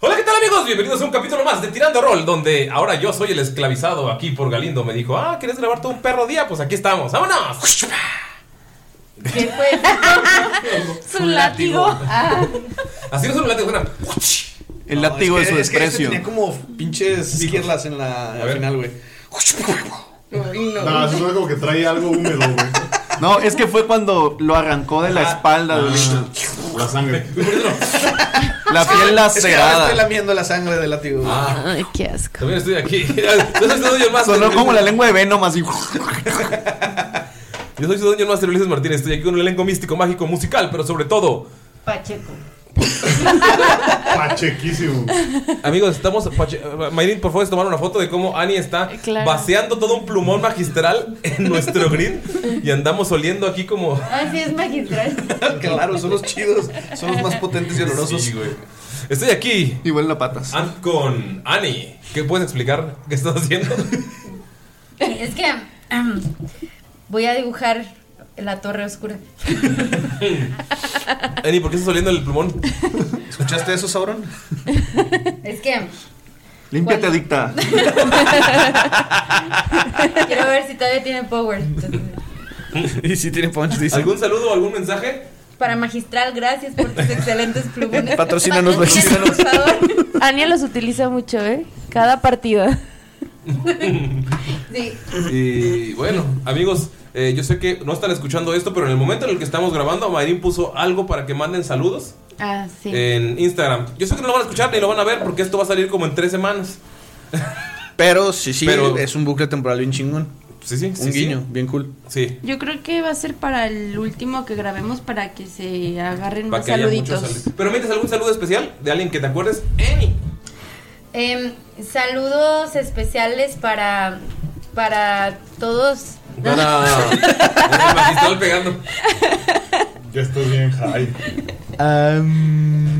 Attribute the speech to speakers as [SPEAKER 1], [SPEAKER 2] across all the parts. [SPEAKER 1] Hola, ¿qué tal amigos? Bienvenidos a un capítulo más de Tirando Rol, donde ahora yo soy el esclavizado aquí por Galindo. Me dijo, ah, ¿quieres grabar todo un perro día? Pues aquí estamos, vámonos.
[SPEAKER 2] Su látigo. Ah.
[SPEAKER 1] Así no es un látigo, suena.
[SPEAKER 3] El látigo de su desprecio.
[SPEAKER 1] este
[SPEAKER 4] tenía como pinches izquierdas en la al final, güey.
[SPEAKER 5] No, eso suena como que trae algo húmedo, güey.
[SPEAKER 3] No, es que fue cuando lo arrancó de la
[SPEAKER 1] Ah.
[SPEAKER 3] espalda. güey.
[SPEAKER 5] La sangre.
[SPEAKER 3] La piel
[SPEAKER 4] Es que ahora Ah, estoy
[SPEAKER 3] lacerada.
[SPEAKER 4] lamiendo la sangre del látigo. güey.
[SPEAKER 6] Ah.
[SPEAKER 2] Ay, qué asco.
[SPEAKER 1] También estoy aquí. Yo soy su dueño el máster.
[SPEAKER 3] Sonó como la lengua de Venom así.
[SPEAKER 1] Yo soy su dueño el máster Ulises Martínez. Estoy aquí con un elenco místico, mágico, musical, pero sobre todo,
[SPEAKER 2] Pacheco.
[SPEAKER 5] Pachequísimo.
[SPEAKER 1] amigos, estamos. Pache- Mayrin, por favor, es tomar una foto de cómo Ani está
[SPEAKER 2] Claro.
[SPEAKER 1] vaciando todo un plumón magistral en nuestro grid y andamos oliendo aquí como.
[SPEAKER 2] Así es magistral.
[SPEAKER 4] Claro, son los chidos, son los más potentes y olorosos.
[SPEAKER 1] Sí, güey. Estoy aquí
[SPEAKER 3] Y huele a patas.
[SPEAKER 1] An- con Ani. ¿Qué puedes explicar? ¿Qué estás haciendo?
[SPEAKER 2] Es que em, voy a dibujar la torre oscura.
[SPEAKER 1] Ani, ¿por qué estás oliendo el plumón?
[SPEAKER 4] ¿Escuchaste eso, Sauron?
[SPEAKER 2] Es que
[SPEAKER 3] Límpiate, adicta.
[SPEAKER 2] quiero ver si todavía tiene power. Entonces,
[SPEAKER 4] Y sí tiene punch, dice.
[SPEAKER 1] ¿Algún saludo o algún mensaje?
[SPEAKER 2] para magistral, gracias por tus excelentes plumones.
[SPEAKER 4] Patrocínanos,
[SPEAKER 2] Patrocínanos, por favor.
[SPEAKER 7] Ania los utiliza mucho, ¿eh? Cada partida.
[SPEAKER 2] Sí.
[SPEAKER 1] Y bueno, amigos, eh, yo sé que no están escuchando esto, pero en el momento en el que estamos grabando, Mayrin puso algo para que manden saludos
[SPEAKER 7] Ah, sí.
[SPEAKER 1] en Instagram. Yo sé que no lo van a escuchar ni lo van a ver porque esto va a salir como en tres semanas.
[SPEAKER 4] Pero sí, sí,
[SPEAKER 1] Pero-
[SPEAKER 4] es un bucle temporal bien chingón.
[SPEAKER 1] Sí, sí, sí.
[SPEAKER 4] un
[SPEAKER 1] sí.
[SPEAKER 4] guiño, bien cool.
[SPEAKER 1] Sí.
[SPEAKER 7] Yo creo que va a ser para el último que grabemos para que se agarren
[SPEAKER 1] Para
[SPEAKER 7] más
[SPEAKER 1] que haya
[SPEAKER 7] saluditos.
[SPEAKER 1] muchos saludos. Pero mientras algún saludo especial de alguien que te acuerdes, Ani.
[SPEAKER 2] Em, saludos especiales para, para todos.
[SPEAKER 1] Para el magistral pegando.
[SPEAKER 5] Ya estoy bien high.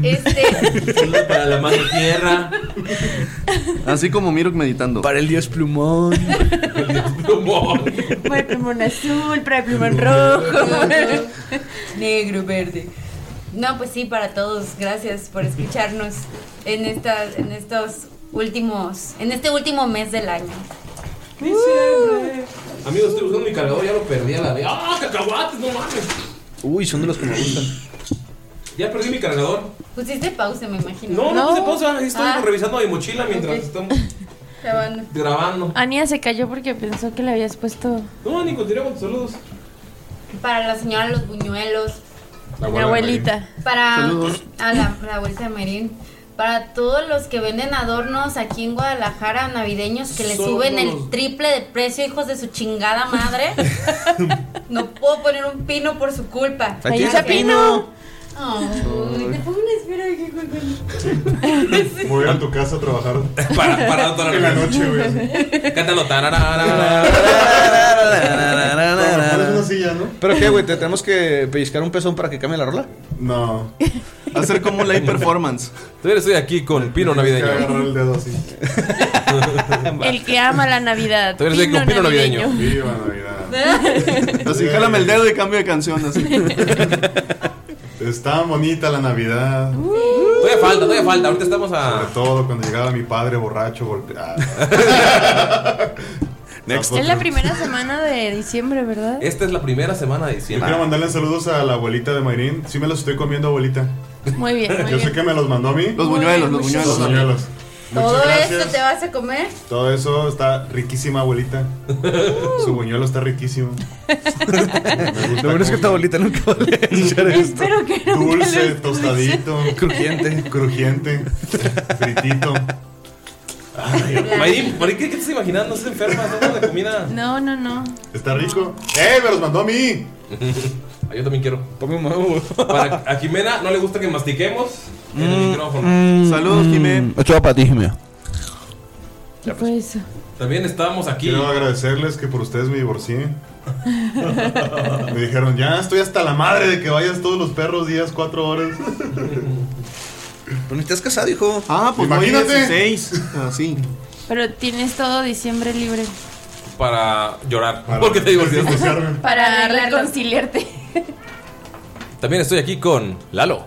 [SPEAKER 2] Este,
[SPEAKER 1] Saludos para la madre tierra.
[SPEAKER 3] Así como Miro meditando.
[SPEAKER 4] Para el dios plumón.
[SPEAKER 1] El dios plumón.
[SPEAKER 7] Para el plumón azul, para el plumón rojo.
[SPEAKER 2] negro, verde. No, pues sí, para todos. Gracias por escucharnos en esta, en estos últimos, en este último mes del año.
[SPEAKER 1] Amigos, estoy buscando mi cargador, ya lo perdí a la vez. ¡Ah, cacahuates! No mames.
[SPEAKER 4] Uy, son de los que me gustan.
[SPEAKER 1] Ya perdí mi cargador.
[SPEAKER 2] Pusiste pausa, me imagino.
[SPEAKER 1] No, no,
[SPEAKER 7] No.
[SPEAKER 1] puse pausa. Ahí Estoy
[SPEAKER 2] Ah.
[SPEAKER 1] revisando mi mochila mientras
[SPEAKER 2] Ok.
[SPEAKER 1] estamos
[SPEAKER 2] Grabando.
[SPEAKER 1] grabando.
[SPEAKER 7] Ania se cayó porque pensó que le habías puesto
[SPEAKER 1] No, ni continúa con tus saludos.
[SPEAKER 2] Para la señora Los Buñuelos,
[SPEAKER 1] La
[SPEAKER 7] mi abuelita.
[SPEAKER 2] para
[SPEAKER 3] Saludos.
[SPEAKER 2] a la, la abuelita Merín, para todos los que venden adornos aquí en Guadalajara navideños que le
[SPEAKER 1] Solo
[SPEAKER 2] suben
[SPEAKER 1] los-
[SPEAKER 2] el triple de precio, hijos de su chingada madre. no puedo poner un pino por su culpa.
[SPEAKER 7] Aquí
[SPEAKER 2] Gracias.
[SPEAKER 7] está Pino.
[SPEAKER 2] Ay, te pongo
[SPEAKER 6] Me voy a tu casa a trabajar.
[SPEAKER 1] Para, para toda la,
[SPEAKER 6] noche, güey. así.
[SPEAKER 1] Cántalo. tararara.
[SPEAKER 4] ¿Pero qué, güey? ¿Te tenemos que pellizcar un pezón para que cambie la rola?
[SPEAKER 6] No.
[SPEAKER 3] Hacer como live performance.
[SPEAKER 1] Todavía estoy aquí con Pino Navideño.
[SPEAKER 6] Agarrar el dedo así.
[SPEAKER 2] El que ama la Navidad.
[SPEAKER 1] Todavía estoy con Pino Navideño.
[SPEAKER 6] Viva Navidad.
[SPEAKER 3] Así, jálame el dedo y cambio de canción. Así.
[SPEAKER 6] Está bonita la Navidad.
[SPEAKER 1] Todavía falta, todavía falta. Ahorita estamos a.
[SPEAKER 6] Sobre todo cuando llegaba mi padre borracho ah. golpeado. Next.
[SPEAKER 2] Es la primera semana de diciembre, ¿verdad?
[SPEAKER 1] Esta es la primera semana de
[SPEAKER 6] Yo
[SPEAKER 1] diciembre.
[SPEAKER 6] quiero mandarle saludos a la abuelita de Mayrín. Sí me los estoy comiendo, abuelita.
[SPEAKER 2] Muy bien, muy
[SPEAKER 6] Yo sé
[SPEAKER 2] bien.
[SPEAKER 6] que me los mandó a mí.
[SPEAKER 3] Los buñuelos, los buñuelos.
[SPEAKER 6] Los buñuelos.
[SPEAKER 8] ¿Todo
[SPEAKER 6] Muchas gracias.
[SPEAKER 8] esto te vas a comer?
[SPEAKER 6] Todo eso está riquísima, abuelita.
[SPEAKER 2] Uh.
[SPEAKER 6] Su buñuelo está riquísimo.
[SPEAKER 4] Lo bueno es que tu abuelita nunca va a escuchar esto.
[SPEAKER 2] Espero que
[SPEAKER 6] Dulce, tostadito.
[SPEAKER 4] Crujiente.
[SPEAKER 6] Crujiente. Fritito.
[SPEAKER 1] Mayrin, Mayrin, ¿qué, qué te estás imaginando? ¿Estás enferma? ¿Estás de comida?
[SPEAKER 2] No, no, no.
[SPEAKER 6] Está rico. ¡Eh! Me los mandó a mí.
[SPEAKER 1] Ah, yo también quiero. Para, a Jimena no le gusta que mastiquemos en el
[SPEAKER 4] Mm,
[SPEAKER 1] micrófono.
[SPEAKER 3] Saludos, Jimé.
[SPEAKER 4] Esto va para ti, Jimé.
[SPEAKER 2] ¿Qué fue eso?
[SPEAKER 1] También estábamos aquí.
[SPEAKER 6] Quiero agradecerles que por ustedes me divorcié. Me dijeron, ya estoy hasta la madre de que vayas todos los perros días, cuatro horas.
[SPEAKER 4] Pero ni estás casado, hijo.
[SPEAKER 3] Ah, pues Ah,
[SPEAKER 6] Imagínate.
[SPEAKER 3] Imagínate. 16. Así.
[SPEAKER 2] Pero tienes todo diciembre libre
[SPEAKER 1] Para llorar. Porque te divorciaste.
[SPEAKER 6] divorciarme.
[SPEAKER 2] para reconciliarte.
[SPEAKER 1] También estoy aquí con Lalo.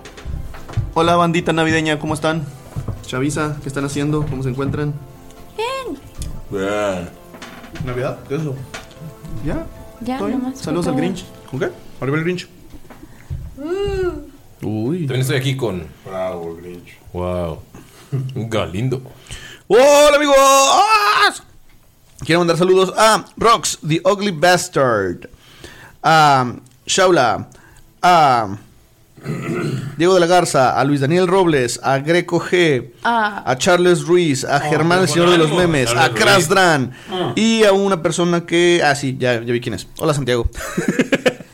[SPEAKER 3] Hola, bandita navideña, ¿cómo están? Chavisa, ¿qué están haciendo? ¿Cómo se encuentran?
[SPEAKER 4] ¿Navidad? ¿Qué es eso?
[SPEAKER 3] Ya.
[SPEAKER 2] Ya,
[SPEAKER 3] ¿Todo bien?
[SPEAKER 2] nomás. por
[SPEAKER 3] Saludos al
[SPEAKER 2] favor.
[SPEAKER 3] Grinch.
[SPEAKER 4] ¿Con qué? Arriba el Grinch.
[SPEAKER 2] Uh.
[SPEAKER 4] Uy.
[SPEAKER 1] También estoy aquí con.
[SPEAKER 6] Bravo, Grinch.
[SPEAKER 1] Wow. Galindo.
[SPEAKER 4] ¡Hola, amigos! ah. Quiero mandar saludos a Rox, The Ugly Bastard, a Ah, Shaula, a Diego de la Garza, a Luis Daniel Robles, a Greco G,
[SPEAKER 2] Ah.
[SPEAKER 4] a Charles Ruiz, a Germán, el
[SPEAKER 1] qué
[SPEAKER 4] señor de
[SPEAKER 1] buen
[SPEAKER 4] los
[SPEAKER 1] ánimo,
[SPEAKER 4] memes, a
[SPEAKER 1] Ah, Charles Ruiz. Ah.
[SPEAKER 4] Krasdran y a una persona que. Ah, sí, ya, ya vi quién es. Hola, Santiago.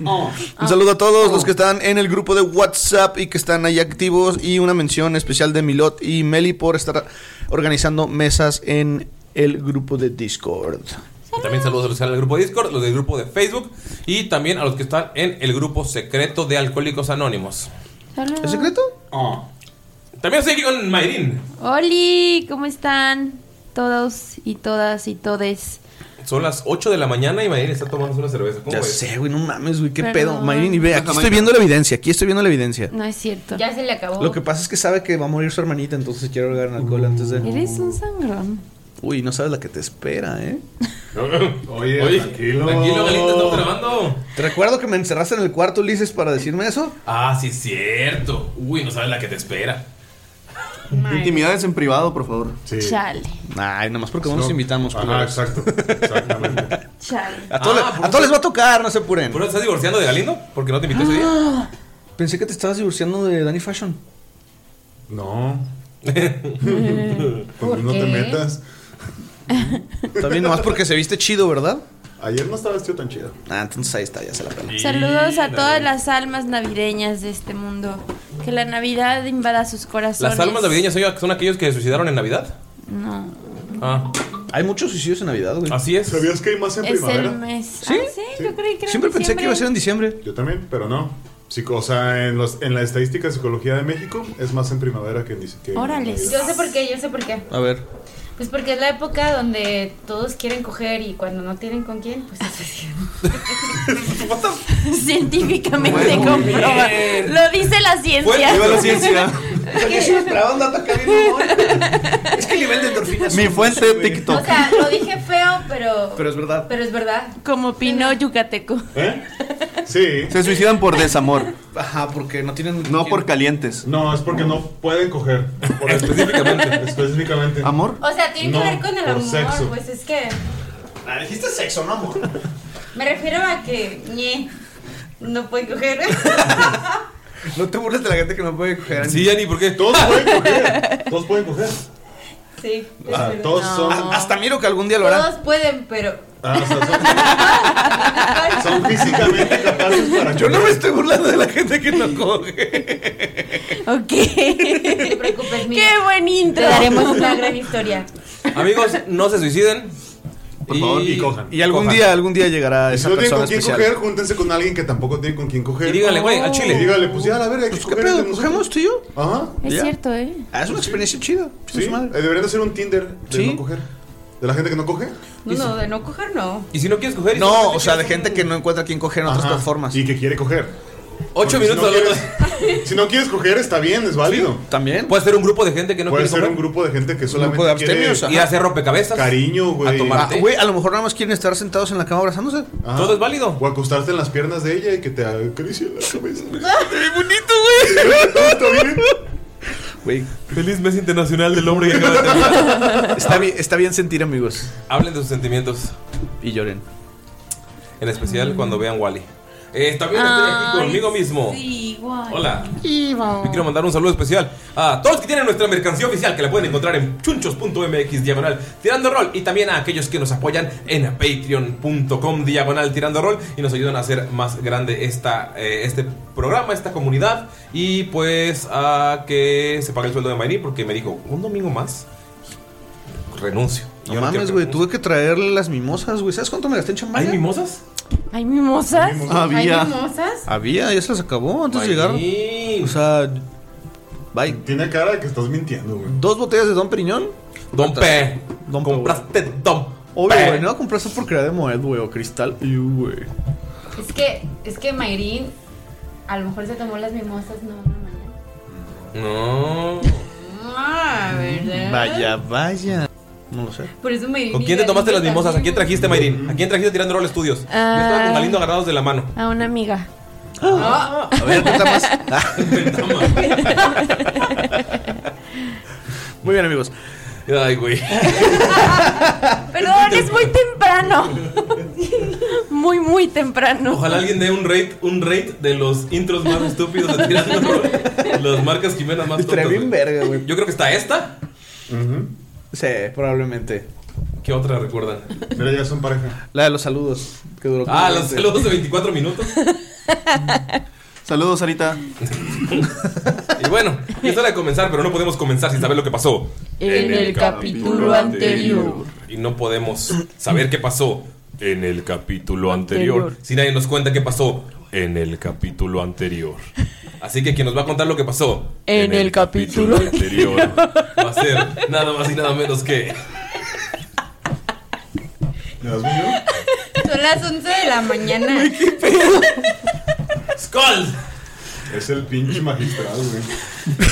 [SPEAKER 1] Ah.
[SPEAKER 4] Un saludo a todos los que están en el grupo de WhatsApp y que están ahí activos. Y una mención especial de Milot y Meli por estar organizando mesas en el grupo de Discord.
[SPEAKER 1] También saludos a los que están en el grupo de Discord, los del grupo de Facebook y también a los que están en el grupo secreto de Alcohólicos Anónimos.
[SPEAKER 4] ¿Es
[SPEAKER 2] Saludos.
[SPEAKER 4] secreto?
[SPEAKER 6] Ah.
[SPEAKER 1] También estoy aquí con Mayrin.
[SPEAKER 2] Oli, ¿cómo están? Todos y todas y todes.
[SPEAKER 1] Son las 8 de la mañana y Mayrin está tomando una cerveza. ¿Cómo
[SPEAKER 4] Ya
[SPEAKER 1] ves?
[SPEAKER 4] sé, güey, no mames, güey, qué
[SPEAKER 2] Perdón.
[SPEAKER 4] pedo. Mayrin, y ve, aquí
[SPEAKER 3] Jamaica.
[SPEAKER 4] estoy viendo la evidencia, aquí estoy viendo la evidencia.
[SPEAKER 2] No es cierto.
[SPEAKER 8] Ya se le acabó.
[SPEAKER 4] Lo que pasa es que sabe que va a morir su hermanita, entonces quiere ahogar en alcohol antes de...
[SPEAKER 2] Eres un sangrón.
[SPEAKER 4] Uy, no sabes la que te espera, ¿eh?
[SPEAKER 6] Oye, tranquilo.
[SPEAKER 1] Tranquilo, Galindo, estamos grabando.
[SPEAKER 4] Te recuerdo que me encerraste en el cuarto, Ulises, para decirme eso.
[SPEAKER 1] Ah, sí, es cierto. Uy, no sabes la que te espera.
[SPEAKER 3] Intimidades en privado, por favor.
[SPEAKER 6] Sí.
[SPEAKER 2] Chale,
[SPEAKER 4] Ay, nomás porque no nos invitamos.
[SPEAKER 6] Ah,
[SPEAKER 4] culeros.
[SPEAKER 6] exacto. Exactamente.
[SPEAKER 2] chale.
[SPEAKER 4] A todos
[SPEAKER 1] Ah,
[SPEAKER 4] le-
[SPEAKER 1] por
[SPEAKER 4] a todos les va a tocar, no se apuren.
[SPEAKER 1] ¿Por eso estás divorciando de Galindo? Porque no te invitó ese
[SPEAKER 2] Ah,
[SPEAKER 1] día.
[SPEAKER 4] Pensé que te estabas divorciando de Danny Fashion.
[SPEAKER 6] No. Con mí Pues no
[SPEAKER 8] qué?
[SPEAKER 6] te metas.
[SPEAKER 4] También nomás porque se viste chido, ¿verdad?
[SPEAKER 6] Ayer no estaba vestido tan chido.
[SPEAKER 4] Ah, entonces ahí está, ya se la pela.
[SPEAKER 2] Saludos a todas las almas navideñas de este mundo. Que la Navidad invada sus corazones.
[SPEAKER 1] ¿Las almas navideñas son, son aquellos que se suicidaron en Navidad?
[SPEAKER 2] No,
[SPEAKER 1] Ah,
[SPEAKER 4] Hay muchos suicidios en Navidad, güey.
[SPEAKER 1] así es.
[SPEAKER 6] ¿Sabías que hay más en
[SPEAKER 2] es el
[SPEAKER 6] primavera?
[SPEAKER 2] mes.
[SPEAKER 4] ¿Sí?
[SPEAKER 2] Ah, sí, yo creí que era
[SPEAKER 4] Siempre
[SPEAKER 2] en
[SPEAKER 4] pensé que iba a ser en
[SPEAKER 2] diciembre.
[SPEAKER 4] diciembre.
[SPEAKER 6] Yo también, pero no. Psico- o sea, en, los, en la estadística de psicología de México es más en primavera que en dic- que en
[SPEAKER 2] Órales.
[SPEAKER 6] Navidad.
[SPEAKER 8] Yo sé por qué, yo sé por qué.
[SPEAKER 4] A ver.
[SPEAKER 8] Pues porque es la época donde todos quieren coger y cuando no tienen con quién, pues es así.
[SPEAKER 2] Científicamente comprobado. Lo dice la ciencia.
[SPEAKER 3] Viva la
[SPEAKER 4] ah.
[SPEAKER 3] ciencia.
[SPEAKER 4] ¿Qué se esperaba un dato que bien Es que el nivel de endorfinas.
[SPEAKER 3] Mi fuente
[SPEAKER 8] O
[SPEAKER 3] TikTok.
[SPEAKER 8] sea, lo dije feo, pero
[SPEAKER 4] Pero es verdad.
[SPEAKER 8] pero es verdad.
[SPEAKER 2] Como Pino Yucateco.
[SPEAKER 6] ¿Eh? Sí.
[SPEAKER 3] Se suicidan por desamor,
[SPEAKER 4] Ajá, porque no tienen.
[SPEAKER 3] no por calientes.
[SPEAKER 6] No, es porque no pueden coger. Por específicamente. específicamente.
[SPEAKER 3] ¿Amor?
[SPEAKER 8] O sea, tiene
[SPEAKER 6] No,
[SPEAKER 8] que ver con el
[SPEAKER 6] por
[SPEAKER 8] amor,
[SPEAKER 6] sexo.
[SPEAKER 8] pues es que
[SPEAKER 4] Ah, dijiste sexo, no amor.
[SPEAKER 8] me refiero a que ñe, no pueden coger.
[SPEAKER 4] No te burles de la gente que no puede coger.
[SPEAKER 1] Sí, ya ni por qué.
[SPEAKER 6] Todos pueden coger. Todos pueden coger.
[SPEAKER 8] sí. es
[SPEAKER 6] Ah,
[SPEAKER 8] verdad.
[SPEAKER 6] todos son.
[SPEAKER 4] Ah, Hasta miro que algún día lo hará.
[SPEAKER 8] Todos pueden, pero
[SPEAKER 6] ah, o sea, son, son físicamente capaces para
[SPEAKER 4] Yo no me
[SPEAKER 6] coger.
[SPEAKER 4] estoy burlando de la gente que no coge.
[SPEAKER 2] Ok. ¡Qué buen intro!
[SPEAKER 8] Te daremos una gran historia.
[SPEAKER 1] Amigos, no se suiciden. Por
[SPEAKER 6] favor, y cojan.
[SPEAKER 4] Y algún día, algún día llegará
[SPEAKER 6] Y si
[SPEAKER 4] esa
[SPEAKER 6] no tienen
[SPEAKER 4] persona
[SPEAKER 6] con quién
[SPEAKER 4] especial.
[SPEAKER 6] coger, júntense con alguien que tampoco tiene con quién coger.
[SPEAKER 1] Y díganle, güey, al chile.
[SPEAKER 6] Y díganle, pues ya, la verga, hay que coger entre nosotros.
[SPEAKER 4] tío?
[SPEAKER 6] Ajá.
[SPEAKER 2] Es
[SPEAKER 6] Ya.
[SPEAKER 2] cierto, ¿eh?
[SPEAKER 4] Ah, es una experiencia chida.
[SPEAKER 6] Sí, eh, deberían hacer un Tinder de no coger. ¿De la gente que no coge?
[SPEAKER 8] No, no, de no coger no.
[SPEAKER 1] ¿Y si no quieres coger?
[SPEAKER 4] No, o sea, de gente que no encuentra quien coger en otras
[SPEAKER 6] Ajá.
[SPEAKER 4] plataformas.
[SPEAKER 6] Y que quiere coger.
[SPEAKER 1] Ocho
[SPEAKER 6] Porque si
[SPEAKER 1] minutos
[SPEAKER 6] no
[SPEAKER 1] al otro.
[SPEAKER 6] Si no quieres coger, está bien, es válido.
[SPEAKER 4] También.
[SPEAKER 1] Puede ser un grupo de gente que no
[SPEAKER 6] Puede
[SPEAKER 1] quiere
[SPEAKER 6] ser
[SPEAKER 1] coger.
[SPEAKER 6] un grupo de gente que solamente
[SPEAKER 4] grupo de
[SPEAKER 6] quiere
[SPEAKER 4] abstemios, ajá.
[SPEAKER 1] Y hacer rompecabezas.
[SPEAKER 6] Cariño, güey.
[SPEAKER 1] A tomar
[SPEAKER 4] Ah,
[SPEAKER 1] té.
[SPEAKER 4] güey, a lo mejor nada más quieren estar sentados en la cama abrazándose.
[SPEAKER 6] Ajá.
[SPEAKER 1] Todo es válido.
[SPEAKER 6] O acostarte en las piernas de ella y que te acaricie la cabeza.
[SPEAKER 4] ¡Qué bonito,
[SPEAKER 6] ¿Está bien?
[SPEAKER 4] güey!
[SPEAKER 1] Feliz mes internacional del hombre que acaba de terminar.
[SPEAKER 4] Está bien, está bien sentir, amigos.
[SPEAKER 1] Hablen de sus sentimientos.
[SPEAKER 4] Y lloren.
[SPEAKER 1] En especial cuando vean Wally. Eh, también estoy aquí conmigo mismo.
[SPEAKER 2] Sí, guay.
[SPEAKER 1] Hola. Yo quiero mandar un saludo especial a todos los que tienen nuestra mercancía oficial, que la pueden encontrar en chunchos.mx diagonal tirando rol, y también a aquellos que nos apoyan en patreon.com diagonal tirando rol y nos ayudan a hacer más grande esta, eh, este programa, esta comunidad, y pues a que se pague el sueldo de Mayri, porque me dijo, un domingo más, renuncio.
[SPEAKER 4] No
[SPEAKER 1] Yo quiero
[SPEAKER 4] mames,
[SPEAKER 1] que
[SPEAKER 4] güey. Tuve que traerle las mimosas, güey. ¿Sabes cuánto me gasté en chambaya?
[SPEAKER 1] ¿Hay mimosas?
[SPEAKER 2] ¿Hay mimosas?
[SPEAKER 4] Había.
[SPEAKER 2] ¿Hay mimosas?
[SPEAKER 4] Había, ya se las acabó antes de llegar.
[SPEAKER 1] O
[SPEAKER 4] sea, bye.
[SPEAKER 6] Tiene cara de que estás mintiendo, güey.
[SPEAKER 4] Dos botellas de Don Periñón.
[SPEAKER 1] Don P.
[SPEAKER 4] Don
[SPEAKER 1] Compraste Don
[SPEAKER 4] Obvio,
[SPEAKER 1] P.
[SPEAKER 4] güey. No compraste por crear de Moed, güey. O Cristal. Y, güey.
[SPEAKER 8] Es que, es que Mayrin a lo mejor se tomó las mimosas, no, no, no.
[SPEAKER 1] No.
[SPEAKER 8] Ah, ¿verdad?
[SPEAKER 4] Vaya, vaya. No lo sé.
[SPEAKER 8] Por eso Mayrin.
[SPEAKER 1] Mm. ¿Con quién te tomaste las mimosas? ¿A quién trajiste, Mayrin? ¿A quién trajiste tirando rol estudios? Yo estaba con Galindo agarrados de la mano.
[SPEAKER 2] A una amiga.
[SPEAKER 4] A ver, cuenta más. Ah, Muy bien, amigos.
[SPEAKER 1] Ay, güey.
[SPEAKER 2] Perdón, es muy temprano. Muy, muy temprano.
[SPEAKER 1] Ojalá alguien dé un rate, un rate de los intros más estúpidos de tirando rol. Las marcas Jimena más
[SPEAKER 4] Estaría
[SPEAKER 1] tontas. güey.
[SPEAKER 4] bien verga, güey.
[SPEAKER 1] Yo creo que está esta.
[SPEAKER 4] Sí, probablemente.
[SPEAKER 1] ¿Qué otra recuerdan?
[SPEAKER 6] Mira, ya son pareja.
[SPEAKER 4] La de los saludos. Que duró como
[SPEAKER 1] Ah, los
[SPEAKER 4] 20.
[SPEAKER 1] saludos de 24 minutos.
[SPEAKER 3] Saludos, Sarita.
[SPEAKER 1] Y bueno, ya es hora de comenzar, pero no podemos comenzar sin saber lo que pasó.
[SPEAKER 2] En el capítulo anterior.
[SPEAKER 1] Y no podemos saber qué pasó en el capítulo anterior.
[SPEAKER 2] Anterior.
[SPEAKER 1] Si nadie nos cuenta qué pasó en el capítulo anterior. Así que quien nos va a contar lo que pasó
[SPEAKER 2] En el capítulo
[SPEAKER 1] anterior va a ser nada más y nada menos que.
[SPEAKER 8] Son las 11 de la mañana.
[SPEAKER 1] ¡Skull!
[SPEAKER 6] Es el pinche magistral, güey.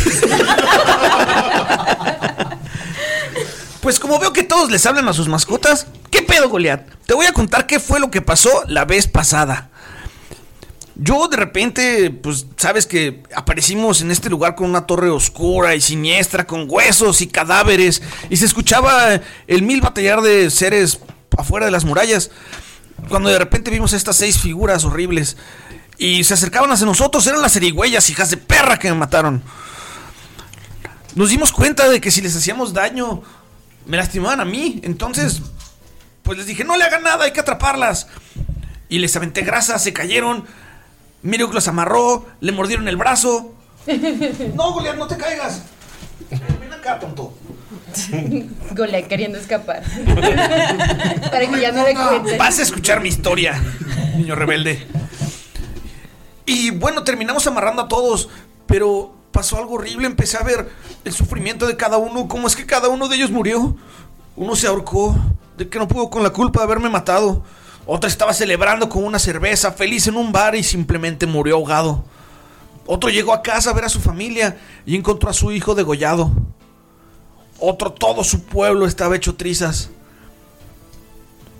[SPEAKER 4] Pues como veo que todos les hablan a sus mascotas, ¿qué pedo, Goliat? Te voy a contar qué fue lo que pasó la vez pasada. Yo de repente, pues sabes que aparecimos en este lugar con una torre oscura y siniestra, con huesos y cadáveres, y se escuchaba el mil batallar de seres afuera de las murallas, cuando de repente vimos estas seis figuras horribles, y se acercaban hacia nosotros, eran las erigüeyas, hijas de perra que me mataron. Nos dimos cuenta de que si les hacíamos daño, me lastimaban a mí. Entonces, pues les dije, no le hagan nada, hay que atraparlas. Y les aventé grasa, se cayeron. Miro los amarró, le mordieron el brazo. No, Goliat, no te caigas. Ven acá, tonto.
[SPEAKER 8] Golea queriendo escapar. Para que ya no le cuente.
[SPEAKER 4] Vas a escuchar mi historia, niño rebelde. Y bueno, terminamos amarrando a todos, pero pasó algo horrible. Empecé a ver el sufrimiento de cada uno, cómo es que cada uno de ellos murió. Uno se ahorcó, de que no pudo con la culpa de haberme matado. Otra estaba celebrando con una cerveza, feliz en un bar y simplemente murió ahogado. Otro llegó a casa a ver a su familia y encontró a su hijo degollado. Otro, todo su pueblo estaba hecho trizas.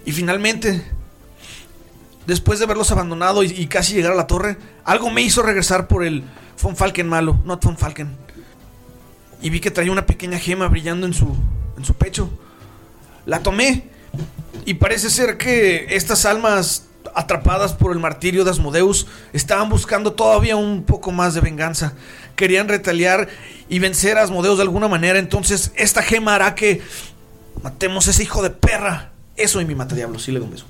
[SPEAKER 4] Y finalmente, después de verlos abandonado y, y casi llegar a la torre, algo me hizo regresar por el Von Falken malo, not Von Falken. Y vi que traía una pequeña gema brillando en su, en su pecho. La tomé y parece ser que estas almas atrapadas por el martirio de Asmodeus estaban buscando todavía un poco más de venganza. Querían retaliar y vencer a Asmodeus de alguna manera, entonces esta gema hará que matemos a ese hijo de perra. Eso y mi matadiablo, sí le doy un beso.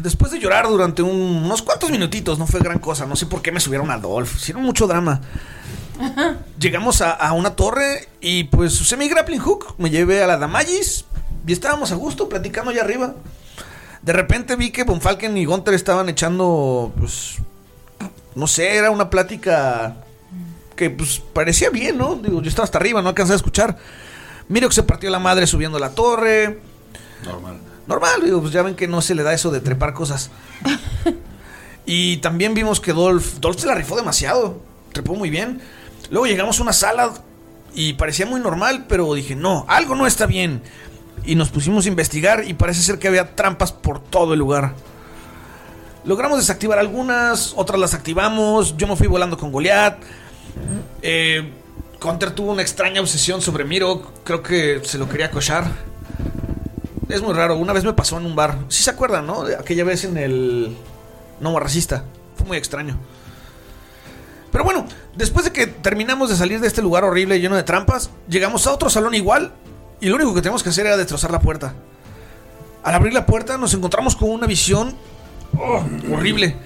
[SPEAKER 4] Después de llorar durante un- unos cuantos minutitos, no fue gran cosa, no sé por qué me subieron a Dolph, hicieron mucho drama. Llegamos a, a una torre y pues usé mi grappling hook, me llevé a la Damagis y estábamos a gusto platicando allá arriba. De repente vi que Bonfalken y Gunter estaban echando, pues, no sé, era una plática que pues parecía bien, ¿no? Digo, yo estaba hasta arriba, no alcancé a escuchar. Miro que se partió la madre subiendo la torre.
[SPEAKER 6] Normal.
[SPEAKER 4] Normal, digo, pues ya ven que no se le da eso de trepar cosas. y también vimos que Dolph, Dolph se la rifó demasiado, trepó muy bien. Luego llegamos a una sala y parecía muy normal, pero dije, no, algo no está bien. Y nos pusimos a investigar y parece ser que había trampas por todo el lugar. Logramos desactivar algunas, otras las activamos, yo me fui volando con Goliath. Eh, Counter tuvo una extraña obsesión sobre Miro. Creo que se lo quería cochar. Es muy raro. Una vez me pasó en un bar. Si se acuerdan, ¿no? De aquella vez en el. No, racista. Fue muy extraño. Pero bueno, después de que terminamos de salir de este lugar horrible lleno de trampas, llegamos a otro salón igual. Y lo único que teníamos que hacer era destrozar la puerta. Al abrir la puerta, nos encontramos con una visión. oh, horrible.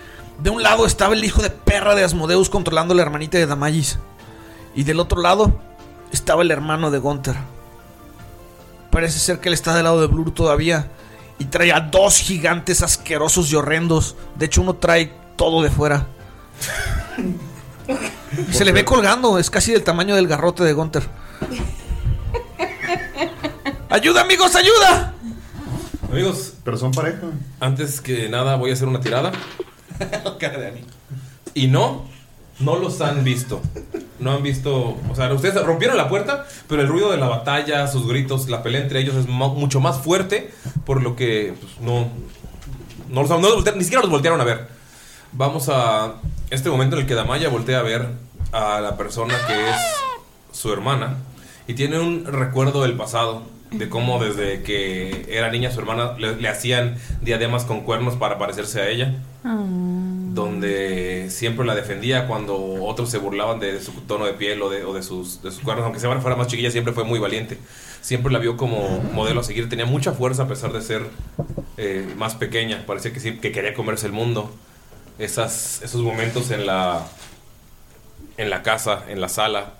[SPEAKER 4] De un lado estaba el hijo de perra de Asmodeus controlando a la hermanita de Damagis. Y del otro lado estaba el hermano de Gunther. Parece ser que él está del lado de Blur todavía. Y trae a dos gigantes asquerosos y horrendos. De hecho, uno trae todo de fuera. Se le ve colgando, es casi del tamaño del garrote de Gunther. ¡Ayuda, amigos, ayuda!
[SPEAKER 1] Amigos,
[SPEAKER 6] pero son pareja.
[SPEAKER 1] Antes que nada, voy a hacer una tirada. Y no, no los han visto. No han visto. O sea, ustedes rompieron la puerta, pero el ruido de la batalla, sus gritos, la pelea entre ellos es mo- mucho más fuerte, por lo que pues, no. No los, han- no los voltearon- ni siquiera los voltearon a ver. Vamos a este momento en el que Damaya voltea a ver a la persona que es su hermana y tiene un recuerdo del pasado, de cómo desde que era niña su hermana le- le hacían diademas con cuernos para parecerse a ella donde siempre la defendía cuando otros se burlaban de su tono de piel o de, o de sus, de sus cuernos, aunque siempre fuera más chiquilla, siempre fue muy valiente. Siempre la vio como modelo a seguir, tenía mucha fuerza a pesar de ser eh, más pequeña, parecía que sí, que quería comerse el mundo. Esas, esos momentos en la, en la casa, en la sala,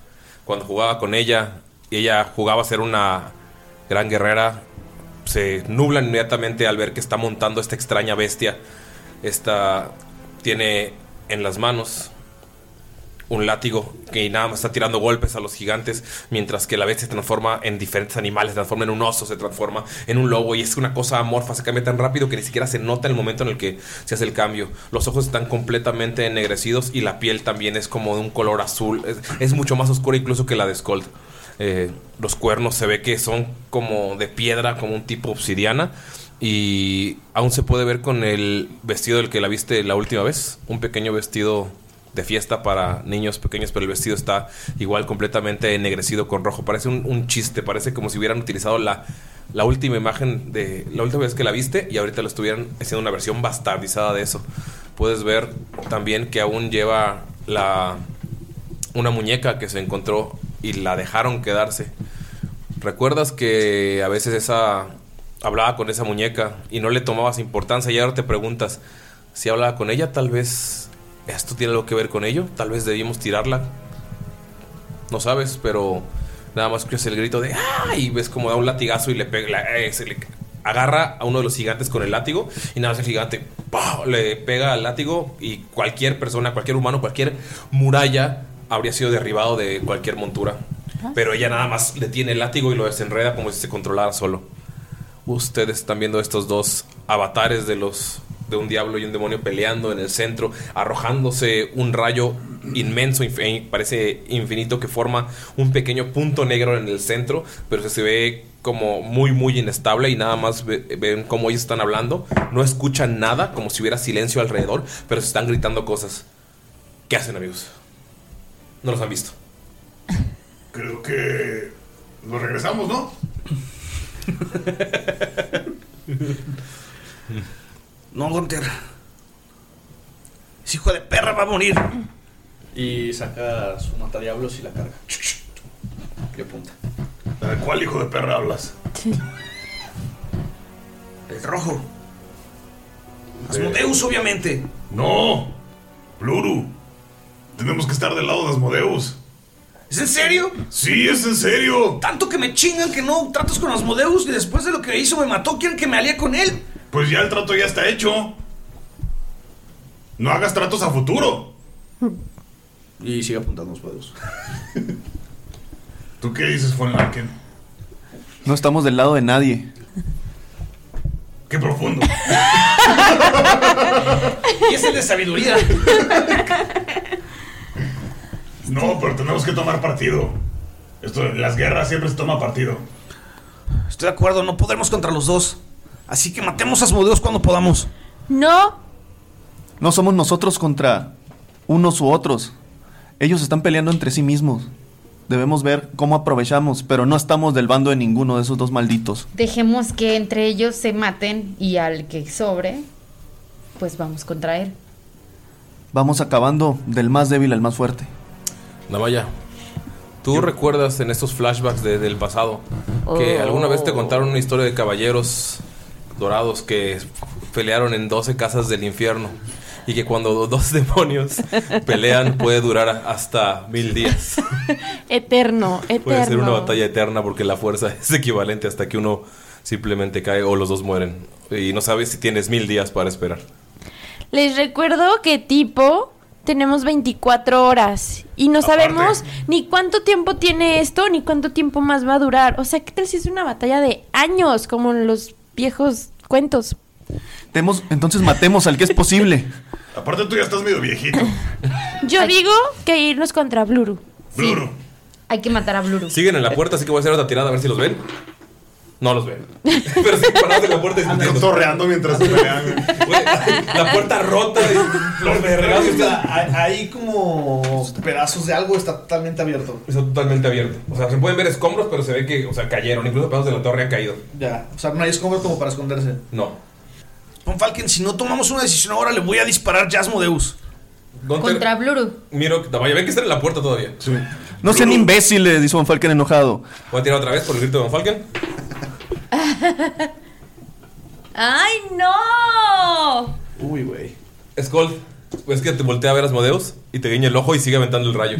[SPEAKER 1] cuando jugaba con ella y ella jugaba a ser una gran guerrera, se nublan inmediatamente al ver que está montando esta extraña bestia. Esta tiene en las manos un látigo que nada más está tirando golpes a los gigantes, mientras que la bestia se transforma en diferentes animales, se transforma en un oso, se transforma en un lobo, y es una cosa amorfa, se cambia tan rápido que ni siquiera se nota el momento en el que se hace el cambio. Los ojos están completamente ennegrecidos y la piel también es como de un color azul, es, es mucho más oscura incluso que la de Skold. Eh, los cuernos se ve que son como de piedra, como un tipo obsidiana, y aún se puede ver con el vestido del que la viste la última vez, un pequeño vestido de fiesta para niños pequeños, pero el vestido está igual completamente ennegrecido con rojo. Parece un, un chiste, parece como si hubieran utilizado la, la última imagen de la última vez que la viste y ahorita lo estuvieran haciendo una versión bastardizada de eso. Puedes ver también que aún lleva la una muñeca que se encontró y la dejaron quedarse. ¿Recuerdas que a veces esa hablaba con esa muñeca y no le tomabas importancia y ahora te preguntas si hablaba con ella, tal vez esto tiene algo que ver con ello, tal vez debimos tirarla. No sabes, pero nada más escuchas el grito de ¡Ah! y ves como da un latigazo y le pega la- eh, se le agarra a uno de los gigantes con el látigo y nada más el gigante ¡pah! le pega al látigo y cualquier persona, cualquier humano, cualquier muralla habría sido derribado de cualquier montura. Pero ella nada más le tiene el látigo y lo desenreda como si se controlara solo. Ustedes están viendo estos dos avatares de los de un diablo y un demonio peleando en el centro, arrojándose un rayo inmenso, inf- eh, parece infinito, que forma un pequeño punto negro en el centro, pero se ve como muy, muy inestable y nada más ve- ven cómo ellos están hablando, no escuchan nada, como si hubiera silencio alrededor, pero se están gritando cosas. ¿Qué hacen amigos? No los han visto.
[SPEAKER 6] Creo que nos regresamos, ¿no?
[SPEAKER 4] No, Gunter. Ese hijo de perra va a morir.
[SPEAKER 9] Y saca su matadiablos y la carga. Le apunta.
[SPEAKER 6] ¿De cuál hijo de perra hablas?
[SPEAKER 4] El rojo. Asmodeus, obviamente.
[SPEAKER 6] No, Pluru. Tenemos que estar del lado de Asmodeus.
[SPEAKER 4] ¿Es en serio? Sí, es en serio. Tanto que me chingan que no tratos con Asmodeus y después de lo que hizo me mató, quieren que me alíe con él.
[SPEAKER 6] Pues ya el trato ya está hecho. No hagas tratos a futuro.
[SPEAKER 4] Y sigue apuntando los dedos.
[SPEAKER 6] ¿Tú qué dices, Von Larkin?
[SPEAKER 2] No estamos del lado de nadie.
[SPEAKER 4] Qué profundo.
[SPEAKER 10] Y es el de sabiduría.
[SPEAKER 6] No, pero tenemos que tomar partido. Esto, en las guerras siempre se toma partido.
[SPEAKER 4] Estoy de acuerdo, no podremos contra los dos. Así que matemos a Asmodeus cuando podamos.
[SPEAKER 11] No,
[SPEAKER 2] No somos nosotros contra unos u otros. Ellos están peleando entre sí mismos. Debemos ver cómo aprovechamos, pero no estamos del bando de ninguno de esos dos malditos.
[SPEAKER 12] Dejemos que entre ellos se maten y al que sobre, pues vamos contra él.
[SPEAKER 2] Vamos acabando del más débil al más fuerte.
[SPEAKER 1] Namaya, ¿tú recuerdas en estos flashbacks de- del pasado que
[SPEAKER 13] Oh.
[SPEAKER 1] alguna vez te contaron una historia de caballeros dorados que pelearon en 12 casas del infierno? Y que cuando dos demonios pelean puede durar hasta mil días.
[SPEAKER 11] eterno, eterno.
[SPEAKER 1] Puede ser una batalla eterna porque la fuerza es equivalente hasta que uno simplemente cae o los dos mueren. Y no sabes si tienes mil días para esperar.
[SPEAKER 11] Les recuerdo que tipo tenemos 24 horas y no sabemos ni cuánto tiempo tiene esto ni cuánto tiempo más va a durar. O sea, ¿qué tal si es una batalla de años como en los viejos cuentos?
[SPEAKER 2] Temos- entonces matemos al que es posible.
[SPEAKER 6] Aparte tú ya estás medio viejito.
[SPEAKER 11] Yo digo que irnos contra Bluru.
[SPEAKER 12] Hay que matar a Bluru.
[SPEAKER 1] Siguen en la puerta, así que voy a hacer otra tirada a ver si los ven. No los ven. Pero sí, parados en la puerta discutiendo.
[SPEAKER 6] torreando mientras se pelean.
[SPEAKER 1] La puerta rota y los vergados. este
[SPEAKER 4] O sea, hay, hay como pedazos de algo, está totalmente abierto.
[SPEAKER 1] Está totalmente abierto. O sea, se pueden ver escombros, pero se ve que, o sea, cayeron. Incluso pedazos de la torre han caído.
[SPEAKER 4] Ya, o sea, no hay escombro como para esconderse.
[SPEAKER 1] No.
[SPEAKER 4] Pon Falken, si no tomamos una decisión ahora, le voy a disparar ya a Asmodeus.
[SPEAKER 1] Gunter,
[SPEAKER 12] Contra Bluru.
[SPEAKER 1] Miro, vaya, ven que están en la puerta todavía.
[SPEAKER 2] No sean imbéciles, dice Von Falken enojado.
[SPEAKER 1] Voy a tirar otra vez por el grito de Don Falken.
[SPEAKER 11] ¡Ay, no!
[SPEAKER 1] Uy, güey. Skull, es que te voltea a ver a Asmodeus y te guiña el ojo y sigue aventando el rayo.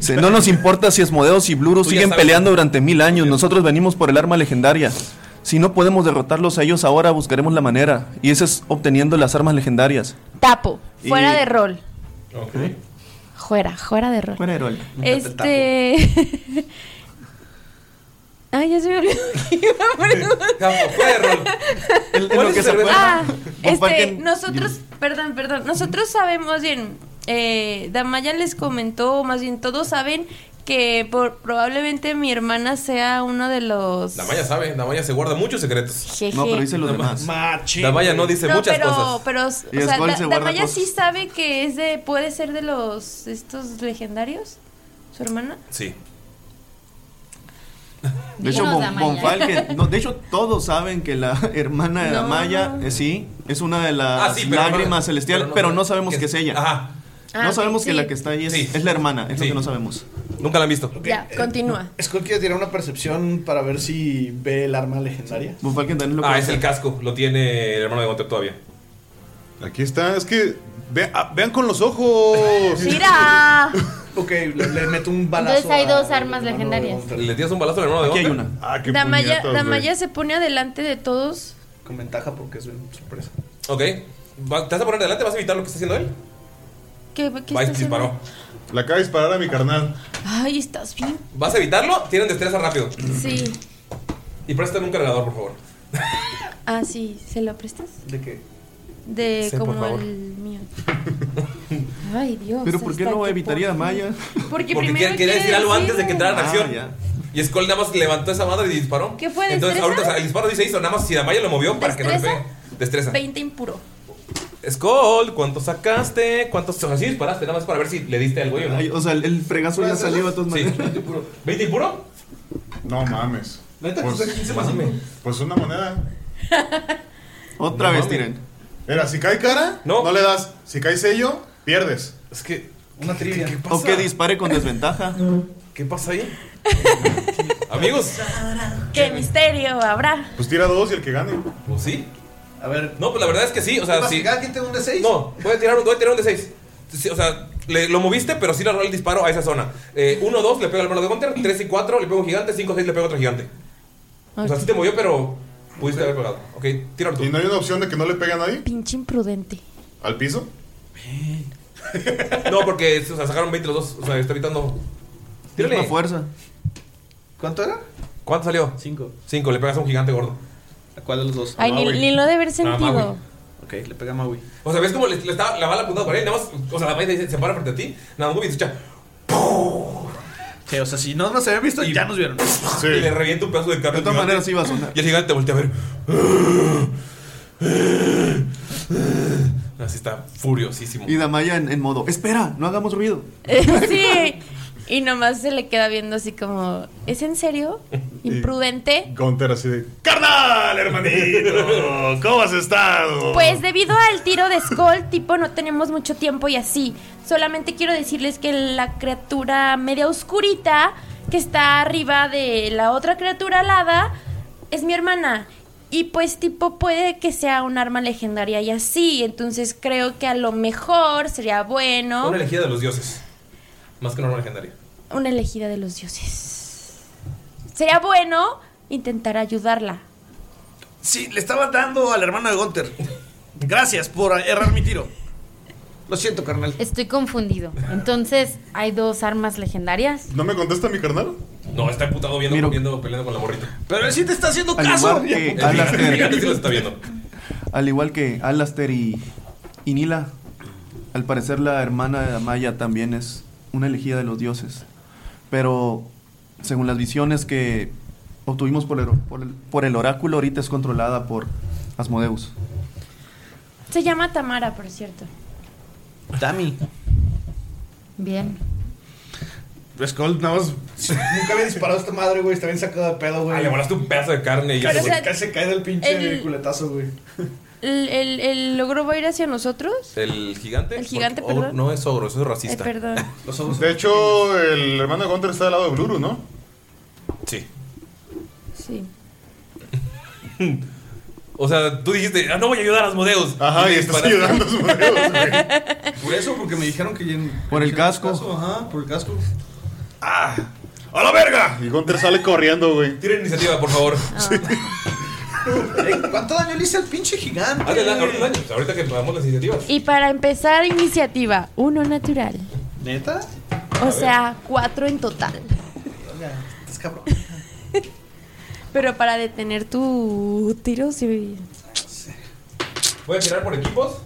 [SPEAKER 2] Sí, no nos importa si Asmodeus y Bluru
[SPEAKER 1] Tú ya
[SPEAKER 2] siguen
[SPEAKER 1] sabes.
[SPEAKER 2] peleando durante mil años. Nosotros venimos por el arma legendaria. Si no podemos derrotarlos a ellos ahora, buscaremos la manera. Y eso es obteniendo las armas legendarias.
[SPEAKER 11] Tapo, fuera
[SPEAKER 2] Y-
[SPEAKER 11] de rol.
[SPEAKER 1] Ok.
[SPEAKER 11] Fuera, fuera de rol.
[SPEAKER 2] Fuera de rol.
[SPEAKER 11] Este Ay, ya se me olvidó que iba a
[SPEAKER 1] ¿Cuál es el
[SPEAKER 11] Ah, este, nosotros, perdón, perdón, nosotros sabemos bien, eh, Damaya les comentó, más bien todos saben que por, probablemente mi hermana sea uno de los...
[SPEAKER 1] Damaya sabe, Damaya se guarda muchos secretos.
[SPEAKER 11] Jeje. No, pero dice
[SPEAKER 1] los demás.
[SPEAKER 4] Machín.
[SPEAKER 1] Damaya no dice muchas
[SPEAKER 11] pero,
[SPEAKER 1] cosas.
[SPEAKER 11] pero, o
[SPEAKER 1] Y
[SPEAKER 11] sea,
[SPEAKER 1] Skull
[SPEAKER 11] Da-
[SPEAKER 1] se guarda
[SPEAKER 11] Damaya sí
[SPEAKER 1] cosas.
[SPEAKER 11] sabe que es de, puede ser de los, estos legendarios, su hermana.
[SPEAKER 1] Sí.
[SPEAKER 2] De hecho,
[SPEAKER 11] Dinos,
[SPEAKER 2] Von,
[SPEAKER 11] Damaya.
[SPEAKER 2] Von Falken- no, de hecho, todos saben que la hermana de
[SPEAKER 11] No.
[SPEAKER 2] Damaya, eh, sí, es una de las
[SPEAKER 1] Ah, sí, pero-
[SPEAKER 2] lágrimas
[SPEAKER 1] pero-
[SPEAKER 2] celestial,
[SPEAKER 1] pero
[SPEAKER 2] pero
[SPEAKER 1] no
[SPEAKER 2] no,
[SPEAKER 1] sabe-
[SPEAKER 2] sabemos que, es ella.
[SPEAKER 11] Ah,
[SPEAKER 2] no sabemos
[SPEAKER 11] sí.
[SPEAKER 2] que la que está ahí es, es la hermana, es lo que no sabemos.
[SPEAKER 1] Nunca la han visto.
[SPEAKER 11] Ya, continúa.
[SPEAKER 4] Skull quiere tirar una percepción para ver si ve el arma legendaria.
[SPEAKER 1] Ah, es el casco, lo tiene el hermano de Gunter todavía.
[SPEAKER 6] Aquí está, es que ve- ah, vean con los ojos.
[SPEAKER 11] ¡Mira!
[SPEAKER 4] ok, le, le meto un
[SPEAKER 12] Entonces hay dos armas legendarias.
[SPEAKER 1] ¿Le tiras un balazo al hermano de
[SPEAKER 2] Aquí hay
[SPEAKER 1] Gunter?
[SPEAKER 2] una.
[SPEAKER 6] Ah,
[SPEAKER 11] Damaya, Damaya se pone adelante de todos.
[SPEAKER 4] Con ventaja porque es una sorpresa.
[SPEAKER 1] Ok. Va- ¿Te vas a poner delante? ¿Vas a evitar lo que está haciendo él?
[SPEAKER 11] ¿Qué, qué
[SPEAKER 1] Vais
[SPEAKER 11] estás
[SPEAKER 1] disparó.
[SPEAKER 6] Le acaba de disparar a mi carnal.
[SPEAKER 11] haciendo? Ay, estás bien.
[SPEAKER 1] ¿Vas a evitarlo? Tienen destreza rápido.
[SPEAKER 11] Sí.
[SPEAKER 1] Y préstame un cargador, por favor.
[SPEAKER 11] Ah, sí, ¿se lo prestas?
[SPEAKER 1] ¿De qué?
[SPEAKER 11] De
[SPEAKER 1] Sí, por
[SPEAKER 11] como
[SPEAKER 1] favor.
[SPEAKER 11] el mío. Ay, Dios.
[SPEAKER 2] Pero ¿por qué
[SPEAKER 11] hasta
[SPEAKER 2] no
[SPEAKER 11] que
[SPEAKER 2] evitaría
[SPEAKER 11] por-
[SPEAKER 2] Damaya?
[SPEAKER 11] Porque,
[SPEAKER 1] Porque
[SPEAKER 11] primero
[SPEAKER 1] quería, quería decir algo antes de que entrara en
[SPEAKER 2] Ah,
[SPEAKER 1] acción. Y Skull nada más levantó esa madre y disparó.
[SPEAKER 11] ¿Qué fue,
[SPEAKER 1] Entonces,
[SPEAKER 11] destreza?
[SPEAKER 1] ahorita o sea, el disparo dice hizo. Nada más si Damaya lo movió para que no le
[SPEAKER 11] ¿Destreza?
[SPEAKER 1] pegue. Destreza.
[SPEAKER 11] 20 impuro.
[SPEAKER 1] Skull, ¿cuánto sacaste? ¿Cuántos o sea, sí disparaste? Nada más para ver si le diste algo.
[SPEAKER 2] Ay, o sea, el, el fregazo ya salió a todas maneras.
[SPEAKER 1] ¿20 impuro?
[SPEAKER 6] No mames.
[SPEAKER 1] Neta,
[SPEAKER 6] Pues,
[SPEAKER 1] que está 15 más
[SPEAKER 6] mames. Pues una moneda.
[SPEAKER 2] Otra vez tiren.
[SPEAKER 6] Era, si cae cara, no. le das. Si cae sello, pierdes.
[SPEAKER 1] Es que.
[SPEAKER 4] Una trivia.
[SPEAKER 2] O que dispare con desventaja.
[SPEAKER 1] ¿Qué pasa ahí? Amigos.
[SPEAKER 11] ¿Qué misterio habrá?
[SPEAKER 6] Pues tira dos y el que gane.
[SPEAKER 1] Pues sí.
[SPEAKER 4] A ver.
[SPEAKER 1] No, pues la verdad es que sí. O sea,
[SPEAKER 4] ¿Vas a
[SPEAKER 1] sí.
[SPEAKER 4] cada quien tenga un D6?
[SPEAKER 1] No, voy a tirar un, voy a tirar un de 6. sí, o sea, le- lo moviste, pero sí le roló el disparo a esa zona. 1, 2, le pego al hermano de Gunter. 3 y 4, le pego a un gigante. 5, 6, le pego a otro gigante. O sea, sí te movió, pero pudiste haber pegado. Ok, tira tú.
[SPEAKER 6] ¿Y no hay una opción de que no le pegue a nadie?
[SPEAKER 2] Pinche imprudente.
[SPEAKER 6] ¿Al piso?
[SPEAKER 1] No, porque o sea, sacaron 20 los dos. O sea, está evitando. Tírale.
[SPEAKER 11] Misma fuerza.
[SPEAKER 1] ¿Cuánto era? ¿Cuánto salió? 5. 5, le pegas a un gigante gordo. ¿A cuál de los dos?
[SPEAKER 2] Ay, ni, ni lo de haber sentido.
[SPEAKER 1] ok, le pega a Maui. O sea, ves como le, le está la bala apuntada para él, nada más, o sea, la bala se, se para frente a ti, nada más, Maui, y se echa.
[SPEAKER 4] Sí, o sea, si no nos habían visto, ya nos vieron.
[SPEAKER 1] Y le revienta un pedazo de carne. De todas maneras,
[SPEAKER 11] iba a sonar.
[SPEAKER 1] Y el gigante te voltea a ver. Así está furiosísimo.
[SPEAKER 11] Y Damaya en, en modo, espera, no hagamos ruido.
[SPEAKER 2] sí. Y nomás se le queda viendo así como, ¿es en serio? ¿Imprudente?
[SPEAKER 6] Gunter así de... ¡Carnal, hermanito! Oh, ¿Cómo has estado?
[SPEAKER 2] Pues debido al tiro de Skull, tipo, no tenemos mucho tiempo y así. Solamente quiero decirles que la criatura media oscurita que está arriba de la otra criatura alada es mi hermana. Y pues tipo puede que sea un arma legendaria y así. Entonces creo que a lo mejor sería bueno
[SPEAKER 1] Una elegida de los dioses. Más que una arma legendaria.
[SPEAKER 2] una elegida de los dioses. Sería bueno intentar ayudarla.
[SPEAKER 4] Sí, le estaba dando al hermano de Gunter. Gracias por errar mi tiro. Lo siento, carnal.
[SPEAKER 14] Estoy confundido. Entonces, ¿hay dos armas legendarias?
[SPEAKER 6] ¿No me contesta mi carnal?
[SPEAKER 1] No, está emputado viendo, viendo- peleando con la morrita.
[SPEAKER 4] Pero él sí te está haciendo
[SPEAKER 11] Al
[SPEAKER 4] caso.
[SPEAKER 11] igual que
[SPEAKER 1] El
[SPEAKER 11] Alastair.
[SPEAKER 1] gigante- el gigante sí los está viendo.
[SPEAKER 11] Al igual que Alastair y, y Nila, al parecer la hermana de Damaya también es una elegida de los dioses. Pero según las visiones que obtuvimos por el, por el- por el oráculo, ahorita es controlada por Asmodeus.
[SPEAKER 2] Se llama Tamara, por cierto.
[SPEAKER 4] Dami.
[SPEAKER 14] Bien.
[SPEAKER 4] Skull, nada más. Nunca había disparado a esta madre, güey. Está bien sacado de pedo, güey.
[SPEAKER 1] Ah, le volaste un pedazo de carne y
[SPEAKER 4] Casi,
[SPEAKER 1] ese güey-
[SPEAKER 4] casi se cae del pinche
[SPEAKER 2] el-
[SPEAKER 4] culetazo, güey.
[SPEAKER 2] ¿El, el, el logro va a ir hacia nosotros?
[SPEAKER 1] ¿El gigante?
[SPEAKER 2] El gigante,
[SPEAKER 1] Porque-
[SPEAKER 2] perdón.
[SPEAKER 1] oh, no es ogro, eso es racista.
[SPEAKER 2] Eh, perdón.
[SPEAKER 6] De hecho, el hermano de Gunter está del lado de Bluru, ¿no?
[SPEAKER 1] Sí.
[SPEAKER 2] Sí.
[SPEAKER 1] O sea, tú dijiste, ah, no voy a ayudar a Asmodeus.
[SPEAKER 6] Ajá, y estás ayudando a
[SPEAKER 4] Por eso, porque me dijeron que.
[SPEAKER 11] Por el casco.
[SPEAKER 4] Ajá, por el casco.
[SPEAKER 6] ¡A la verga! Ah, Y Gunter sale corriendo, güey.
[SPEAKER 1] Tira iniciativa, por favor.
[SPEAKER 2] Ah.
[SPEAKER 4] Ey, ¿Cuánto daño le hice al pinche gigante?
[SPEAKER 1] Hazle daño, hazle daño. Ahorita que pagamos las iniciativas.
[SPEAKER 2] Y para empezar, iniciativa, uno natural.
[SPEAKER 4] ¿Neta?
[SPEAKER 2] O sea, cuatro en total.
[SPEAKER 4] Estás cabrón.
[SPEAKER 2] Pero para detener tu tiro, sí.
[SPEAKER 1] Voy a tirar por equipos.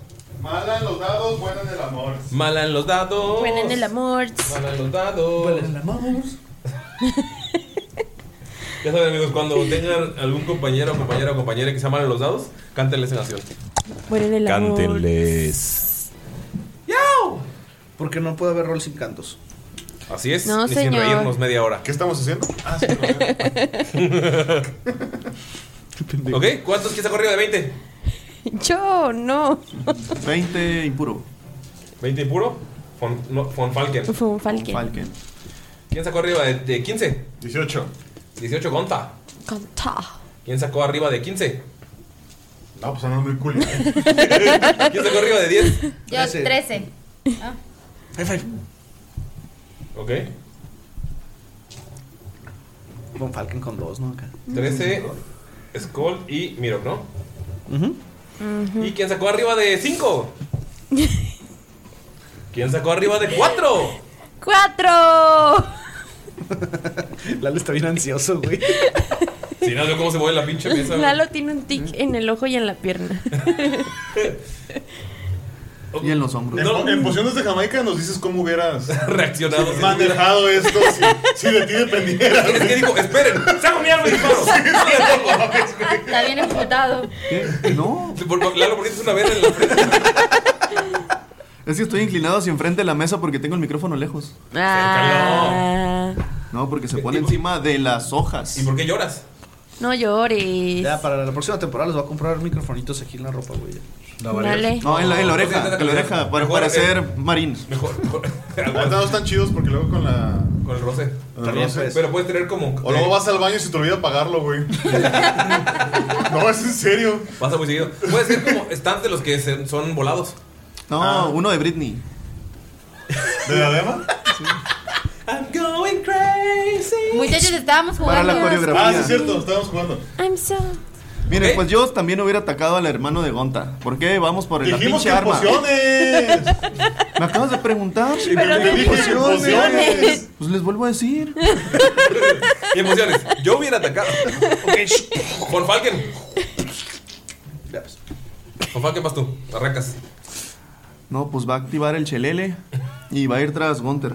[SPEAKER 6] Mala en los dados, buena en el amor.
[SPEAKER 1] Mala en los dados.
[SPEAKER 2] Buena en el amor.
[SPEAKER 1] Mala en los dados. Mala en el amor. Ya saben, amigos, cuando tengan algún compañero, compañera o compañera que sea malo en los dados, cántenles en acción.
[SPEAKER 2] Buena en el amor.
[SPEAKER 4] ¡Yau! Porque no puede haber rol sin cantos.
[SPEAKER 1] Así es,
[SPEAKER 2] No,
[SPEAKER 1] ni sin
[SPEAKER 2] señor.
[SPEAKER 1] reírnos media hora.
[SPEAKER 6] ¿Qué estamos haciendo? Ah,
[SPEAKER 1] ok, ¿cuántos que se corrido de 20?
[SPEAKER 2] Yo no.
[SPEAKER 11] 20 impuro.
[SPEAKER 1] 20 puro. Von, no, von Falken.
[SPEAKER 2] Fue un falque.
[SPEAKER 1] ¿Quién sacó arriba de, de 15?
[SPEAKER 6] 18.
[SPEAKER 1] 18 Gonta.
[SPEAKER 2] Canta.
[SPEAKER 1] ¿Quién sacó arriba de 15?
[SPEAKER 6] No, pues andan muy cool.
[SPEAKER 1] ¿Quién sacó arriba de 10?
[SPEAKER 14] Yo, 13. Ah,
[SPEAKER 4] High five.
[SPEAKER 1] Ok.
[SPEAKER 4] Von Falken con dos, ¿no? Acá.
[SPEAKER 1] 13, Skull y Miro, ¿no? ¿Y quién sacó arriba de 5? ¿Quién sacó arriba de 4?
[SPEAKER 2] ¡Cuatro!
[SPEAKER 4] Lalo está bien ansioso, güey.
[SPEAKER 1] Si no, veo cómo se mueve la pinche mesa. güey.
[SPEAKER 2] Lalo tiene un tic en el ojo y en la pierna.
[SPEAKER 11] Y en los hombros.
[SPEAKER 6] En, po- en pociones Pues de Jamaica nos dices cómo hubieras
[SPEAKER 1] reaccionado,
[SPEAKER 6] manejado esto si, si de ti dependiera. Es
[SPEAKER 1] que dijo, esperen, saco mi arma y disparo.
[SPEAKER 14] Está bien emputado.
[SPEAKER 11] No.
[SPEAKER 1] Lalo, ¿por qué tienes una vela en la frente?
[SPEAKER 11] Es que estoy inclinado hacia enfrente de la mesa porque tengo el micrófono lejos. No, porque se pone encima de las hojas. ¿Y
[SPEAKER 1] por qué lloras?
[SPEAKER 2] No llores.
[SPEAKER 4] Ya, para la próxima temporada les voy a comprar microfonitos aquí en la ropa, güey.
[SPEAKER 11] No, vale. Dale. No, Ah, en la- en la oreja, en la oreja, para- para ser marín.
[SPEAKER 1] eh, Mejor.
[SPEAKER 6] Los dados están chidos porque luego con la.
[SPEAKER 1] Con el roce.
[SPEAKER 6] También, pues.
[SPEAKER 1] Pero puedes tener como.
[SPEAKER 6] O luego vas al baño y se te olvida pagarlo, güey. no, es en serio.
[SPEAKER 1] Pasa muy seguido. Puede ser como stands de los que se- son volados.
[SPEAKER 11] No, uno de Britney.
[SPEAKER 6] Ah. ¿De Adema?
[SPEAKER 8] I'm going crazy. Muchachos, estábamos
[SPEAKER 3] Para
[SPEAKER 8] jugando.
[SPEAKER 3] la coreografía.
[SPEAKER 6] Ah, sí, es cierto, estábamos jugando.
[SPEAKER 8] I'm so.
[SPEAKER 3] Miren, pues yo también hubiera atacado al hermano de Gonta. ¿Por qué? Vamos por el
[SPEAKER 6] Dijimos
[SPEAKER 3] pinche
[SPEAKER 6] que
[SPEAKER 3] arma.
[SPEAKER 6] pociones.
[SPEAKER 3] Me acabas de preguntar.
[SPEAKER 6] Sí, pero Pero te dije pociones. pociones.
[SPEAKER 3] Pues les vuelvo a decir.
[SPEAKER 1] Y emociones. Yo hubiera atacado. Por Falken. Ya, pues. Por Falken vas tú. Arrancas.
[SPEAKER 3] No, pues va a activar el chelele y va a ir tras Gunter.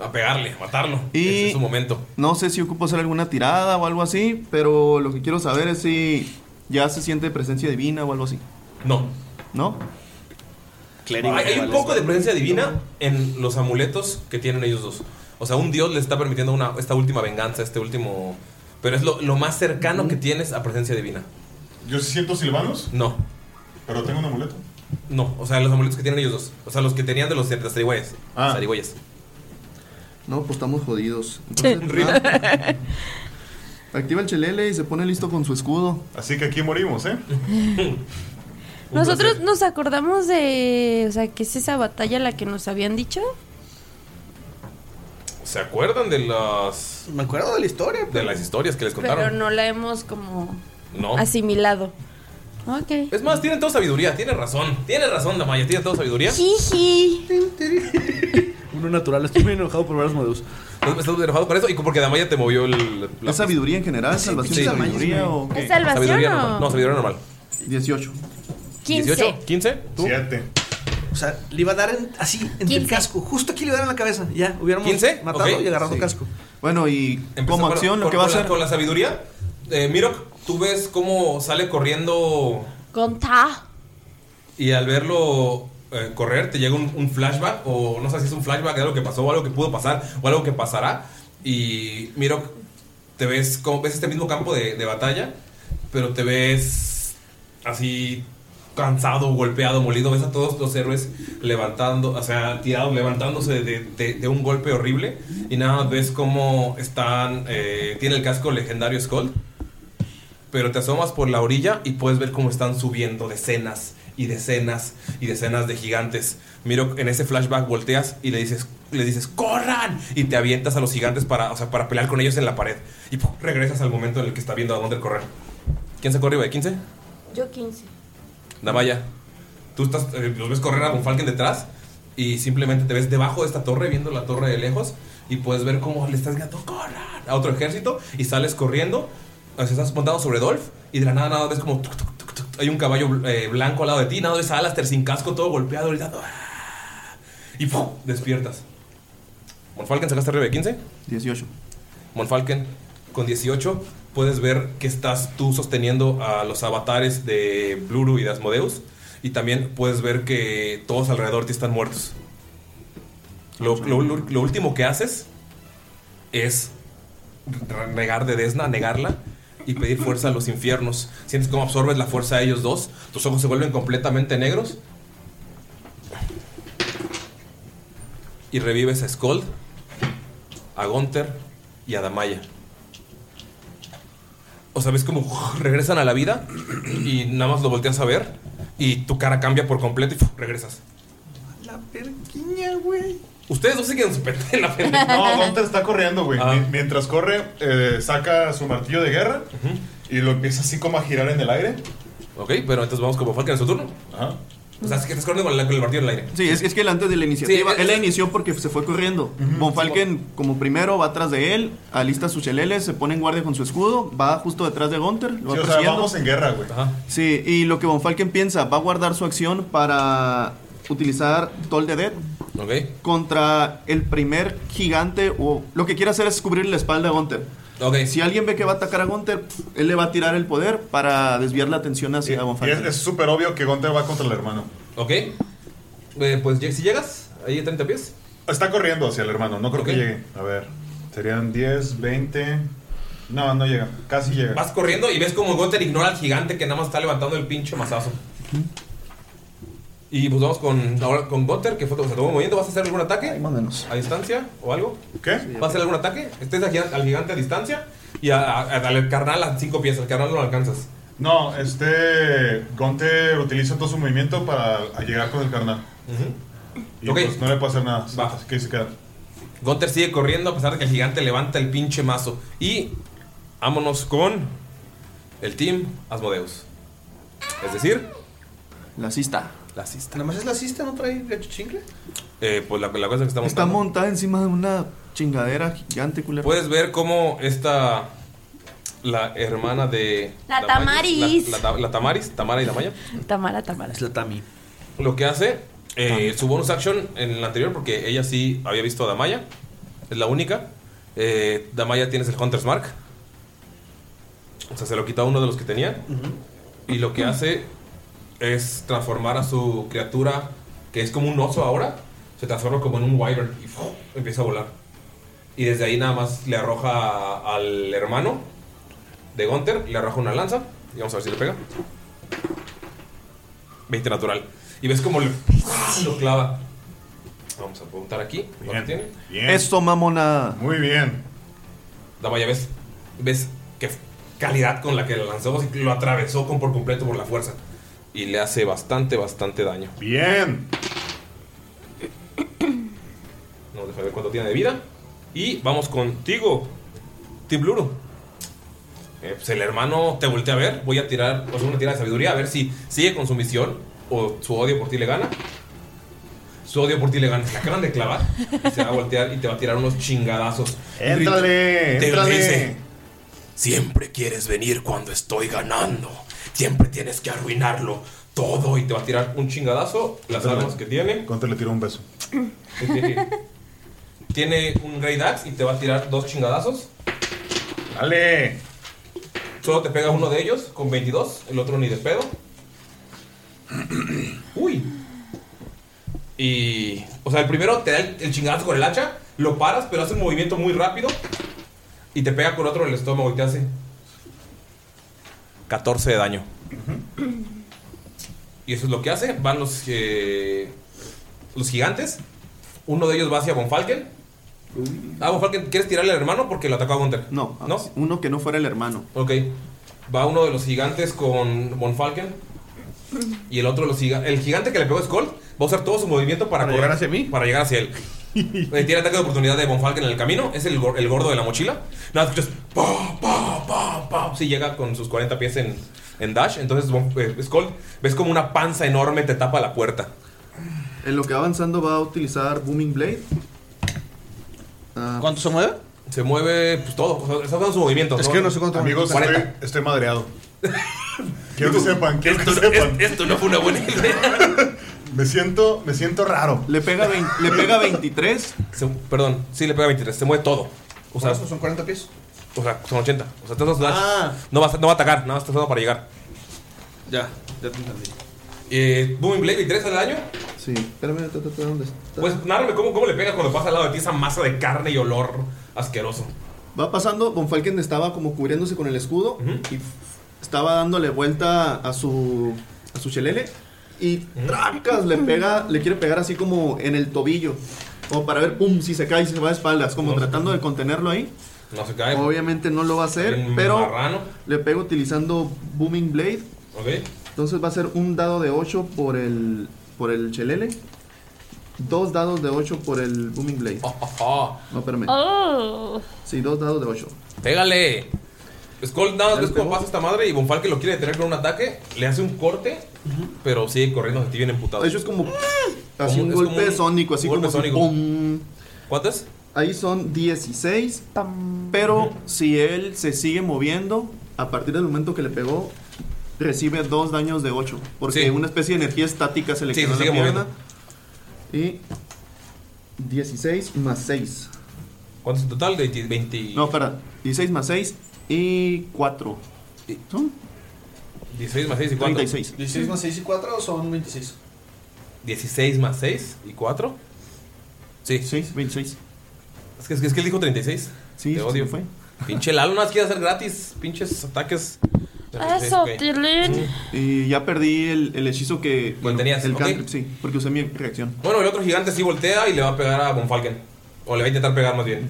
[SPEAKER 1] A pegarle, matarlo.
[SPEAKER 3] Y-
[SPEAKER 1] Ese es su momento.
[SPEAKER 3] No sé si ocupo hacer alguna tirada o algo así, pero lo que quiero saber es si ya se siente presencia divina o algo así.
[SPEAKER 1] No.
[SPEAKER 3] ¿No?
[SPEAKER 1] Hay, hay un poco de presencia divina en los amuletos que tienen ellos dos. O sea, un dios les está permitiendo una, esta última venganza, este último... Pero es lo, lo más cercano que tienes a presencia divina.
[SPEAKER 6] ¿Yo sí siento silvanos?
[SPEAKER 1] No.
[SPEAKER 6] Pero tengo un amuleto.
[SPEAKER 1] No, o sea, los amuletos que tienen ellos dos. O sea, los que tenían de los de las zarigüeyas.
[SPEAKER 6] Ah.
[SPEAKER 1] Zarigüeyas.
[SPEAKER 3] No, pues estamos jodidos. Entonces, ah, activa el chelele y se pone listo con su escudo.
[SPEAKER 6] Así que aquí morimos, ¿eh?
[SPEAKER 2] Nosotros nos acordamos de. O sea, que es esa batalla la que nos habían dicho.
[SPEAKER 1] ¿Se acuerdan de las...
[SPEAKER 15] Me acuerdo de la historia.
[SPEAKER 1] De las historias que les
[SPEAKER 2] Pero
[SPEAKER 1] contaron.
[SPEAKER 2] no la hemos como
[SPEAKER 1] No.
[SPEAKER 2] asimilado. Ok.
[SPEAKER 1] Es más, tienen toda sabiduría. Tiene razón. Tiene razón, Damaya. Tiene toda sabiduría.
[SPEAKER 2] Jiji.
[SPEAKER 15] Uno natural. Estoy muy enojado por ver Asmodeus.
[SPEAKER 1] Estás enojado por eso y porque Damaya te movió el.
[SPEAKER 3] ¿Es sabiduría en general? ¿Salvación de sabiduría o qué?
[SPEAKER 2] ¿Es salvación
[SPEAKER 1] Sabiduría
[SPEAKER 2] o-
[SPEAKER 1] normal. No, sabiduría normal.
[SPEAKER 3] 18.
[SPEAKER 2] 15.
[SPEAKER 1] 18, 15, tú.
[SPEAKER 6] 7.
[SPEAKER 15] O sea, le iba a dar en- así, entre el casco. Justo aquí le iba a dar en la cabeza. Ya, hubiéramos
[SPEAKER 1] 15,
[SPEAKER 15] matado
[SPEAKER 1] ok.
[SPEAKER 15] y agarrado
[SPEAKER 1] Sí.
[SPEAKER 15] casco.
[SPEAKER 3] Bueno, y
[SPEAKER 1] Empezó
[SPEAKER 3] como
[SPEAKER 1] con-
[SPEAKER 3] acción, lo
[SPEAKER 1] con-
[SPEAKER 3] que va a
[SPEAKER 1] con la-
[SPEAKER 3] hacer.
[SPEAKER 1] Con la sabiduría, eh, Mirok, tú ves cómo sale corriendo
[SPEAKER 2] Gonta.
[SPEAKER 1] y al verlo eh, correr te llega un, un flashback o no sé si es un flashback de algo que pasó o algo que pudo pasar o algo que pasará. Y Mirok, te ves, como, ves este mismo campo de, de batalla, pero te ves así cansado, golpeado, molido. Ves a todos los héroes levantando, o sea, tirados, levantándose de, de- de un golpe horrible. Y nada, más ves cómo están, eh, tiene el casco legendario Skull. Pero te asomas por la orilla y puedes ver cómo están subiendo decenas y decenas y decenas de gigantes. Miro, en ese flashback volteas y le dices, le dices, ¡corran! Y te avientas a los gigantes para, o sea, para pelear con ellos en la pared. Y ¡pum! regresas al momento en el que está viendo a dónde correr. ¿Quién se corre arriba de 15?
[SPEAKER 2] Yo 15.
[SPEAKER 1] Damaya. Tú estás, eh, los ves correr a Bonfalken detrás y simplemente te ves debajo de esta torre, viendo la torre de lejos y puedes ver cómo le estás gritando ¡Corran! a otro ejército y sales corriendo. O sea, estás montado sobre Dolph y de la nada, nada ves como tuc, tuc, tuc, tuc, hay un caballo eh, blanco al lado de ti, nada ves a Alastair sin casco, todo golpeado, gritando ¡Ah! y ¡pum! despiertas. Monfalken sacaste arriba de 15.
[SPEAKER 3] 18.
[SPEAKER 1] Monfalken con 18 puedes ver que estás tú sosteniendo a los avatares de Bluru y de Asmodeus y también puedes ver que todos alrededor te están muertos. Lo, lo- lo- lo último que haces es re- negar de Desna, negarla y pedir fuerza a los infiernos. Sientes cómo absorbes la fuerza de ellos dos, tus ojos se vuelven completamente negros y revives a Skold, a Gunther y a Damaya. O sea, ves como regresan a la vida y nada más lo volteas a ver y tu cara cambia por completo y ¡fuf! regresas.
[SPEAKER 15] La perquiña, güey.
[SPEAKER 1] Ustedes dos se quedan súper en la Ah. pena.
[SPEAKER 6] No, Gunter está corriendo, güey. Mi- Mientras corre, eh, saca su martillo de guerra y lo empieza así como a girar en el aire.
[SPEAKER 1] Ok, pero entonces vamos como Falcon en su turno.
[SPEAKER 6] Ajá.
[SPEAKER 1] O sea, es que estás corriendo con, la- con el martillo en el aire.
[SPEAKER 3] Sí, es, es que él antes de la iniciativa,
[SPEAKER 1] Sí,
[SPEAKER 3] él la inició porque se fue corriendo. Von Falken, como primero, va atrás de él, alista su chelele, se pone en guardia con su escudo, va justo detrás de Gunter. Lo va
[SPEAKER 6] Sí, o sea,
[SPEAKER 3] persiguiendo.
[SPEAKER 6] vamos en guerra, güey.
[SPEAKER 3] Sí, y lo que Von Falken piensa, va a guardar su acción para utilizar Toll de Dead
[SPEAKER 1] Ok.
[SPEAKER 3] contra el primer gigante o lo que quiere hacer es cubrir la espalda a Gunter. Si alguien ve que va a atacar a Gunter, él le va a tirar el poder para desviar la atención hacia Von
[SPEAKER 6] Y es
[SPEAKER 3] Falken.
[SPEAKER 6] es súper obvio que Gunter va contra el hermano.
[SPEAKER 1] Ok. Eh, pues lleg- si llegas, ahí a 30 pies.
[SPEAKER 6] Está corriendo hacia el hermano, no creo
[SPEAKER 1] Ok.
[SPEAKER 6] que llegue. A ver, serían 10, 20. No, no llega, casi llega.
[SPEAKER 1] Vas corriendo y ves como Gunther ignora al gigante que nada más está levantando el pinche mazazo. Y pues vamos con, ahora con Gunther, que fue todo, se tomó movimiento. ¿Vas a hacer algún ataque? ¿A distancia o algo?
[SPEAKER 6] ¿Qué?
[SPEAKER 1] ¿Vas a hacer algún ataque? Este es al gigan- al gigante a distancia y a- a- a- al carnal a cinco pies. Al carnal no lo alcanzas.
[SPEAKER 6] No, este. Gunter utiliza todo su movimiento para llegar con el carnal. Y pues no le puedo hacer nada. Así que ahí se queda.
[SPEAKER 1] Gunter sigue corriendo a pesar de que el gigante levanta el pinche mazo. Y vámonos con el team Asmodeus. Es decir,
[SPEAKER 3] La cista.
[SPEAKER 1] la cista.
[SPEAKER 15] Nada más es la cista, ¿no trae gacho chingle?
[SPEAKER 1] Eh, pues la, la cosa es que estamos
[SPEAKER 3] Está montada encima de una chingadera gigante, culera.
[SPEAKER 1] Puedes ver cómo esta. La hermana de.
[SPEAKER 2] La
[SPEAKER 1] Damaya-
[SPEAKER 2] Tamaris.
[SPEAKER 1] La, la- la Tamaris, Tamara y la Maya.
[SPEAKER 2] Tamara, Tamara.
[SPEAKER 4] Es la Tami.
[SPEAKER 1] Lo que hace. eh, su bonus action en el anterior, porque ella sí había visto a Damaya. Es la única. Eh, Damaya tienes el Hunter's Mark. O sea, se lo quita uno de los que tenía. Y lo que hace es transformar a su criatura, que es como un oso ahora, se transforma como en un wyvern y ¡fu! empieza a volar. Y desde ahí nada más le arroja a- al hermano de Gunter, le arroja una lanza. Y vamos a ver si le pega. 20 natural. Y ves como le- lo clava. Vamos a preguntar aquí. ¿Cuánto tiene?
[SPEAKER 3] Eso, mamona.
[SPEAKER 6] Muy bien.
[SPEAKER 1] Dama, ya ves. Ves qué calidad con la que lo lanzó. así que Lo atravesó con por completo por la fuerza. Y le hace bastante, bastante daño.
[SPEAKER 6] Bien.
[SPEAKER 1] Nos deja ver cuánto tiene de vida. Y vamos contigo, Tibluro. Eh, pues el hermano te voltea a ver. Voy a tirar, o sea, una tirada de sabiduría a ver si sigue con su misión o su odio por ti le gana. Su odio por ti le gana. Se la acaban de clavar. Y se va a voltear y te va a tirar unos chingadazos.
[SPEAKER 6] Éntrale,
[SPEAKER 1] Te
[SPEAKER 6] éntrale.
[SPEAKER 1] dice, Siempre quieres venir cuando estoy ganando. Siempre tienes que arruinarlo todo. Y te va a tirar un chingadazo. Las
[SPEAKER 6] Ándale.
[SPEAKER 1] armas que tiene.
[SPEAKER 6] Contra le tiro un beso.
[SPEAKER 1] Tiene un Great Axe y te va a tirar dos chingadazos.
[SPEAKER 6] Dale.
[SPEAKER 1] Solo te pega uno de ellos con 22, el otro ni de pedo. Uy. Y. O sea, el primero te da el, el chingadazo con el hacha, lo paras, pero hace un movimiento muy rápido. Y te pega con otro en el estómago y te hace 14 de daño. Y eso es lo que hace. Van los, eh, los gigantes. Uno de ellos va hacia Von Falken. Ah, Von Falken, ¿quieres tirarle al hermano? Porque lo atacó a Gunter. No, no.
[SPEAKER 3] Uno que no fuera el hermano.
[SPEAKER 1] Ok. Va uno de los gigantes con Von Falken. Y el otro, de los giga- el gigante que le pegó a Skull, va a usar todo su movimiento para, llegar hacia mí. Para llegar hacia él. Eh, Tiene ataque de oportunidad de Von Falken en el camino. Es el, gor- el gordo de la mochila. Nada, escuchas. ¡Pam, pam, pam, pam! Sí, llega con sus 40 pies en, en dash. Entonces, Von- eh, Skull, ves como una panza enorme te tapa la puerta.
[SPEAKER 3] En lo que va avanzando va a utilizar Booming Blade.
[SPEAKER 1] ¿Cuánto se mueve? Se mueve pues todo. O sea, está dando su movimiento.
[SPEAKER 6] Amigos, estoy,
[SPEAKER 1] 40.
[SPEAKER 6] estoy madreado. Quiero que sepan, quiero que sepan.
[SPEAKER 1] Esto no fue una buena idea.
[SPEAKER 6] Me siento, me siento raro.
[SPEAKER 3] Le pega, vein- le pega 23.
[SPEAKER 1] Se- perdón, sí, le pega 23. Se mueve todo. O sea,
[SPEAKER 15] son 40 pies.
[SPEAKER 1] o sea, son 80. O sea, te vas a dar-
[SPEAKER 15] Ah.
[SPEAKER 1] no, va a, no va a atacar, nada más está usando para llegar.
[SPEAKER 15] Ya, ya te entendí.
[SPEAKER 1] Eh, Booming Blade, 23 al daño.
[SPEAKER 3] Sí, espérame, ta, ta, ta, ¿dónde está?
[SPEAKER 1] Pues nárrame cómo, cómo le pega cuando pasa al lado de ti esa masa de carne y olor asqueroso.
[SPEAKER 3] Va pasando, Von Falken estaba como cubriéndose con el escudo y f- estaba dándole vuelta a su a su chelele y trancas le pega, le quiere pegar así como en el tobillo, como para ver pum si se cae y se va de espaldas, como tratando de contenerlo ahí.
[SPEAKER 1] No se cae.
[SPEAKER 3] Obviamente no lo va a hacer,
[SPEAKER 1] Bien
[SPEAKER 3] pero
[SPEAKER 1] marrano.
[SPEAKER 3] le pego utilizando Booming Blade.
[SPEAKER 1] Ok.
[SPEAKER 3] Entonces va a ser un dado de 8 por el por el chelele. Dos dados de 8 por el Booming Blade. No, espérame.
[SPEAKER 2] Oh.
[SPEAKER 3] Sí, dos dados de 8.
[SPEAKER 1] Pégale. Skull, nada más ves cómo pasa esta madre y Bonfalque lo quiere detener con un ataque. Le hace un corte, pero sigue corriendo hacia ti bien emputado.
[SPEAKER 3] De hecho, es como. Así
[SPEAKER 1] Mm. Como-
[SPEAKER 3] un
[SPEAKER 1] es
[SPEAKER 3] golpe
[SPEAKER 1] como un
[SPEAKER 3] sónico, así
[SPEAKER 1] golpe
[SPEAKER 3] como. si-
[SPEAKER 1] sónico.
[SPEAKER 3] ¡pum!
[SPEAKER 1] ¿Cuántas?
[SPEAKER 3] Ahí son 16. Pero si él se sigue moviendo, a partir del momento que le pegó, recibe dos daños de 8. Porque
[SPEAKER 1] Sí.
[SPEAKER 3] una especie de energía estática se le
[SPEAKER 1] Sí,
[SPEAKER 3] quedó en
[SPEAKER 1] se
[SPEAKER 3] la
[SPEAKER 1] sigue
[SPEAKER 3] pierna. Y. 16 más 6.
[SPEAKER 1] ¿Cuánto es en total? De 20.
[SPEAKER 3] No, espera. 16 más 6 y 4. ¿Son?
[SPEAKER 1] 16 más 6 y 4.
[SPEAKER 3] 36.
[SPEAKER 15] 16 más 6 y 4 son 26.
[SPEAKER 1] 16 más 6 y 4. Sí.
[SPEAKER 3] 6, 26.
[SPEAKER 1] Es que, es que- es que él dijo 36.
[SPEAKER 3] Sí,
[SPEAKER 1] Te
[SPEAKER 3] sí,
[SPEAKER 1] odio.
[SPEAKER 3] sí fue.
[SPEAKER 1] Pinche Lalo, nada más quiere hacer gratis. Pinches ataques.
[SPEAKER 2] Eso,
[SPEAKER 1] Ok.
[SPEAKER 2] Tilín.
[SPEAKER 3] Y ya perdí el, el hechizo que. Bueno,
[SPEAKER 1] tenías,
[SPEAKER 3] el
[SPEAKER 1] ok.
[SPEAKER 3] cantrip, sí, porque usé mi reacción.
[SPEAKER 1] Bueno, el otro gigante sí voltea y le va a pegar a Bonfalken. O le va a intentar pegar más bien.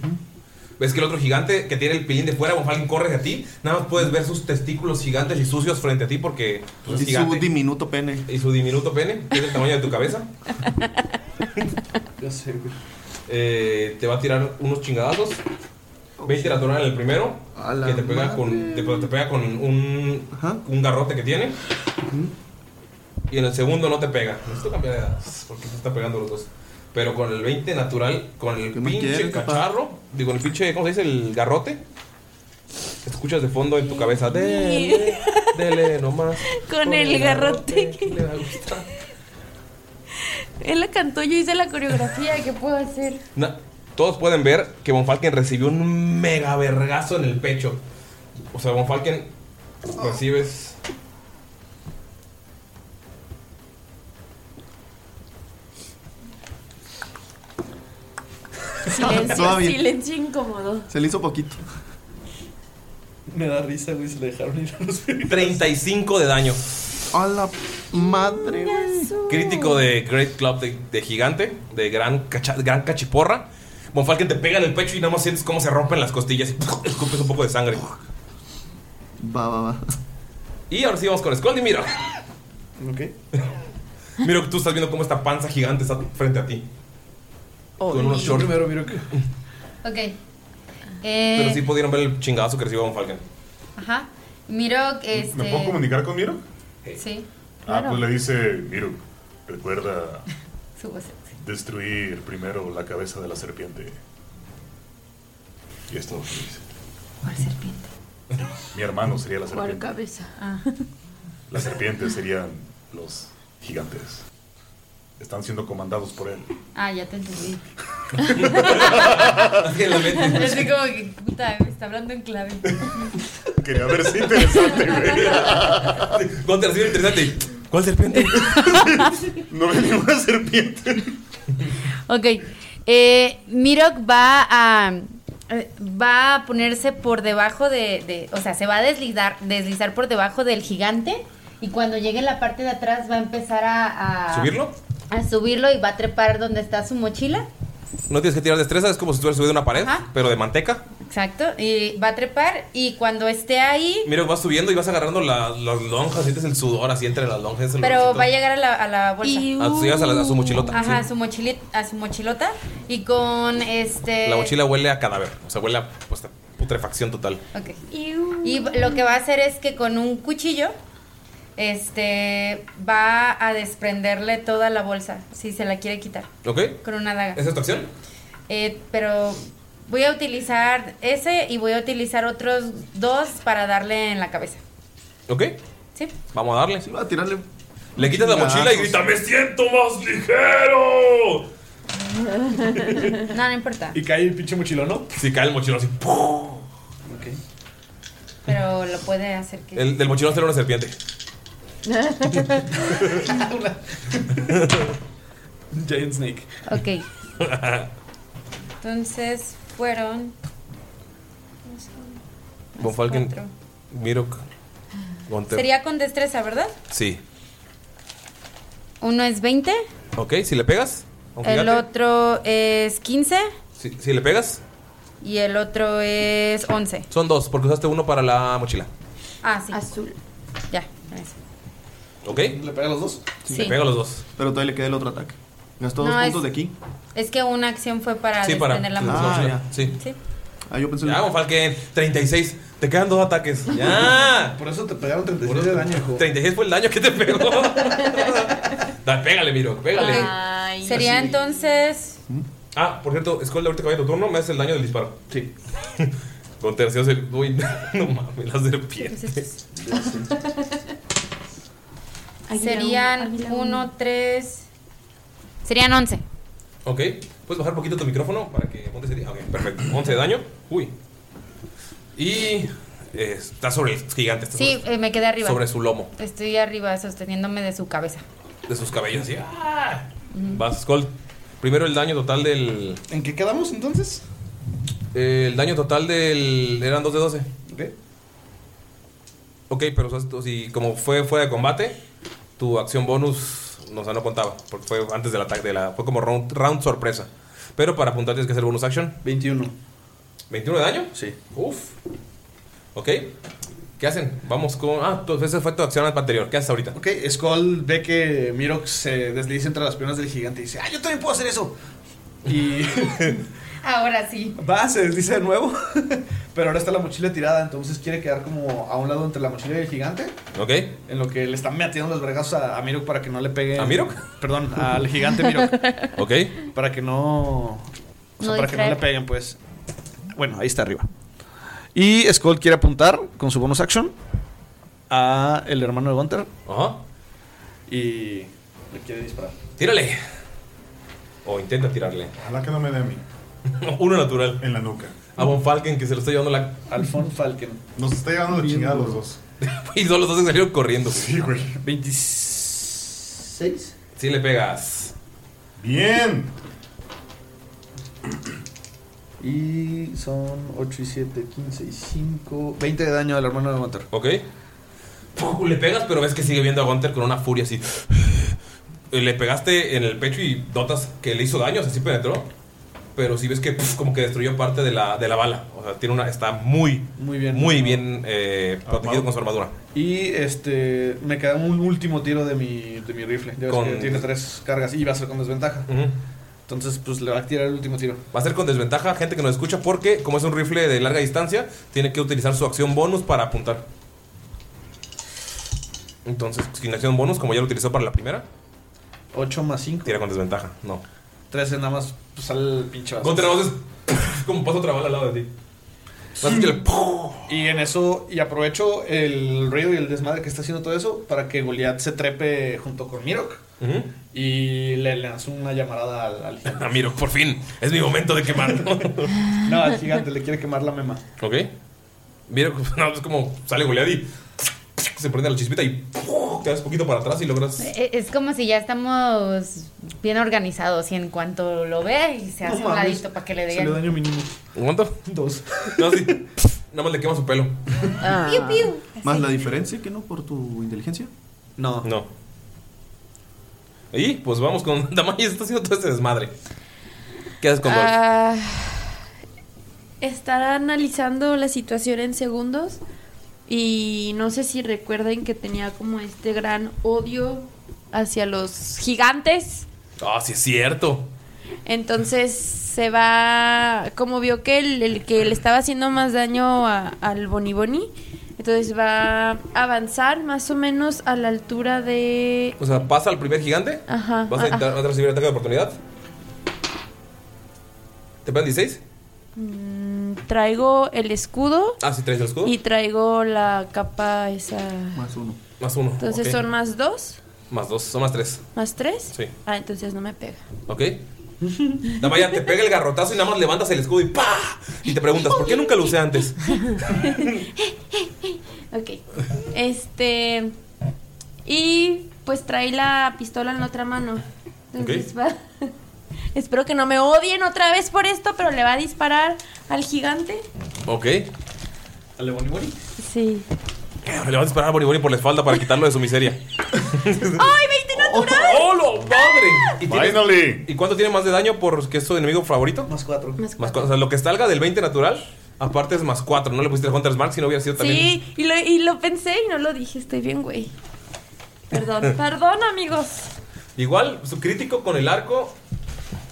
[SPEAKER 1] Ves que el otro gigante que tiene el pilín de fuera, Bonfalken, corre hacia ti. Nada más puedes ver sus testículos gigantes y sucios frente a ti porque pues, es
[SPEAKER 3] y su
[SPEAKER 1] gigante.
[SPEAKER 3] diminuto pene.
[SPEAKER 1] Y su diminuto pene, que es el tamaño de tu cabeza. Ya sé, güey. Eh, te va a tirar unos chingadazos. 20 natural en el primero. Que te pega, con, te, te pega con un, un garrote que tiene. Y en el segundo no te pega. Necesito cambiar de edad. Porque te está pegando los dos. Pero con el 20 natural, con el pinche
[SPEAKER 16] quieres, capaz?
[SPEAKER 1] cacharro. Digo, con el pinche, ¿cómo se dice? El garrote. Escuchas de fondo en tu cabeza. Dele, dele nomás.
[SPEAKER 17] Con el garrote. que- Él la cantó, yo hice la coreografía, ¿qué puedo hacer?
[SPEAKER 1] Na- todos pueden ver que Von Falken recibió un mega vergazo en el pecho. O sea, Von Falken pues recibes.
[SPEAKER 17] Silencio,
[SPEAKER 16] Todo bien.
[SPEAKER 17] silencio incómodo.
[SPEAKER 16] Se le hizo poquito.
[SPEAKER 4] Me da risa, güey, se le dejaron ir a los
[SPEAKER 1] 35 de daño.
[SPEAKER 16] A la madre.
[SPEAKER 1] Crítico de Great Club de, de gigante, de gran, cacha- gran cachiporra. Von Falken te pega en el pecho y nada más sientes cómo se rompen las costillas y escupes un poco de sangre.
[SPEAKER 16] Va, va, va.
[SPEAKER 1] Y ahora sí vamos con Scold y mira.
[SPEAKER 16] Ok.
[SPEAKER 1] Mira, tú estás viendo cómo esta panza gigante está frente a ti.
[SPEAKER 2] Oh,
[SPEAKER 1] con unos
[SPEAKER 4] Yo
[SPEAKER 1] shorts.
[SPEAKER 4] primero miro que.
[SPEAKER 2] Ok.
[SPEAKER 1] Pero
[SPEAKER 2] Eh,
[SPEAKER 1] sí pudieron ver el chingadazo que recibió Von Falken.
[SPEAKER 2] Ajá. Miro, este.
[SPEAKER 6] ¿Me puedo comunicar con Miro?
[SPEAKER 2] Sí.
[SPEAKER 6] Ah, pues le dice, Miro, recuerda pues.
[SPEAKER 2] Súbase.
[SPEAKER 6] destruir primero la cabeza de la serpiente. Y esto
[SPEAKER 2] ¿Cuál serpiente?
[SPEAKER 6] Mi hermano sería la
[SPEAKER 17] ¿Cuál
[SPEAKER 6] serpiente.
[SPEAKER 17] cabeza?
[SPEAKER 6] Las serpientes serían los gigantes. Están siendo comandados por él.
[SPEAKER 2] Ah, ya te entendí.
[SPEAKER 6] que la mente-
[SPEAKER 1] pues,
[SPEAKER 2] Así como que, puta, me está hablando en clave.
[SPEAKER 6] Quería ver si interesante, güey.
[SPEAKER 1] ¿Cuánto recibe interesante? ¿Cuál serpiente?
[SPEAKER 6] no me dio una serpiente.
[SPEAKER 2] Ok. Eh, Mirok va a. eh, Va a ponerse por debajo de, de- O sea, se va a deslizar, deslizar por debajo del gigante. Y cuando llegue en la parte de atrás, va a empezar a. a-
[SPEAKER 1] ¿Subirlo?
[SPEAKER 2] A subirlo y va a trepar donde está su mochila.
[SPEAKER 1] No tienes que tirar destreza, es como si estuvieras subiendo una pared,
[SPEAKER 2] Ajá.
[SPEAKER 1] pero de manteca.
[SPEAKER 2] Exacto. Y va a trepar. Y cuando esté ahí.
[SPEAKER 1] Mira, vas subiendo y vas agarrando la- las lonjas, sientes el sudor así entre las lonjas. el
[SPEAKER 2] Pero
[SPEAKER 1] olorcito.
[SPEAKER 2] va a llegar a la, a la bolsa.
[SPEAKER 1] Ah, tú llegas a la- a su mochilota,
[SPEAKER 2] Ajá, a
[SPEAKER 1] sí.
[SPEAKER 2] su mochilita, a su mochilota. Y con este.
[SPEAKER 1] La mochila huele a cadáver, o sea, huele a pues, a putrefacción total.
[SPEAKER 2] Ok. Y lo que va a hacer es que con un cuchillo, este, va a desprenderle toda la bolsa, si se la quiere quitar,
[SPEAKER 1] ¿Ok?
[SPEAKER 2] con una daga.
[SPEAKER 1] ¿Esa es tu acción?
[SPEAKER 2] Eh, pero voy a utilizar ese y voy a utilizar otros dos para darle en la cabeza.
[SPEAKER 1] ¿Ok?
[SPEAKER 2] Sí.
[SPEAKER 1] Vamos a darle. Sí,
[SPEAKER 16] va a tirarle.
[SPEAKER 1] Le quitas la mochila y grita, ¡Me siento más ligero!
[SPEAKER 2] No, no importa.
[SPEAKER 4] Y cae el pinche mochilón, ¿no?
[SPEAKER 1] Si cae el mochilón así. ¡pum!
[SPEAKER 2] Pero lo puede hacer que.
[SPEAKER 1] El, del mochilón sale una serpiente.
[SPEAKER 4] Giant Snake.
[SPEAKER 2] ok. Entonces fueron.
[SPEAKER 1] Von Falken,
[SPEAKER 2] cuatro.
[SPEAKER 1] Mirok, Gunter.
[SPEAKER 2] Sería con destreza, ¿verdad?
[SPEAKER 1] Sí.
[SPEAKER 2] Uno es 20,
[SPEAKER 1] ¿Ok? Si le pegas. a un
[SPEAKER 2] el
[SPEAKER 1] gigante.
[SPEAKER 2] otro es 15
[SPEAKER 1] Si, si le pegas,
[SPEAKER 2] y el otro es 11.
[SPEAKER 1] son dos, porque usaste uno para la mochila.
[SPEAKER 2] Ah, sí. Azul. Ya, con eso.
[SPEAKER 1] ¿Ok? ¿Le
[SPEAKER 4] pega a los dos?
[SPEAKER 2] Sí.
[SPEAKER 1] Le pega a los dos.
[SPEAKER 16] Pero todavía le queda el otro ataque. Gastó
[SPEAKER 2] No,
[SPEAKER 16] dos
[SPEAKER 2] es-
[SPEAKER 16] puntos de aquí.
[SPEAKER 2] Es que una acción fue para
[SPEAKER 1] Sí, para.
[SPEAKER 2] desprender Ah, la
[SPEAKER 1] sí,
[SPEAKER 2] mano.
[SPEAKER 1] no, sí,
[SPEAKER 16] ya.
[SPEAKER 1] Sí.
[SPEAKER 2] Sí.
[SPEAKER 16] Ah, yo pensé.
[SPEAKER 1] Ya, Von Falken, 36. Te quedan dos ataques. Ya.
[SPEAKER 4] Por eso te pegaron 36 de daño, hijo.
[SPEAKER 1] 36 fue el daño que te pegó. Dale, pégale, Miro, pégale.
[SPEAKER 2] Ah. Sería entonces.
[SPEAKER 1] Ah, por cierto, Skull, ahorita que vaya tu turno, me hace el daño del disparo. Sí. Con tercio se. Uy, no mames, las
[SPEAKER 2] Pues
[SPEAKER 1] serpientes.
[SPEAKER 2] serían 1, 3. Serían 11.
[SPEAKER 1] Ok, puedes bajar poquito tu micrófono para que ponte ese día. Ok, perfecto. 11 de daño. Uy. Y. eh, está sobre el gigante. Está
[SPEAKER 2] Sí, eh, me quedé arriba.
[SPEAKER 1] sobre su lomo,
[SPEAKER 2] Estoy arriba sosteniéndome de su cabeza.
[SPEAKER 1] de sus cabellos. así. Vas, Skull. Primero el daño total del.
[SPEAKER 4] ¿En qué quedamos entonces?
[SPEAKER 1] Eh, el daño total del. Eran 2 de 12.
[SPEAKER 4] Ok.
[SPEAKER 1] Ok, pero o sea, tú- si como fue fuera de combate, tu acción bonus no, o sea, no contaba. Porque fue antes del ataque. De la, fue como round, round sorpresa. Pero para apuntar tienes que hacer bonus action.
[SPEAKER 4] 21.
[SPEAKER 1] ¿21 de daño?
[SPEAKER 4] Sí.
[SPEAKER 1] Uf. ¿Ok? ¿Qué hacen? Vamos con. Ah, tu- esa fue tu acción anterior. ¿Qué haces ahorita?
[SPEAKER 4] Ok, Skull ve que Mirok se desliza entre las piernas del gigante y dice, ¡ah, yo también puedo hacer eso! Y
[SPEAKER 18] Ahora sí.
[SPEAKER 4] va, se desliza de nuevo, pero ahora está la mochila tirada, entonces quiere quedar como a un lado entre la mochila y el gigante,
[SPEAKER 1] ¿Ok?
[SPEAKER 4] en lo que le están metiendo los vergazos a, a Mirok para que no le pegue...
[SPEAKER 1] ¿A Mirok?
[SPEAKER 4] Perdón, al gigante Mirok.
[SPEAKER 1] ¿Ok?
[SPEAKER 4] Para que no... o sea,
[SPEAKER 19] No
[SPEAKER 4] para que no
[SPEAKER 19] distraer.
[SPEAKER 4] le peguen, pues. Bueno, ahí está arriba.
[SPEAKER 19] Y Skull quiere apuntar con su bonus action a el hermano de Gunter.
[SPEAKER 1] Ajá.
[SPEAKER 4] Y le quiere disparar.
[SPEAKER 1] Tírale. O intenta tirarle.
[SPEAKER 20] Ojalá que no me dé a mí.
[SPEAKER 1] Uno natural.
[SPEAKER 20] En la nuca.
[SPEAKER 1] A Von Falken, que se lo está llevando la.
[SPEAKER 4] Al Von Falken.
[SPEAKER 20] Nos está llevando la
[SPEAKER 1] Bien,
[SPEAKER 20] chingada los
[SPEAKER 1] bro.
[SPEAKER 20] dos.
[SPEAKER 1] y todos los dos se salieron corriendo. Sí,
[SPEAKER 20] güey.
[SPEAKER 4] 26.
[SPEAKER 1] Sí, le pegas.
[SPEAKER 20] Bien.
[SPEAKER 4] Y son 8 y 7, 15 y 5, 20 de daño al hermano de Gunter.
[SPEAKER 1] Ok. Pum, Le pegas, pero ves que sigue viendo a Gunter con una furia así. Y Le pegaste en el pecho y notas que le hizo daño, o sea, sí penetró. Pero sí ves que puf, como que destruyó parte de la, de la bala. O sea, tiene una, está muy,
[SPEAKER 4] Muy bien.
[SPEAKER 1] muy bien eh, protegido con su armadura.
[SPEAKER 4] Y este, me queda un último tiro de mi, de mi rifle. Ya ves
[SPEAKER 1] Con-
[SPEAKER 4] que tiene tres cargas y va a ser con desventaja. Entonces, pues le va a tirar el último tiro.
[SPEAKER 1] Va a ser con desventaja, gente que nos escucha, porque como es un rifle de larga distancia, tiene que utilizar su acción bonus para apuntar. Entonces, sin acción bonus, como ya lo utilizó para la primera,
[SPEAKER 4] 8 más 5.
[SPEAKER 1] tira con desventaja. No.
[SPEAKER 4] 13 nada más pues, sale el pinche vaso.
[SPEAKER 1] Contra vos es como pasa otra bala al lado de ti. Más que el
[SPEAKER 4] Y en eso, y aprovecho el ruido y el desmadre que está haciendo todo eso para que Goliath se trepe junto con Mirok.
[SPEAKER 1] Ujú.
[SPEAKER 4] Y le lanzo una llamarada al, al gigante.
[SPEAKER 1] Ah, miro, por fin. Es mi momento de quemarlo.
[SPEAKER 4] No, al gigante le quiere quemar la mema.
[SPEAKER 1] ok. Mira, no, es como sale goleado y se prende la chispita y te das poquito para atrás y logras.
[SPEAKER 18] E- Es como si ya estamos bien organizados y en cuanto lo ve y se hace
[SPEAKER 4] No
[SPEAKER 18] un
[SPEAKER 4] mames,
[SPEAKER 18] ladito para que le
[SPEAKER 4] Se le
[SPEAKER 18] digan.
[SPEAKER 4] daño mínimo.
[SPEAKER 1] ¿Cuánto?
[SPEAKER 4] Dos.
[SPEAKER 1] No, sí. Nada más le quema su pelo.
[SPEAKER 2] Ah.
[SPEAKER 18] Piu, piu.
[SPEAKER 21] Más la diferencia que no por tu inteligencia.
[SPEAKER 4] No.
[SPEAKER 1] No. Y pues vamos con Damaya, está haciendo todo este desmadre. ¿Qué haces con Dolph?
[SPEAKER 2] Ah, estará analizando la situación en segundos y no sé si recuerden que tenía como este gran odio hacia los gigantes.
[SPEAKER 1] Ah, sí es cierto.
[SPEAKER 2] Entonces se va, como vio que el, el que le estaba haciendo más daño a- al Boni Boni, entonces va a avanzar más o menos a la altura de...
[SPEAKER 1] O sea, pasa al primer gigante.
[SPEAKER 2] Ajá.
[SPEAKER 1] ¿Vas a,
[SPEAKER 2] ah,
[SPEAKER 1] entrar- vas a recibir ataque de oportunidad? ¿Te pegan 16?
[SPEAKER 2] mm, traigo el escudo
[SPEAKER 1] Ah, sí, traes el escudo.
[SPEAKER 2] y traigo la capa esa...
[SPEAKER 1] Más uno. Más uno.
[SPEAKER 2] Entonces
[SPEAKER 1] ok.
[SPEAKER 2] son más dos,
[SPEAKER 1] Más dos, son más tres.
[SPEAKER 2] más tres.
[SPEAKER 1] Sí.
[SPEAKER 2] Ah, entonces no me pega.
[SPEAKER 1] ¿Ok? Damaya te pega el garrotazo y nada más levantas el escudo y ¡pa! Y te preguntas, ¿por qué nunca lo usé antes?
[SPEAKER 2] Ok. Este. Y pues trae la pistola en la otra mano. Entonces va. Espero que no me odien otra vez por esto, pero le va a disparar al gigante.
[SPEAKER 1] ¿Ok?
[SPEAKER 4] ¿Al Bonnie Bonnie?
[SPEAKER 2] Sí.
[SPEAKER 1] Ahora Eh, Le vas a disparar a Bori Bori por la espalda para quitarlo de su miseria.
[SPEAKER 2] ¡Ay, 20 natural!
[SPEAKER 1] ¡Oh, lo madre! ¿Y, tienes-
[SPEAKER 20] Finally.
[SPEAKER 1] ¿Y cuánto tiene más de daño porque es tu enemigo favorito?
[SPEAKER 4] Más cuatro.
[SPEAKER 1] Más cuatro. O sea, lo que salga del 20 natural, aparte es más cuatro. No le pusiste el Hunter's Mark si no hubiera sido también.
[SPEAKER 2] Sí, y lo, y lo pensé y no lo dije. Estoy bien, güey. Perdón, perdón, amigos.
[SPEAKER 1] Igual, su crítico con el arco.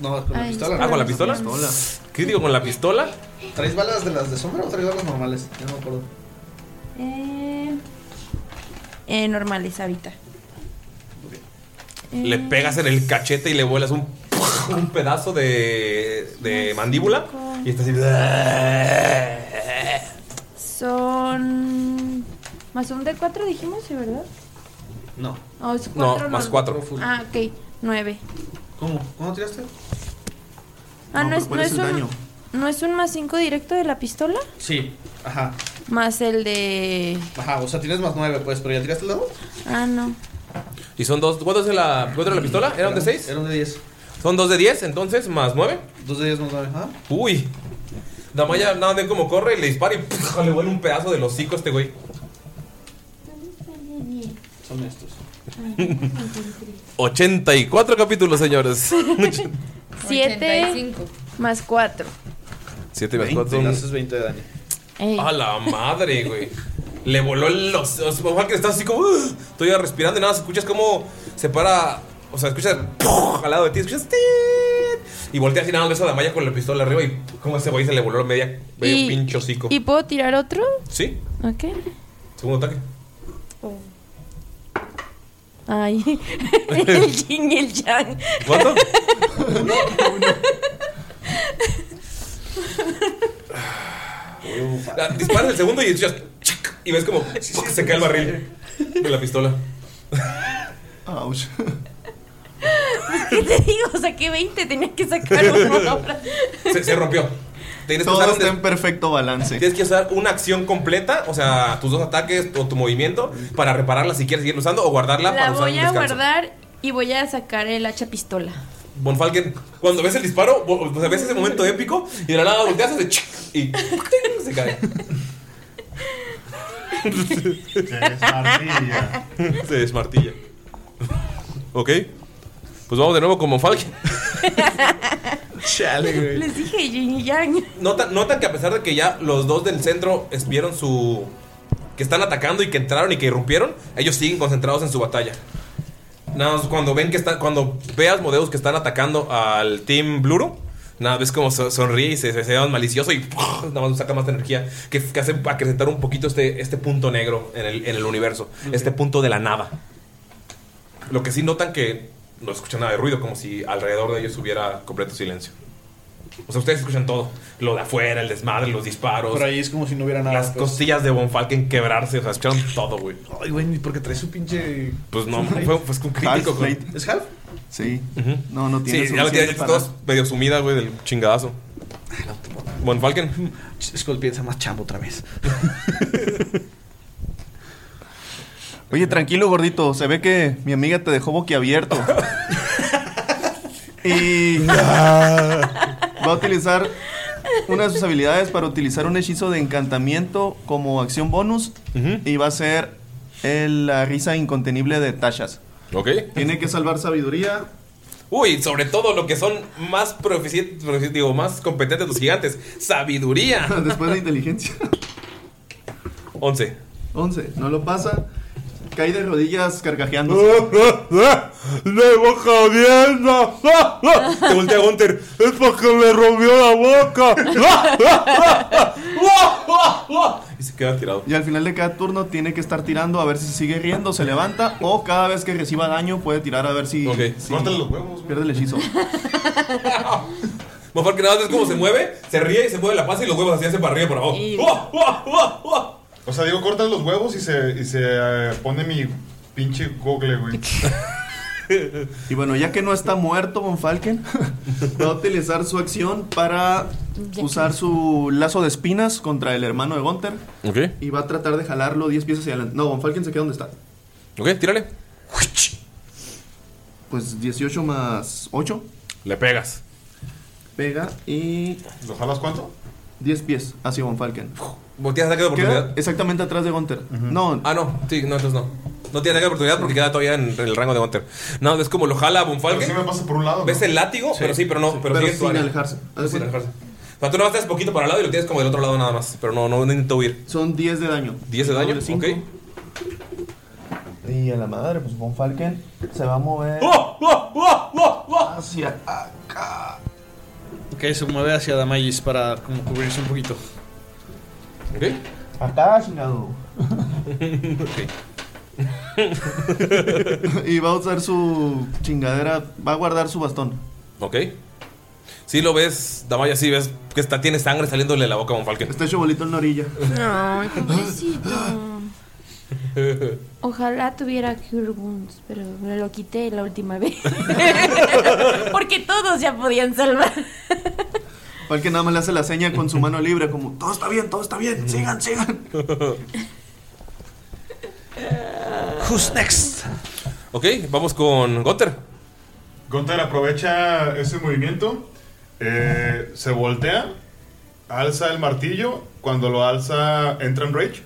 [SPEAKER 4] No, con
[SPEAKER 2] la Ay, pistola.
[SPEAKER 1] Ah, con la pistola.
[SPEAKER 4] pistola.
[SPEAKER 1] Crítico con la pistola.
[SPEAKER 4] ¿Traes balas de las de sombra o traes balas normales? Ya no me acuerdo.
[SPEAKER 2] Eh, eh, normales ahorita.
[SPEAKER 1] Le pegas en el cachete y le vuelas un, un pedazo de, de mandíbula. Y está así.
[SPEAKER 2] Son. Más un D4 dijimos, ¿sí, ¿verdad?
[SPEAKER 4] No.
[SPEAKER 2] Oh, es
[SPEAKER 1] No,
[SPEAKER 2] cuatro,
[SPEAKER 1] más cuatro.
[SPEAKER 2] Ah, ok, 9.
[SPEAKER 4] ¿Cómo? ¿Cómo tiraste?
[SPEAKER 2] Ah,
[SPEAKER 4] No,
[SPEAKER 2] no,
[SPEAKER 4] pero
[SPEAKER 2] es,
[SPEAKER 4] ¿cuál
[SPEAKER 2] no
[SPEAKER 4] es
[SPEAKER 2] es
[SPEAKER 4] el
[SPEAKER 2] un,
[SPEAKER 4] daño?
[SPEAKER 2] ¿no es un más 5 directo de la pistola?
[SPEAKER 4] Sí. Ajá.
[SPEAKER 2] Más el de.
[SPEAKER 4] Ajá, o sea, tienes más nueve, pues, pero ya tiraste el dado.
[SPEAKER 2] Ah, no.
[SPEAKER 1] Y son dos. ¿Cuánto es la, cuánto era la pistola? ¿Era un de 6?
[SPEAKER 4] Era un de 10.
[SPEAKER 1] Son dos de 10, entonces, más 9.
[SPEAKER 4] Dos de 10 más 9, ajá.
[SPEAKER 1] Uy. Damaya nada de cómo corre y le dispara y ¡puf! le vuelve un pedazo del hocico a este güey.
[SPEAKER 4] Son estos.
[SPEAKER 1] 84 capítulos, señores.
[SPEAKER 2] 7 más 4.
[SPEAKER 1] 7 más
[SPEAKER 4] 20,
[SPEAKER 1] 4
[SPEAKER 4] haces 20 de daño.
[SPEAKER 1] A la madre, güey. Le voló los. O sea, Falken está así como. "Ugh", todavía respirando y nada, más escuchas como se para. O sea, escuchas ¡puf! al lado de ti, escuchas. "Tin", Y volteas y nada más ves a la malla con la pistola arriba y como ese güey se le voló media, medio
[SPEAKER 2] Y-
[SPEAKER 1] pincho hocico.
[SPEAKER 2] ¿Y puedo tirar otro?
[SPEAKER 1] Sí,
[SPEAKER 2] Ok.
[SPEAKER 1] segundo ataque.
[SPEAKER 2] Ay, el yin y el yang.
[SPEAKER 1] ¿Cuánto? Ah, Disparas el segundo y escuchas. "Chic", Y ves como ¡puc! se cae el barril de la pistola.
[SPEAKER 4] Ouch.
[SPEAKER 2] ¿Qué te digo? Saqué 20, tenía que sacar uno ahora.
[SPEAKER 1] Se, se rompió. Tienes que,
[SPEAKER 4] Todo
[SPEAKER 1] usar un
[SPEAKER 4] está
[SPEAKER 1] des-
[SPEAKER 4] en perfecto balance.
[SPEAKER 1] tienes que usar una acción completa, o sea, tus dos ataques o tu movimiento para repararla si quieres seguir usando o guardarla
[SPEAKER 2] La
[SPEAKER 1] para usar
[SPEAKER 2] voy
[SPEAKER 1] en
[SPEAKER 2] a
[SPEAKER 1] un descanso.
[SPEAKER 2] guardar y voy a sacar el hacha pistola.
[SPEAKER 1] Bonfalken, cuando ves el disparo, vo- o sea, ves ese momento épico y de la nada volteas hace chic, y ting, se cae. Se
[SPEAKER 6] desmartilla.
[SPEAKER 1] Se desmartilla. Ok. Pues vamos de nuevo con Bonfalken. Chale,
[SPEAKER 2] Les dije yin y yang.
[SPEAKER 1] Notan, notan que a pesar de que ya los dos del centro es- vieron su. que están atacando y que entraron y que irrumpieron, ellos siguen concentrados en su batalla. Nada más cuando ven que está, cuando veas modelos que están atacando al Team Bluro, nada ves como so- sonríe y se, se, se ve más malicioso y ¡puf! nada más saca más energía que, que hace acrecentar un poquito este, este punto negro en el, en el universo, este punto de la nada. Lo que sí notan que no escuchan nada de ruido, como si alrededor de ellos hubiera completo silencio. O sea, ustedes escuchan todo. Lo de afuera, el desmadre, los disparos.
[SPEAKER 22] Por ahí es como si no hubiera nada.
[SPEAKER 1] Las
[SPEAKER 22] pues.
[SPEAKER 1] costillas de Bonfalken quebrarse. O sea, escucharon todo, güey.
[SPEAKER 22] Ay, güey, ni porque trae su pinche.
[SPEAKER 1] Pues no, fue, fue un crítico. güey.
[SPEAKER 22] ¿Es half?
[SPEAKER 4] Sí.
[SPEAKER 1] Ujú.
[SPEAKER 4] No, no tiene
[SPEAKER 1] Sí, ya la
[SPEAKER 4] solución
[SPEAKER 1] tienes
[SPEAKER 4] para-
[SPEAKER 1] todos medio sumida, güey, del chingadazo. Bonfalken.
[SPEAKER 22] Skull piensa más chambo otra vez.
[SPEAKER 4] Oye, tranquilo, gordito. Se ve que mi amiga te dejó boquiabierto. y. va a utilizar una de sus habilidades para utilizar un hechizo de encantamiento como acción bonus. Y va a ser el- la risa incontenible de Tashas.
[SPEAKER 1] Ok.
[SPEAKER 4] Tiene que salvar sabiduría.
[SPEAKER 1] Uy, sobre todo lo que son más profici- profici- digo, más competentes los gigantes. Sabiduría.
[SPEAKER 4] Después de inteligencia.
[SPEAKER 1] 11.
[SPEAKER 4] 11. No lo pasa. Cae de rodillas carcajeando.
[SPEAKER 6] ¡Le boca abierta! Te voltea Gunter. ¡Es porque me rompió la boca!
[SPEAKER 1] Y se queda tirado.
[SPEAKER 4] Y al final de cada turno tiene que estar tirando a ver si se sigue riendo, se levanta o cada vez que reciba daño puede tirar a ver si, si
[SPEAKER 1] Córtale los
[SPEAKER 4] pierde el hechizo.
[SPEAKER 1] Mejor que nada ves cómo se mueve, se ríe y se mueve la pasa y los huevos así hacen para arriba y para abajo. ¡Oh, oh, oh, oh!
[SPEAKER 6] O sea, digo, cortan los huevos y se, y se eh, pone mi pinche google, güey.
[SPEAKER 4] y bueno, ya que no está muerto Von Falken, va a utilizar su acción para usar su lazo de espinas contra el hermano de Gunther
[SPEAKER 1] Ok.
[SPEAKER 4] y va a tratar de jalarlo 10 pies hacia adelante. No, Von Falken se queda donde está.
[SPEAKER 1] Ok, tírale.
[SPEAKER 4] Pues 18 más 8.
[SPEAKER 1] Le pegas.
[SPEAKER 4] Pega y.
[SPEAKER 6] ¿Lo jalas cuánto?
[SPEAKER 4] 10 pies hacia Von Falken.
[SPEAKER 1] ¿Tienes ataque de oportunidad?
[SPEAKER 4] exactamente atrás de Gunter. No.
[SPEAKER 1] Ah, no, sí, no, entonces no. No tiene ataque de oportunidad porque queda todavía en, en el rango de Gunter. No, es como lo jala a Bonfalken.
[SPEAKER 6] Pero sí me pasa por un lado,
[SPEAKER 1] ¿Ves
[SPEAKER 6] ¿no?
[SPEAKER 1] el látigo?
[SPEAKER 6] Sí.
[SPEAKER 1] pero sí, pero no. Pero,
[SPEAKER 6] Pero
[SPEAKER 1] sigue en
[SPEAKER 6] sin
[SPEAKER 1] tu área.
[SPEAKER 4] alejarse.
[SPEAKER 1] Sin alejarse. O sea, tú nada más te das poquito para el lado y lo tienes como del otro lado nada más. Pero no, no, no intento huir.
[SPEAKER 4] Son 10 de daño.
[SPEAKER 1] 10 de daño,
[SPEAKER 4] Doble cinco.
[SPEAKER 1] ok.
[SPEAKER 4] Y a la madre, pues Von Falken se va a mover
[SPEAKER 1] ¡Oh!
[SPEAKER 4] hacia
[SPEAKER 22] Ok, se mueve hacia Damagis para como cubrirse un poquito.
[SPEAKER 1] Ok.
[SPEAKER 4] acá, chingado. y va a usar su chingadera, va a guardar su bastón.
[SPEAKER 1] Ok. Sí lo ves, Damaya, sí ves que está, tiene sangre saliéndole de la boca a Bonfalken.
[SPEAKER 4] Está hecho bolito en la orilla.
[SPEAKER 2] Ay, pobrecito. Ojalá tuviera Cure Wounds, pero me lo quité la última vez. Porque todos ya podían salvar.
[SPEAKER 4] Falken nada más le hace la seña con su mano libre, como todo está bien, todo está bien, sigan, sigan.
[SPEAKER 22] Who's next?
[SPEAKER 1] Ok, vamos con Gunter.
[SPEAKER 6] Gunter aprovecha ese movimiento, eh, se voltea, alza el martillo, cuando lo alza entra en rage.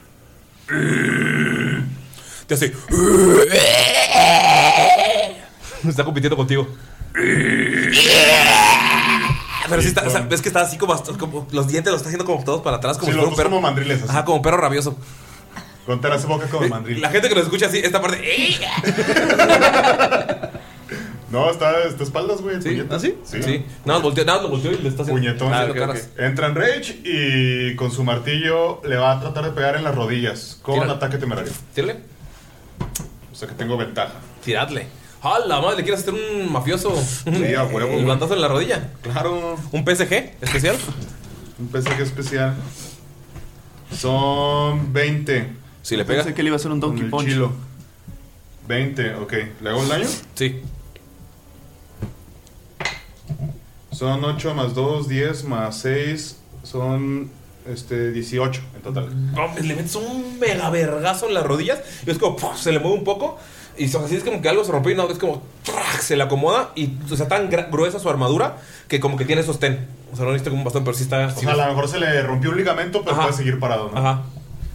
[SPEAKER 1] Te hace... Está compitiendo contigo. Pero sí, está, o sea, ves que está así como, hasta- como los dientes los está haciendo como todos para atrás, como
[SPEAKER 6] Sí,
[SPEAKER 1] si
[SPEAKER 6] los
[SPEAKER 1] fuera un
[SPEAKER 6] dos
[SPEAKER 1] perro.
[SPEAKER 6] como mandriles, así.
[SPEAKER 1] Ajá, como perro rabioso.
[SPEAKER 6] Contar hace boca como mandril.
[SPEAKER 1] La gente que nos escucha así, esta parte. ¡eh!
[SPEAKER 6] No, está, está espaldas, güey. ¿Sí? ¿Ah, sí? Sí.
[SPEAKER 1] Nada más volteó, nada más lo volteó y le está haciendo.
[SPEAKER 6] Puñetón.
[SPEAKER 1] Ah,
[SPEAKER 6] sí,
[SPEAKER 1] ok,
[SPEAKER 6] ok,
[SPEAKER 1] caras.
[SPEAKER 6] ok. Entra en Rage y con su martillo le va a tratar de pegar en las rodillas con
[SPEAKER 1] Tírale.
[SPEAKER 6] ataque temerario.
[SPEAKER 1] Tírale.
[SPEAKER 6] O sea que tengo ventaja.
[SPEAKER 1] Tiradle. ¡A la madre! ¿Quieres hacer un mafioso?
[SPEAKER 6] Sí, a huevo,
[SPEAKER 1] ¿Un
[SPEAKER 6] güey.
[SPEAKER 1] guantazo en la rodilla?
[SPEAKER 6] Claro.
[SPEAKER 1] ¿Un PSG especial?
[SPEAKER 6] Un PSG especial. Son 20.
[SPEAKER 1] Si le pega.
[SPEAKER 6] Pensé que le iba a hacer un Donkey Punch. 20, ok. ¿Le hago el daño?
[SPEAKER 1] Sí.
[SPEAKER 6] Son 8 más 2, 10 más 6. Son este, 18 en total.
[SPEAKER 1] Hombre, Le metes un mega vergazo en las rodillas y es como ¡puf! se le mueve un poco. Y so- así es como que algo se rompió y no, es como ¡trac! se le acomoda y o sea, tan gra- gruesa su armadura que como que tiene sostén. O sea, no necesita como un bastón, pero sí está.
[SPEAKER 6] O sea, a lo mejor se le rompió un ligamento, pero puede seguir parado, ¿no?
[SPEAKER 1] Ajá.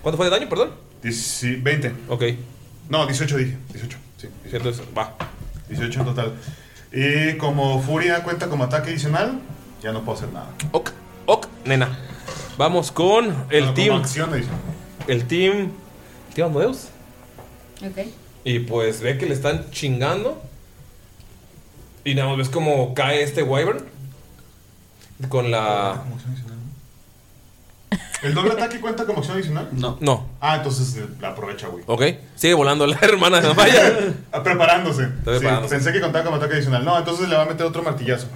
[SPEAKER 1] ¿Cuánto fue de daño, perdón?
[SPEAKER 6] 20.
[SPEAKER 1] Ok.
[SPEAKER 6] No, 18 dije. 18, sí.
[SPEAKER 1] Entonces, va.
[SPEAKER 6] 18 en total. Y como Furia cuenta como ataque adicional, ya no puedo hacer nada.
[SPEAKER 1] Ok, ok, nena. Vamos con el
[SPEAKER 6] No, como
[SPEAKER 1] team.
[SPEAKER 6] acción adicional.
[SPEAKER 1] El team. Team Amadeus.
[SPEAKER 8] Ok.
[SPEAKER 1] Y pues ve que le están chingando. Y nada más ves como cae este Wyvern. Con la.
[SPEAKER 6] ¿El doble ataque cuenta como acción adicional? No.
[SPEAKER 1] No.
[SPEAKER 6] Ah, entonces eh, la aprovecha, güey.
[SPEAKER 1] Ok. Sigue volando la hermana de Maya.
[SPEAKER 6] Ah, Preparándose.
[SPEAKER 1] Está
[SPEAKER 6] Sí,
[SPEAKER 1] preparándose.
[SPEAKER 6] pensé que contaba como ataque adicional. No, entonces le va a meter otro martillazo.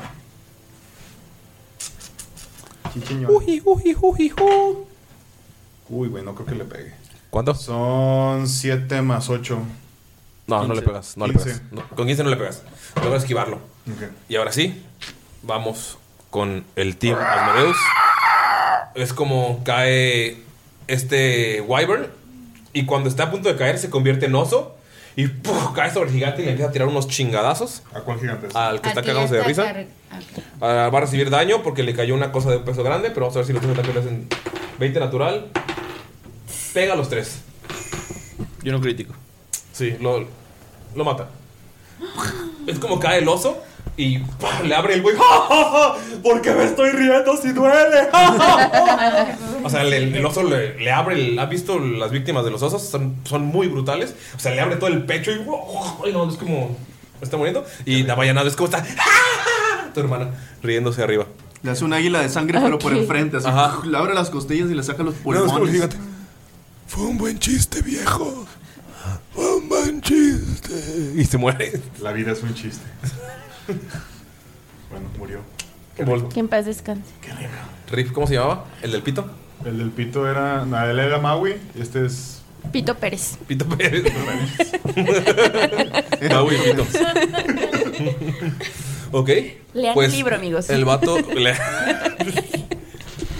[SPEAKER 6] Chichiño.
[SPEAKER 1] Uy, uy, uy, uy.
[SPEAKER 6] Uy, güey, no creo que le pegue.
[SPEAKER 1] ¿Cuánto?
[SPEAKER 6] Son 7 más 8.
[SPEAKER 1] No, no le pegas. No le pegas. No, con 15 no le pegas. Logra esquivarlo.
[SPEAKER 6] Ok.
[SPEAKER 1] Y ahora sí, vamos con el team Asmodeus. Es como cae este Wyvern. Y cuando está a punto de caer, se convierte en oso. Y ¡puf! cae sobre el gigante y le empieza a tirar unos chingadazos.
[SPEAKER 6] ¿A cuál gigante?
[SPEAKER 1] Al que
[SPEAKER 8] Al
[SPEAKER 1] está
[SPEAKER 8] que ya
[SPEAKER 1] cagándose de
[SPEAKER 8] está
[SPEAKER 1] risa.
[SPEAKER 8] car-
[SPEAKER 1] Ah, Va a recibir daño porque le cayó una cosa de un peso grande. Pero vamos a ver si los tres ataques le hacen 20 natural. Pega a los tres.
[SPEAKER 4] Yo no critico.
[SPEAKER 1] Sí, lo, lo mata. Es como cae el oso y ¡pah! le abre el güey. ¡Ja, ja, ja! ¿Por qué me estoy riendo si duele? ¡Ja, ja, ja! O sea, le- el, oso le, le abre. el- ¿Has visto las víctimas de los osos? Son, son muy brutales. O sea, le abre todo el pecho y. ¡oh! Ay, no, es como. Está muriendo. Y la vallanada es como está. ¡ja, ja, ja! Tu hermana riéndose arriba.
[SPEAKER 3] Le hace un águila de sangre, pero por
[SPEAKER 1] Ok.
[SPEAKER 3] enfrente. Así, le abre las costillas y le saca los
[SPEAKER 1] es como
[SPEAKER 3] pulmones.
[SPEAKER 1] gigante.
[SPEAKER 3] Fue un buen chiste, viejo.
[SPEAKER 1] ¡Oh, man, chiste! Y se muere.
[SPEAKER 6] La vida es un chiste. bueno, murió.
[SPEAKER 1] Vol-
[SPEAKER 2] Que en paz descanse.
[SPEAKER 1] Riff, ¿cómo se llamaba? ¿El del pito?
[SPEAKER 6] El del pito era. No, él era Maui. y Este es.
[SPEAKER 2] Pito Pérez.
[SPEAKER 1] Pito Pérez. Maui Pito. ok. pues,
[SPEAKER 2] Lean el libro, amigos.
[SPEAKER 1] El vato. le-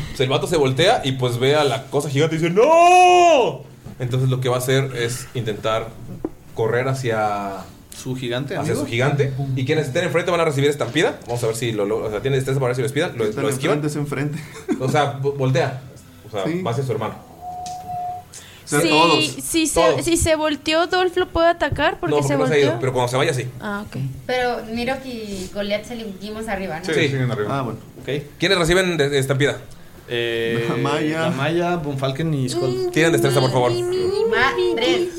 [SPEAKER 1] Pues el vato se voltea y pues ve a la cosa gigante y dice: ¡No! Entonces lo que va a hacer es intentar correr hacia. Su gigante. Hacia
[SPEAKER 4] amigo?
[SPEAKER 1] su gigante. Y quienes estén enfrente van a recibir estampida. Vamos a ver si lo. lo- o sea, tiene destreza para ver si lo espidan. Lo,
[SPEAKER 3] Están
[SPEAKER 1] lo esquivan.
[SPEAKER 3] enfrente, es enfrente.
[SPEAKER 1] O sea, vo- voltea. O sea,
[SPEAKER 3] Sí.
[SPEAKER 1] va hacia su hermano.
[SPEAKER 2] Sí, Si,
[SPEAKER 1] Todos.
[SPEAKER 2] se, si se volteó, Dolph lo puede atacar porque
[SPEAKER 1] no, porque
[SPEAKER 2] se
[SPEAKER 1] no se ha ido.
[SPEAKER 2] volteó.
[SPEAKER 1] Pero cuando se vaya, sí.
[SPEAKER 2] Ah, ok.
[SPEAKER 8] Pero Miro y Goliath salimos arriba, ¿no?
[SPEAKER 1] Ah, bueno. ¿Quiénes reciben de- de estampida?
[SPEAKER 4] La Maya. la
[SPEAKER 1] Maya, Bonfalken y Skull. Tienen destreza, por favor.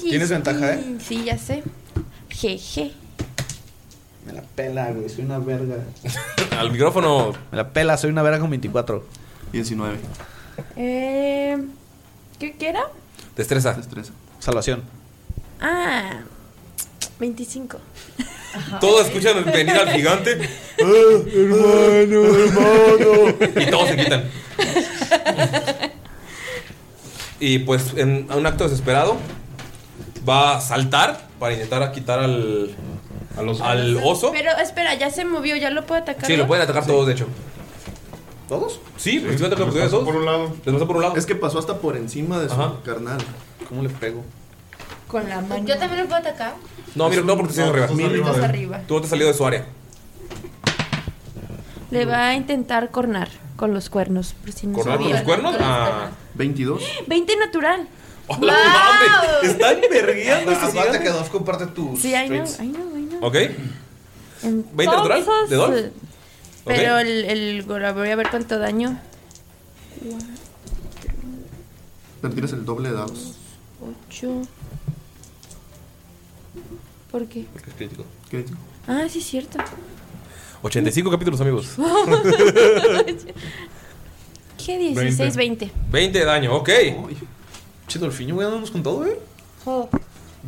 [SPEAKER 4] Tienes ventaja, ¿eh?
[SPEAKER 2] Sí, ya sé. Jeje.
[SPEAKER 4] Me la pela, güey. Soy una verga.
[SPEAKER 1] Al micrófono.
[SPEAKER 4] Me la pela, soy una verga con 24.
[SPEAKER 3] 19.
[SPEAKER 2] Eh, ¿Qué qué era?
[SPEAKER 1] Destreza.
[SPEAKER 4] Salvación.
[SPEAKER 2] Ah, 25.
[SPEAKER 1] Todos escuchan venir al gigante.
[SPEAKER 4] Ah,
[SPEAKER 1] Ah.
[SPEAKER 4] hermano, hermano.
[SPEAKER 1] Y todos se quitan. Y pues en un acto desesperado va a saltar para intentar quitar al, al oso.
[SPEAKER 2] Pero espera, ya se movió, ya lo puede atacar.
[SPEAKER 1] Sí, lo
[SPEAKER 2] no?
[SPEAKER 1] pueden atacar todos, de hecho.
[SPEAKER 3] ¿Todos?
[SPEAKER 1] Sí, pues sí, atacar oportunidad a todos.
[SPEAKER 3] por
[SPEAKER 6] un lado.
[SPEAKER 1] Les pasó por un lado.
[SPEAKER 3] Es que pasó hasta por encima de su carnal.
[SPEAKER 4] ¿Cómo le pego?
[SPEAKER 8] Con la mano. Yo también lo puedo atacar.
[SPEAKER 1] No, mira, no, porque estás arriba.
[SPEAKER 8] arriba de- arriba.
[SPEAKER 1] Tú te has salido de su área.
[SPEAKER 2] Le va a intentar cornar con los cuernos. Por si no
[SPEAKER 1] ¿Correr con
[SPEAKER 2] sabía.
[SPEAKER 1] los cuernos? Ah.
[SPEAKER 3] 22.
[SPEAKER 2] 20 natural.
[SPEAKER 1] ¡Hola, mames! Están vergueando estos
[SPEAKER 4] Aparte que Dolph comparte tus.
[SPEAKER 2] Sí, I know,
[SPEAKER 4] traits.
[SPEAKER 2] I know, I know.
[SPEAKER 1] Ok.
[SPEAKER 2] En-
[SPEAKER 1] 20 natural,
[SPEAKER 2] Entonces,
[SPEAKER 1] de Dolph.
[SPEAKER 11] Pero el, el Gora, voy a ver cuánto daño.
[SPEAKER 23] Pero tienes el doble de dados.
[SPEAKER 11] 8. ¿Por qué?
[SPEAKER 1] Es crítico.
[SPEAKER 11] Ah, sí, es cierto.
[SPEAKER 1] 85 capítulos, amigos.
[SPEAKER 11] ¿Qué? 16, 20.
[SPEAKER 1] 20 de daño, ok. Che, Dolfiño, güey, andamos con todo, eh.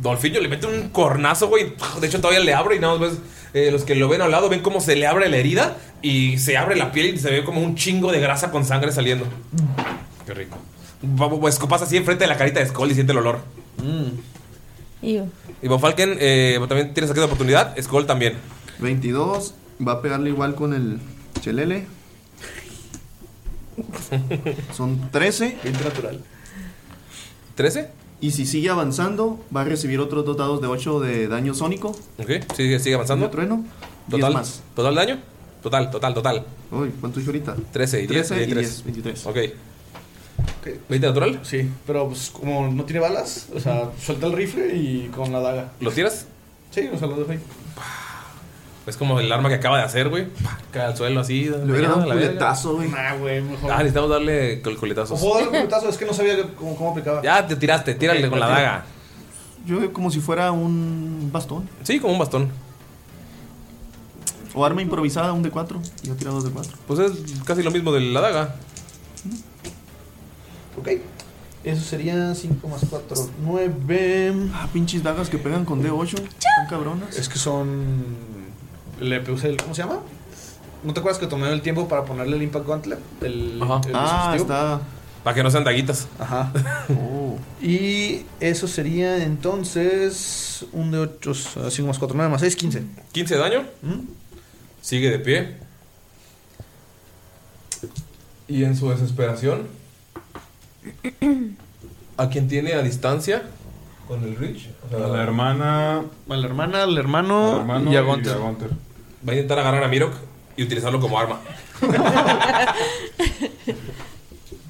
[SPEAKER 1] Dolfiño le mete un cornazo, güey. De hecho, todavía le abre y nada más ves, eh, los que lo ven al lado ven cómo se le abre la herida y se abre la piel y se ve como un chingo de grasa con sangre saliendo. Mm. Qué rico. Vamos, pues, copas así enfrente de la carita de Skull y siente el olor.
[SPEAKER 11] Y
[SPEAKER 1] Y Von Falken, eh, también tiene saque de oportunidad. Skull también.
[SPEAKER 23] 22. Va a pegarle igual con el chelele. Son 13. natural.
[SPEAKER 1] ¿13?
[SPEAKER 23] Y si sigue avanzando, va a recibir otros dos dados de 8 de daño sónico.
[SPEAKER 1] Ok, sigue, sigue avanzando.
[SPEAKER 23] ¿Un trueno? Diez
[SPEAKER 1] Total,
[SPEAKER 23] más.
[SPEAKER 1] total daño. Total, total, total.
[SPEAKER 23] Uy, ¿cuánto dije ahorita?
[SPEAKER 1] 13 y 10.
[SPEAKER 23] 13 y
[SPEAKER 1] 23.
[SPEAKER 23] 23.
[SPEAKER 1] Ok. ¿20 natural?
[SPEAKER 4] Sí, pero pues como no tiene balas, o sea, suelta el rifle y con la daga.
[SPEAKER 1] ¿Lo tiras?
[SPEAKER 4] Sí, o sea, lo dejo ahí.
[SPEAKER 1] Es como el arma que acaba de hacer, güey. Pa, Cae al suelo así. Le
[SPEAKER 4] hubiera dado un
[SPEAKER 23] güey.
[SPEAKER 4] Nah, güey, mejor.
[SPEAKER 1] Ah, necesitamos darle col coletazos.
[SPEAKER 4] O puedo darle un culetazo, es que no sabía cómo, cómo aplicaba.
[SPEAKER 1] Ya te tiraste, tírale
[SPEAKER 4] Ok,
[SPEAKER 1] con la
[SPEAKER 4] la tiro.
[SPEAKER 1] daga.
[SPEAKER 23] Yo como si fuera un bastón.
[SPEAKER 1] Sí, como un bastón.
[SPEAKER 23] O arma improvisada, un de 4. Y ha tirado dos de 4.
[SPEAKER 1] Pues es casi lo mismo de la daga.
[SPEAKER 4] Ok. Eso sería 5 más 4, 9.
[SPEAKER 23] Ah, pinches dagas que pegan con D8. Son cabronas.
[SPEAKER 4] Es que son. Le puse el. ¿Cómo se llama? ¿No te acuerdas que tomé el tiempo para ponerle el Impact Gauntlet? El, el dispositivo?
[SPEAKER 23] Ah,
[SPEAKER 1] Para que no sean daguitas.
[SPEAKER 4] Ajá.
[SPEAKER 23] Oh.
[SPEAKER 4] Y eso sería entonces. Un de 8, 5 más 4, 9 más 6, 15.
[SPEAKER 1] 15 de daño. Sigue de pie. Y en su desesperación, ¿a quien tiene a distancia? Con el Rich. O sea,
[SPEAKER 6] A la hermana.
[SPEAKER 4] A la hermana, al hermano,
[SPEAKER 1] hermano
[SPEAKER 4] y a
[SPEAKER 1] y
[SPEAKER 4] Gunther.
[SPEAKER 1] a Va a intentar agarrar a Mirok y utilizarlo como arma.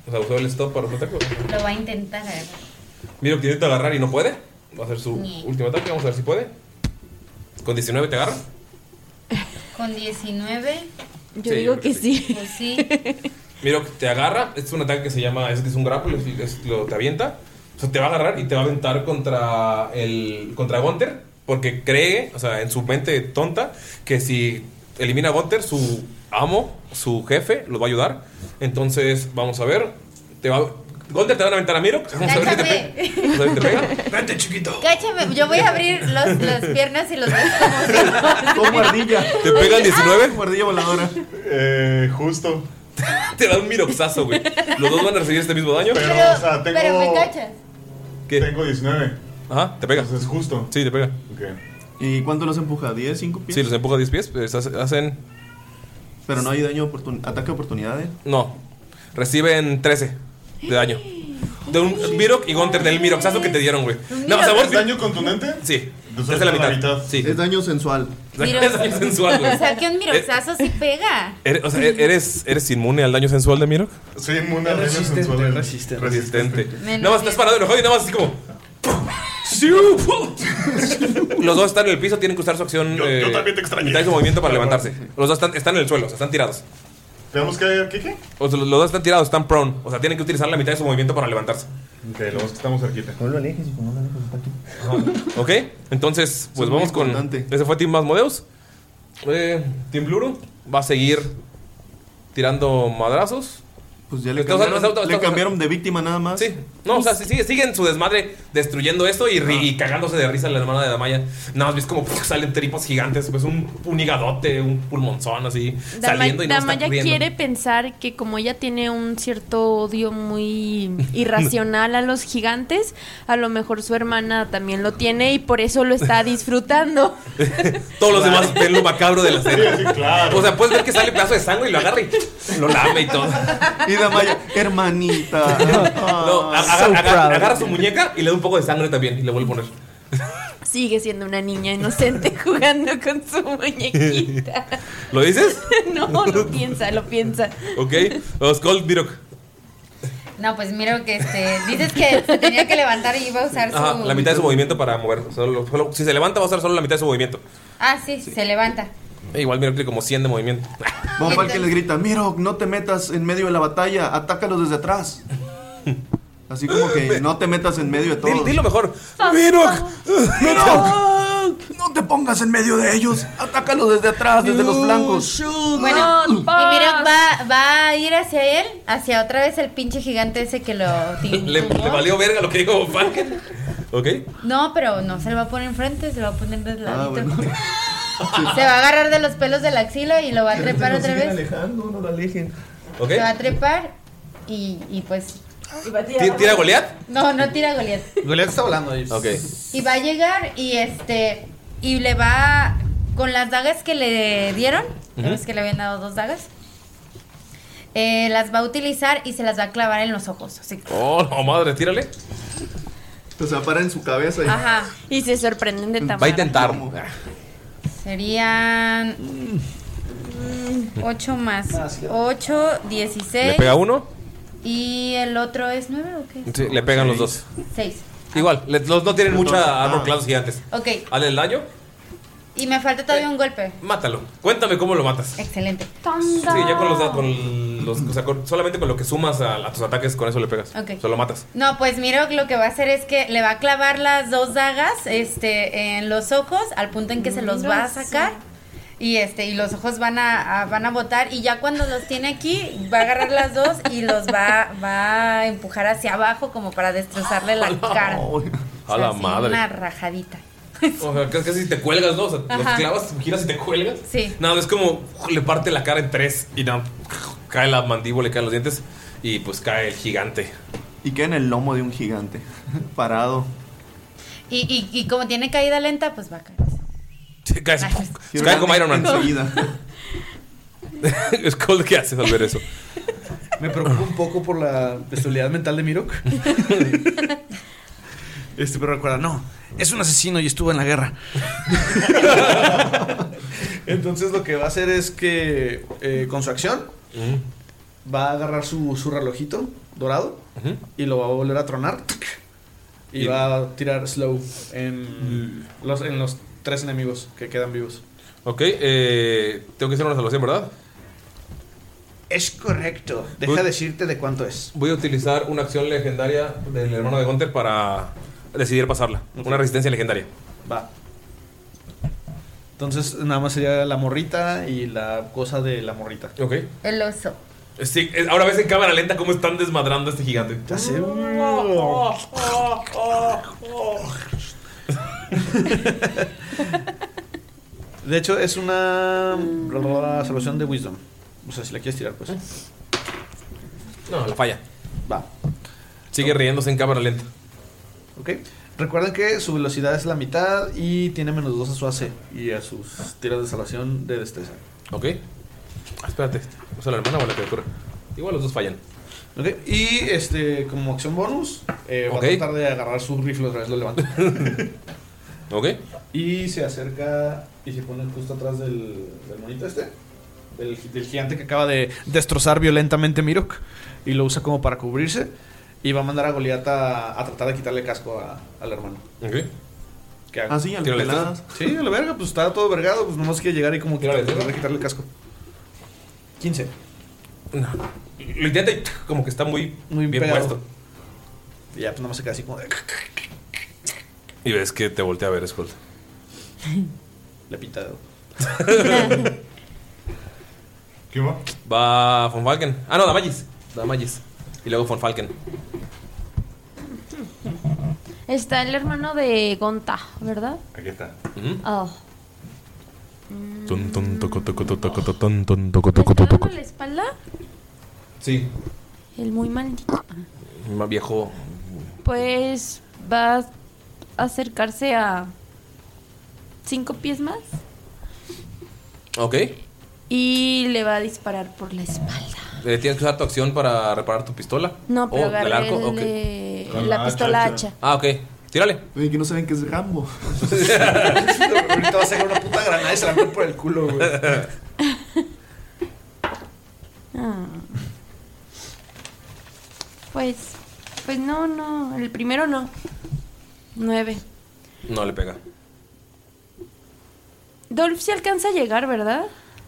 [SPEAKER 1] o sea, usó el stop para un ataque.
[SPEAKER 2] Lo va a intentar. a ver.
[SPEAKER 1] Mirok te intenta agarrar y no puede. Va a hacer su último ataque. Vamos a ver si puede. Con 19 te agarra.
[SPEAKER 2] Con 19.
[SPEAKER 1] Yo Sí, digo yo creo que que
[SPEAKER 2] sí. Pues sí.
[SPEAKER 1] Mirok te agarra. Este es un ataque que se llama. Es, es un grapple. es- es- lo, te avienta. O sea, te va a agarrar y te va a aventar contra el. contra Gunter. Porque cree, o sea, en su mente tonta, que si elimina a Gunter, su amo, su jefe, lo va a ayudar. Entonces, vamos a ver. Te va. Gunter te van a aventar a Mirok. Vamos a ver si te pega. Vamos a ver si te pega. Vete, chiquito.
[SPEAKER 2] Cáchame, yo voy a abrir los, las piernas y los voy como si-
[SPEAKER 23] Como ardilla.
[SPEAKER 1] ¿Te pegan 19?
[SPEAKER 23] Como ardilla voladora.
[SPEAKER 6] Eh, justo.
[SPEAKER 1] Te da un miroxazo, güey. Los dos van a recibir este mismo daño.
[SPEAKER 6] Pero, o sea, tengo.
[SPEAKER 2] Pero me cachas.
[SPEAKER 6] Tengo 19.
[SPEAKER 1] Ajá, te pega.
[SPEAKER 6] es justo.
[SPEAKER 1] Sí, te pega.
[SPEAKER 23] ¿Y cuánto los empuja? ¿10, 5 pies?
[SPEAKER 1] Sí, los empuja 10 pies. pues, hace- hacen.
[SPEAKER 23] Pero no hay daño oportun- ataque de oportunidad, ¿eh?
[SPEAKER 1] No. Reciben 13 de daño. De un Mirok y Gunter, del miroxazo que te dieron, güey. Nada más a vos.
[SPEAKER 6] daño contundente?
[SPEAKER 1] Sí. Es la mitad. Sí.
[SPEAKER 23] Es daño sensual.
[SPEAKER 1] Es daño sensual, güey.
[SPEAKER 2] O sea, que un miroxazo sí pega.
[SPEAKER 1] Eres- O sea, er, eres, eres inmune al daño sensual de Mirok.
[SPEAKER 6] Soy inmune al daño
[SPEAKER 4] Resistente,
[SPEAKER 6] sensual. del-
[SPEAKER 4] resistente.
[SPEAKER 1] Resistente.
[SPEAKER 6] Menos
[SPEAKER 1] Nada más estás parado enojado y nada más así como. ¡Siu! Los dos están en el piso, tienen que usar su acción. Yo, también te extrañé. su movimiento para levantarse. Los dos están, están en el suelo, o sea, están tirados.
[SPEAKER 6] Tenemos que. ¿Qué, qué?
[SPEAKER 1] O sea, los dos están tirados, están prone. O sea, tienen que utilizar la mitad de su movimiento para levantarse.
[SPEAKER 6] Ok, lo que estamos cerquita.
[SPEAKER 4] No lo alejes, no lo alejes, está aquí.
[SPEAKER 1] Ok, entonces, pues
[SPEAKER 6] Eso es muy
[SPEAKER 1] vamos con. Ese fue Team Asmodeus. Eh, Team Bluru va a seguir tirando madrazos.
[SPEAKER 23] Pues ya le
[SPEAKER 1] Está usando-
[SPEAKER 23] cambiaron,
[SPEAKER 1] está- está-
[SPEAKER 23] le
[SPEAKER 1] está-
[SPEAKER 23] cambiaron de víctima nada más. Sí.
[SPEAKER 1] No, o sea, sí, sigue, siguen su desmadre destruyendo esto y, ri- y cagándose de risa la hermana de Damaya. Nada más ves como puf, salen tripas gigantes, pues un, un higadote, un pulmonzón así,
[SPEAKER 11] Dama-
[SPEAKER 1] saliendo y no está
[SPEAKER 11] Damaya
[SPEAKER 1] corriendo.
[SPEAKER 11] quiere pensar que como ella tiene un cierto odio muy irracional a los gigantes, a lo mejor su hermana también lo tiene y por eso lo está disfrutando.
[SPEAKER 1] Todos los demás ven lo macabro de la escena. O sea, puedes ver que sale un pedazo de sangre y lo agarra y lo lame y todo.
[SPEAKER 23] Y Damaya, hermanita.
[SPEAKER 1] No, a-
[SPEAKER 23] Ah, so
[SPEAKER 1] agarra, agarra-
[SPEAKER 23] proud.
[SPEAKER 1] agarra su muñeca y le da un poco de sangre también y le vuelve a poner.
[SPEAKER 11] Sigue siendo una niña inocente jugando con su muñequita.
[SPEAKER 1] ¿Lo dices?
[SPEAKER 11] No, lo piensa, lo piensa.
[SPEAKER 1] Ok. Oh, Skull Mirok.
[SPEAKER 2] No, pues miro que este. Dices que se tenía que levantar y iba a usar su.
[SPEAKER 1] Ajá, la mitad de su movimiento para mover. Solo- solo- si se levanta, va a usar solo la mitad de su movimiento.
[SPEAKER 2] Ah, sí, se levanta.
[SPEAKER 1] Eh, igual Miro tiene como 100 de movimiento. Ah,
[SPEAKER 24] Von Falken les grita, Mirok, no te metas en medio de la batalla, atácalos desde atrás. Así como que no te metas en medio de todo.
[SPEAKER 1] Dil- dilo mejor.
[SPEAKER 24] Mirok, no te pongas en medio de ellos, atácalos desde atrás, desde los blancos.
[SPEAKER 2] Bueno, y mira, va, va a ir hacia él, hacia otra vez el pinche gigante ese que lo
[SPEAKER 1] Le,
[SPEAKER 2] tiró.
[SPEAKER 1] le valió verga lo que dijo Von Falken. ¿Ok?
[SPEAKER 2] No, pero no se lo va a poner enfrente, se lo va a
[SPEAKER 6] Ah,
[SPEAKER 2] poner del
[SPEAKER 24] Ah,
[SPEAKER 2] ladito.
[SPEAKER 1] bueno.
[SPEAKER 2] Se va a agarrar de los pelos de la axila y lo va a trepar
[SPEAKER 24] Lo
[SPEAKER 2] otra
[SPEAKER 24] siguen
[SPEAKER 2] vez.
[SPEAKER 24] alejando, no lo alejen.
[SPEAKER 1] ¿Ok?
[SPEAKER 2] Se va a trepar y, y pues.
[SPEAKER 1] ¿Tira- tira Goliat?
[SPEAKER 2] No, no tira Goliat.
[SPEAKER 4] Goliath está volando ahí.
[SPEAKER 1] Ok.
[SPEAKER 2] Y va a llegar y este. Y le va. Con las dagas que le dieron.
[SPEAKER 11] Ujú.
[SPEAKER 2] Es que le habían dado dos dagas. eh, las va a utilizar y se las va a clavar en los ojos. Así.
[SPEAKER 1] Oh, no, madre, tírale.
[SPEAKER 24] O sea, para en su cabeza y.
[SPEAKER 2] Ajá.
[SPEAKER 11] Y se sorprenden de tamaño.
[SPEAKER 1] Va a intentar.
[SPEAKER 2] Serían. 8 más 8, 16.
[SPEAKER 1] Le pega uno,
[SPEAKER 2] ¿Y el otro es 9 o qué?
[SPEAKER 1] sí, le pegan los dos.
[SPEAKER 2] 6.
[SPEAKER 1] Igual, le- los dos tienen mucha
[SPEAKER 4] Ah.
[SPEAKER 1] armor class gigantes.
[SPEAKER 2] Ok.
[SPEAKER 1] Hazle el daño,
[SPEAKER 2] Y me falta todavía un golpe.
[SPEAKER 1] mátalo. Cuéntame cómo lo matas.
[SPEAKER 2] Excelente.
[SPEAKER 1] Sí, ya con los, da- con los o sea, con- solamente con lo que sumas a, a tus ataques, con eso le pegas.
[SPEAKER 2] Ok.
[SPEAKER 1] O sea, lo matas.
[SPEAKER 2] No, pues Miro lo que va a hacer es que le va a clavar las dos dagas este, en los ojos al punto en que se los va a sacar. Y este, y los ojos van a, a- van a botar. Y ya cuando los tiene aquí, va a agarrar las dos y los va, va a empujar hacia abajo como para destrozarle la cara.
[SPEAKER 1] A la
[SPEAKER 2] Así,
[SPEAKER 1] madre.
[SPEAKER 2] Una rajadita.
[SPEAKER 1] O sea, casi, casi te cuelgas, ¿no? O sea, los
[SPEAKER 2] Ajá.
[SPEAKER 1] clavas, giras y te cuelgas.
[SPEAKER 2] Sí.
[SPEAKER 1] Nada, es como le parte la cara en tres y nada, cae la mandíbula, le caen los dientes y pues cae el gigante.
[SPEAKER 24] Y queda en el lomo de un gigante, parado.
[SPEAKER 2] Y, y, y como tiene caída lenta, pues va a caer.
[SPEAKER 1] Cae, cae como Iron Man. Skull, ¿qué haces al ver eso?
[SPEAKER 4] Me preocupa un poco por la estabilidad mental de Mirok.
[SPEAKER 25] Este pero recuerda, no, es un asesino y estuvo en la guerra.
[SPEAKER 4] Entonces lo que va a hacer es que eh, con su acción va a agarrar su, su relojito dorado y lo va a volver a tronar. Y,
[SPEAKER 1] Y-
[SPEAKER 4] va a tirar slow en los, en los tres enemigos que quedan vivos.
[SPEAKER 1] Ok, eh, tengo que hacer una salvación, ¿verdad?
[SPEAKER 4] Es correcto. Deja decirte de cuánto es.
[SPEAKER 1] Voy a utilizar una acción legendaria del hermano de Gunter para decidir pasarla. Una resistencia legendaria.
[SPEAKER 4] Va. Entonces nada más sería la morrita y la cosa de la morrita.
[SPEAKER 1] Ok.
[SPEAKER 2] El oso.
[SPEAKER 1] Sí, es- ahora ves en cámara lenta cómo están desmadrando a este gigante.
[SPEAKER 4] Ya sé. De hecho, es una solución de Wisdom. O sea, si la quieres tirar, pues.
[SPEAKER 1] No, la falla.
[SPEAKER 4] Va.
[SPEAKER 1] Sigue riéndose en cámara lenta.
[SPEAKER 4] Ok. Recuerden que su velocidad es la mitad y tiene menos 2 a su AC y a sus tiras de salvación de destreza.
[SPEAKER 1] Ok. Ah, Espérate, ¿es la hermana o la criatura? Igual los dos fallan.
[SPEAKER 4] Ok. Y este, como acción bonus, eh,
[SPEAKER 1] Ok.
[SPEAKER 4] va a tratar de agarrar su rifle otra vez, lo levanta.
[SPEAKER 1] ok.
[SPEAKER 4] Y se acerca y se pone justo atrás del, del monito este. Del, del gigante que acaba de destrozar violentamente Mirok. Y lo usa como para cubrirse. Y va a mandar a Goliat a, a tratar de quitarle casco a- al hermano.
[SPEAKER 1] Ok.
[SPEAKER 4] ¿Qué hago?
[SPEAKER 1] Ah, sí, a las Tírale peladas.
[SPEAKER 4] Sí, a la verga, pues está todo vergado. Pues nomás quiere llegar y como que tratar de quitarle casco. 15.
[SPEAKER 1] No. Lo intenta y como que está muy,
[SPEAKER 4] Muy
[SPEAKER 1] bien
[SPEAKER 4] pegado.
[SPEAKER 1] puesto.
[SPEAKER 4] Y ya, pues nomás se queda así como de.
[SPEAKER 1] Y ves que te voltea a ver, Skull.
[SPEAKER 4] Le pinta dedo.
[SPEAKER 26] ¿Qué va?
[SPEAKER 1] Va Von Falken. Ah, no, Damagis. Damagis. Y luego Von Falken.
[SPEAKER 11] Está el hermano de Gonta, ¿verdad?
[SPEAKER 26] Aquí está.
[SPEAKER 11] Oh. ¿Con la espalda?
[SPEAKER 1] Sí,
[SPEAKER 11] El muy maldito.
[SPEAKER 1] más viejo.
[SPEAKER 11] Pues va a acercarse a cinco pies más
[SPEAKER 1] Ok.
[SPEAKER 11] y le va a disparar por la espalda.
[SPEAKER 1] Eh, tienes que usar tu acción para reparar tu pistola.
[SPEAKER 11] No, pero
[SPEAKER 1] Oh,
[SPEAKER 11] agarré
[SPEAKER 1] el arco.
[SPEAKER 11] el
[SPEAKER 1] ok.
[SPEAKER 11] de- Con la la hacha, pistola hacha. hacha.
[SPEAKER 1] Ah, ok. Tírale.
[SPEAKER 24] Oye, que no saben que es Rambo.
[SPEAKER 4] Ahorita va a sacar una puta granada y se la va a poner por el culo, güey.
[SPEAKER 11] Ah. Pues, pues no, no, el primero no. Nueve.
[SPEAKER 1] No le pega.
[SPEAKER 2] Dolph sí alcanza a llegar, ¿verdad?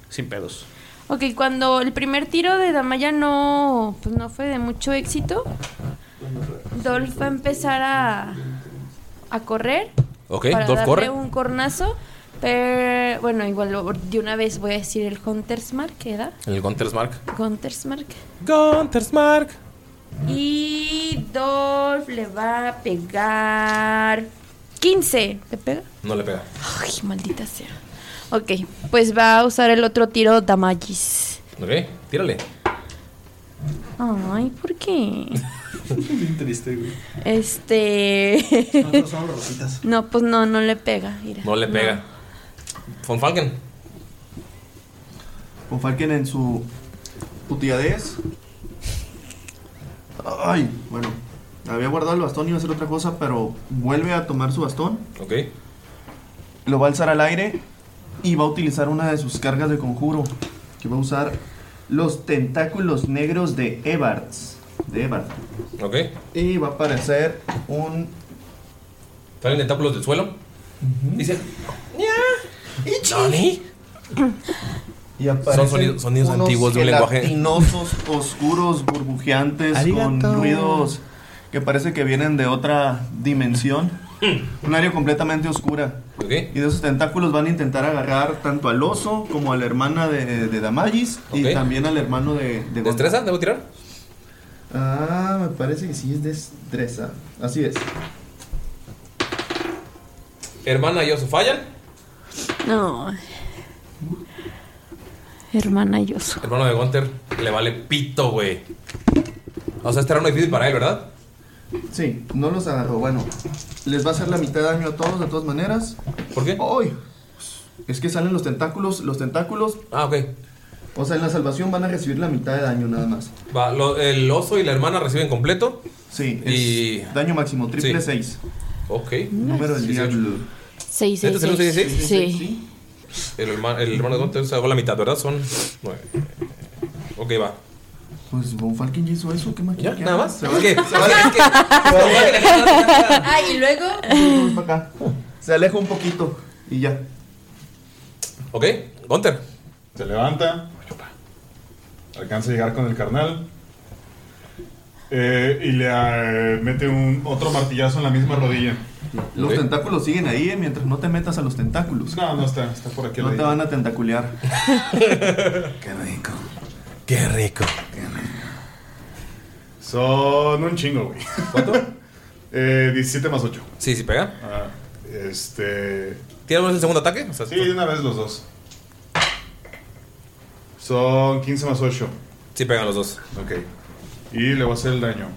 [SPEAKER 1] Sin pedos.
[SPEAKER 2] Ok, cuando el primer tiro de Damaya no, pues no fue de mucho éxito, Dolph va a empezar a, a correr.
[SPEAKER 1] Ok,
[SPEAKER 2] para
[SPEAKER 1] Dolph
[SPEAKER 2] darle
[SPEAKER 1] corre.
[SPEAKER 2] un cornazo. Pero bueno, igual lo- de una vez voy a decir el Hunter's Mark, ¿qué da?
[SPEAKER 1] El Gunter's Mark.
[SPEAKER 2] Hunter's Mark.
[SPEAKER 1] Gunter's Mark.
[SPEAKER 2] Y Dolph le va a pegar 15. ¿Le pega?
[SPEAKER 1] No le pega.
[SPEAKER 2] Ay, maldita sea. Ok, pues va a usar el otro tiro Damagis.
[SPEAKER 1] Ok, tírale.
[SPEAKER 2] Ay, ¿por qué?
[SPEAKER 9] Bien triste, güey.
[SPEAKER 2] Este.
[SPEAKER 9] No, no son rositas.
[SPEAKER 2] No, pues no, no le pega. mira.
[SPEAKER 1] No le pega. Von Falken.
[SPEAKER 3] Con Falken en su putiadez. Ay, bueno. Había guardado el bastón y iba a hacer otra cosa, pero vuelve a tomar su bastón.
[SPEAKER 1] Ok.
[SPEAKER 3] Lo va a alzar al aire y va a utilizar una de sus cargas de conjuro. Que va a usar los tentáculos negros de Evarts. De Evart.
[SPEAKER 1] Ok.
[SPEAKER 3] Y va a aparecer un.
[SPEAKER 1] Salen tentáculos del suelo. Dice.
[SPEAKER 3] ¿Nani? Y aparecen
[SPEAKER 1] Son sonidos- sonidos
[SPEAKER 3] unos
[SPEAKER 1] antiguos de un lenguaje.
[SPEAKER 3] gelatinosos, oscuros, burbujeantes,
[SPEAKER 1] Arigato.
[SPEAKER 3] con ruidos que parece que vienen de otra dimensión. Un área completamente oscura. Y de esos tentáculos van a intentar agarrar tanto al oso como a la hermana de, de Damagis
[SPEAKER 1] Ok.
[SPEAKER 3] y también al hermano de, de Gondor.
[SPEAKER 1] ¿Destreza? ¿Debo tirar?
[SPEAKER 3] Ah, me parece que sí es destreza. Así es.
[SPEAKER 1] Hermana y oso fallan.
[SPEAKER 2] No. Hermana yo soy.
[SPEAKER 1] Hermano de Gunter le vale pito, güey. O sea, este era uno difícil para él, ¿verdad?
[SPEAKER 3] Sí, no los agarró. Bueno, les va a hacer la mitad de daño a todos de todas maneras.
[SPEAKER 1] ¿Por qué?
[SPEAKER 3] ¡Ay! Es que salen los tentáculos, los tentáculos.
[SPEAKER 1] Ah, ok.
[SPEAKER 3] O sea, en la salvación van a recibir la mitad de daño nada más.
[SPEAKER 1] Va, lo- el oso y la hermana reciben completo.
[SPEAKER 3] Sí,
[SPEAKER 1] y...
[SPEAKER 3] Daño máximo, triple
[SPEAKER 1] Sí.
[SPEAKER 3] 6.
[SPEAKER 1] Ok.
[SPEAKER 3] Número del diablo.
[SPEAKER 2] Seis,
[SPEAKER 1] ¿Este
[SPEAKER 2] seis,
[SPEAKER 1] salió
[SPEAKER 2] seis.
[SPEAKER 1] seis, seis?
[SPEAKER 2] Sí.
[SPEAKER 1] El hermano, el hermano de Gunter se hago la mitad, ¿verdad? Son nueve. Ok, va.
[SPEAKER 3] Pues Von Falken ya hizo eso, qué maquillaje.
[SPEAKER 1] ¿Ya? ¿Nada más?
[SPEAKER 3] Se va-
[SPEAKER 1] Es que-
[SPEAKER 3] se va-
[SPEAKER 1] es que-
[SPEAKER 8] Ah, y luego.
[SPEAKER 3] Vamos pa' acá. Se aleja un poquito y ya.
[SPEAKER 1] Ok, Gunter.
[SPEAKER 6] Se levanta. Alcanza a llegar con el carnal. eh, y le eh, mete un otro martillazo en la misma rodilla.
[SPEAKER 3] Los tentáculos siguen ahí eh, mientras no te metas a los tentáculos.
[SPEAKER 6] No, no está, está por aquí.
[SPEAKER 3] No te van a tentaculear.
[SPEAKER 1] Qué rico.
[SPEAKER 6] Son un chingo, güey.
[SPEAKER 1] ¿Cuánto?
[SPEAKER 6] eh, 17 más 8.
[SPEAKER 1] Sí, sí pega.
[SPEAKER 6] Ah, este.
[SPEAKER 1] ¿Tiramos el segundo ataque?
[SPEAKER 6] sí, de una vez los dos. Son 15 más 8.
[SPEAKER 1] Sí pegan los dos.
[SPEAKER 6] Ok. Y le voy a hacer el daño.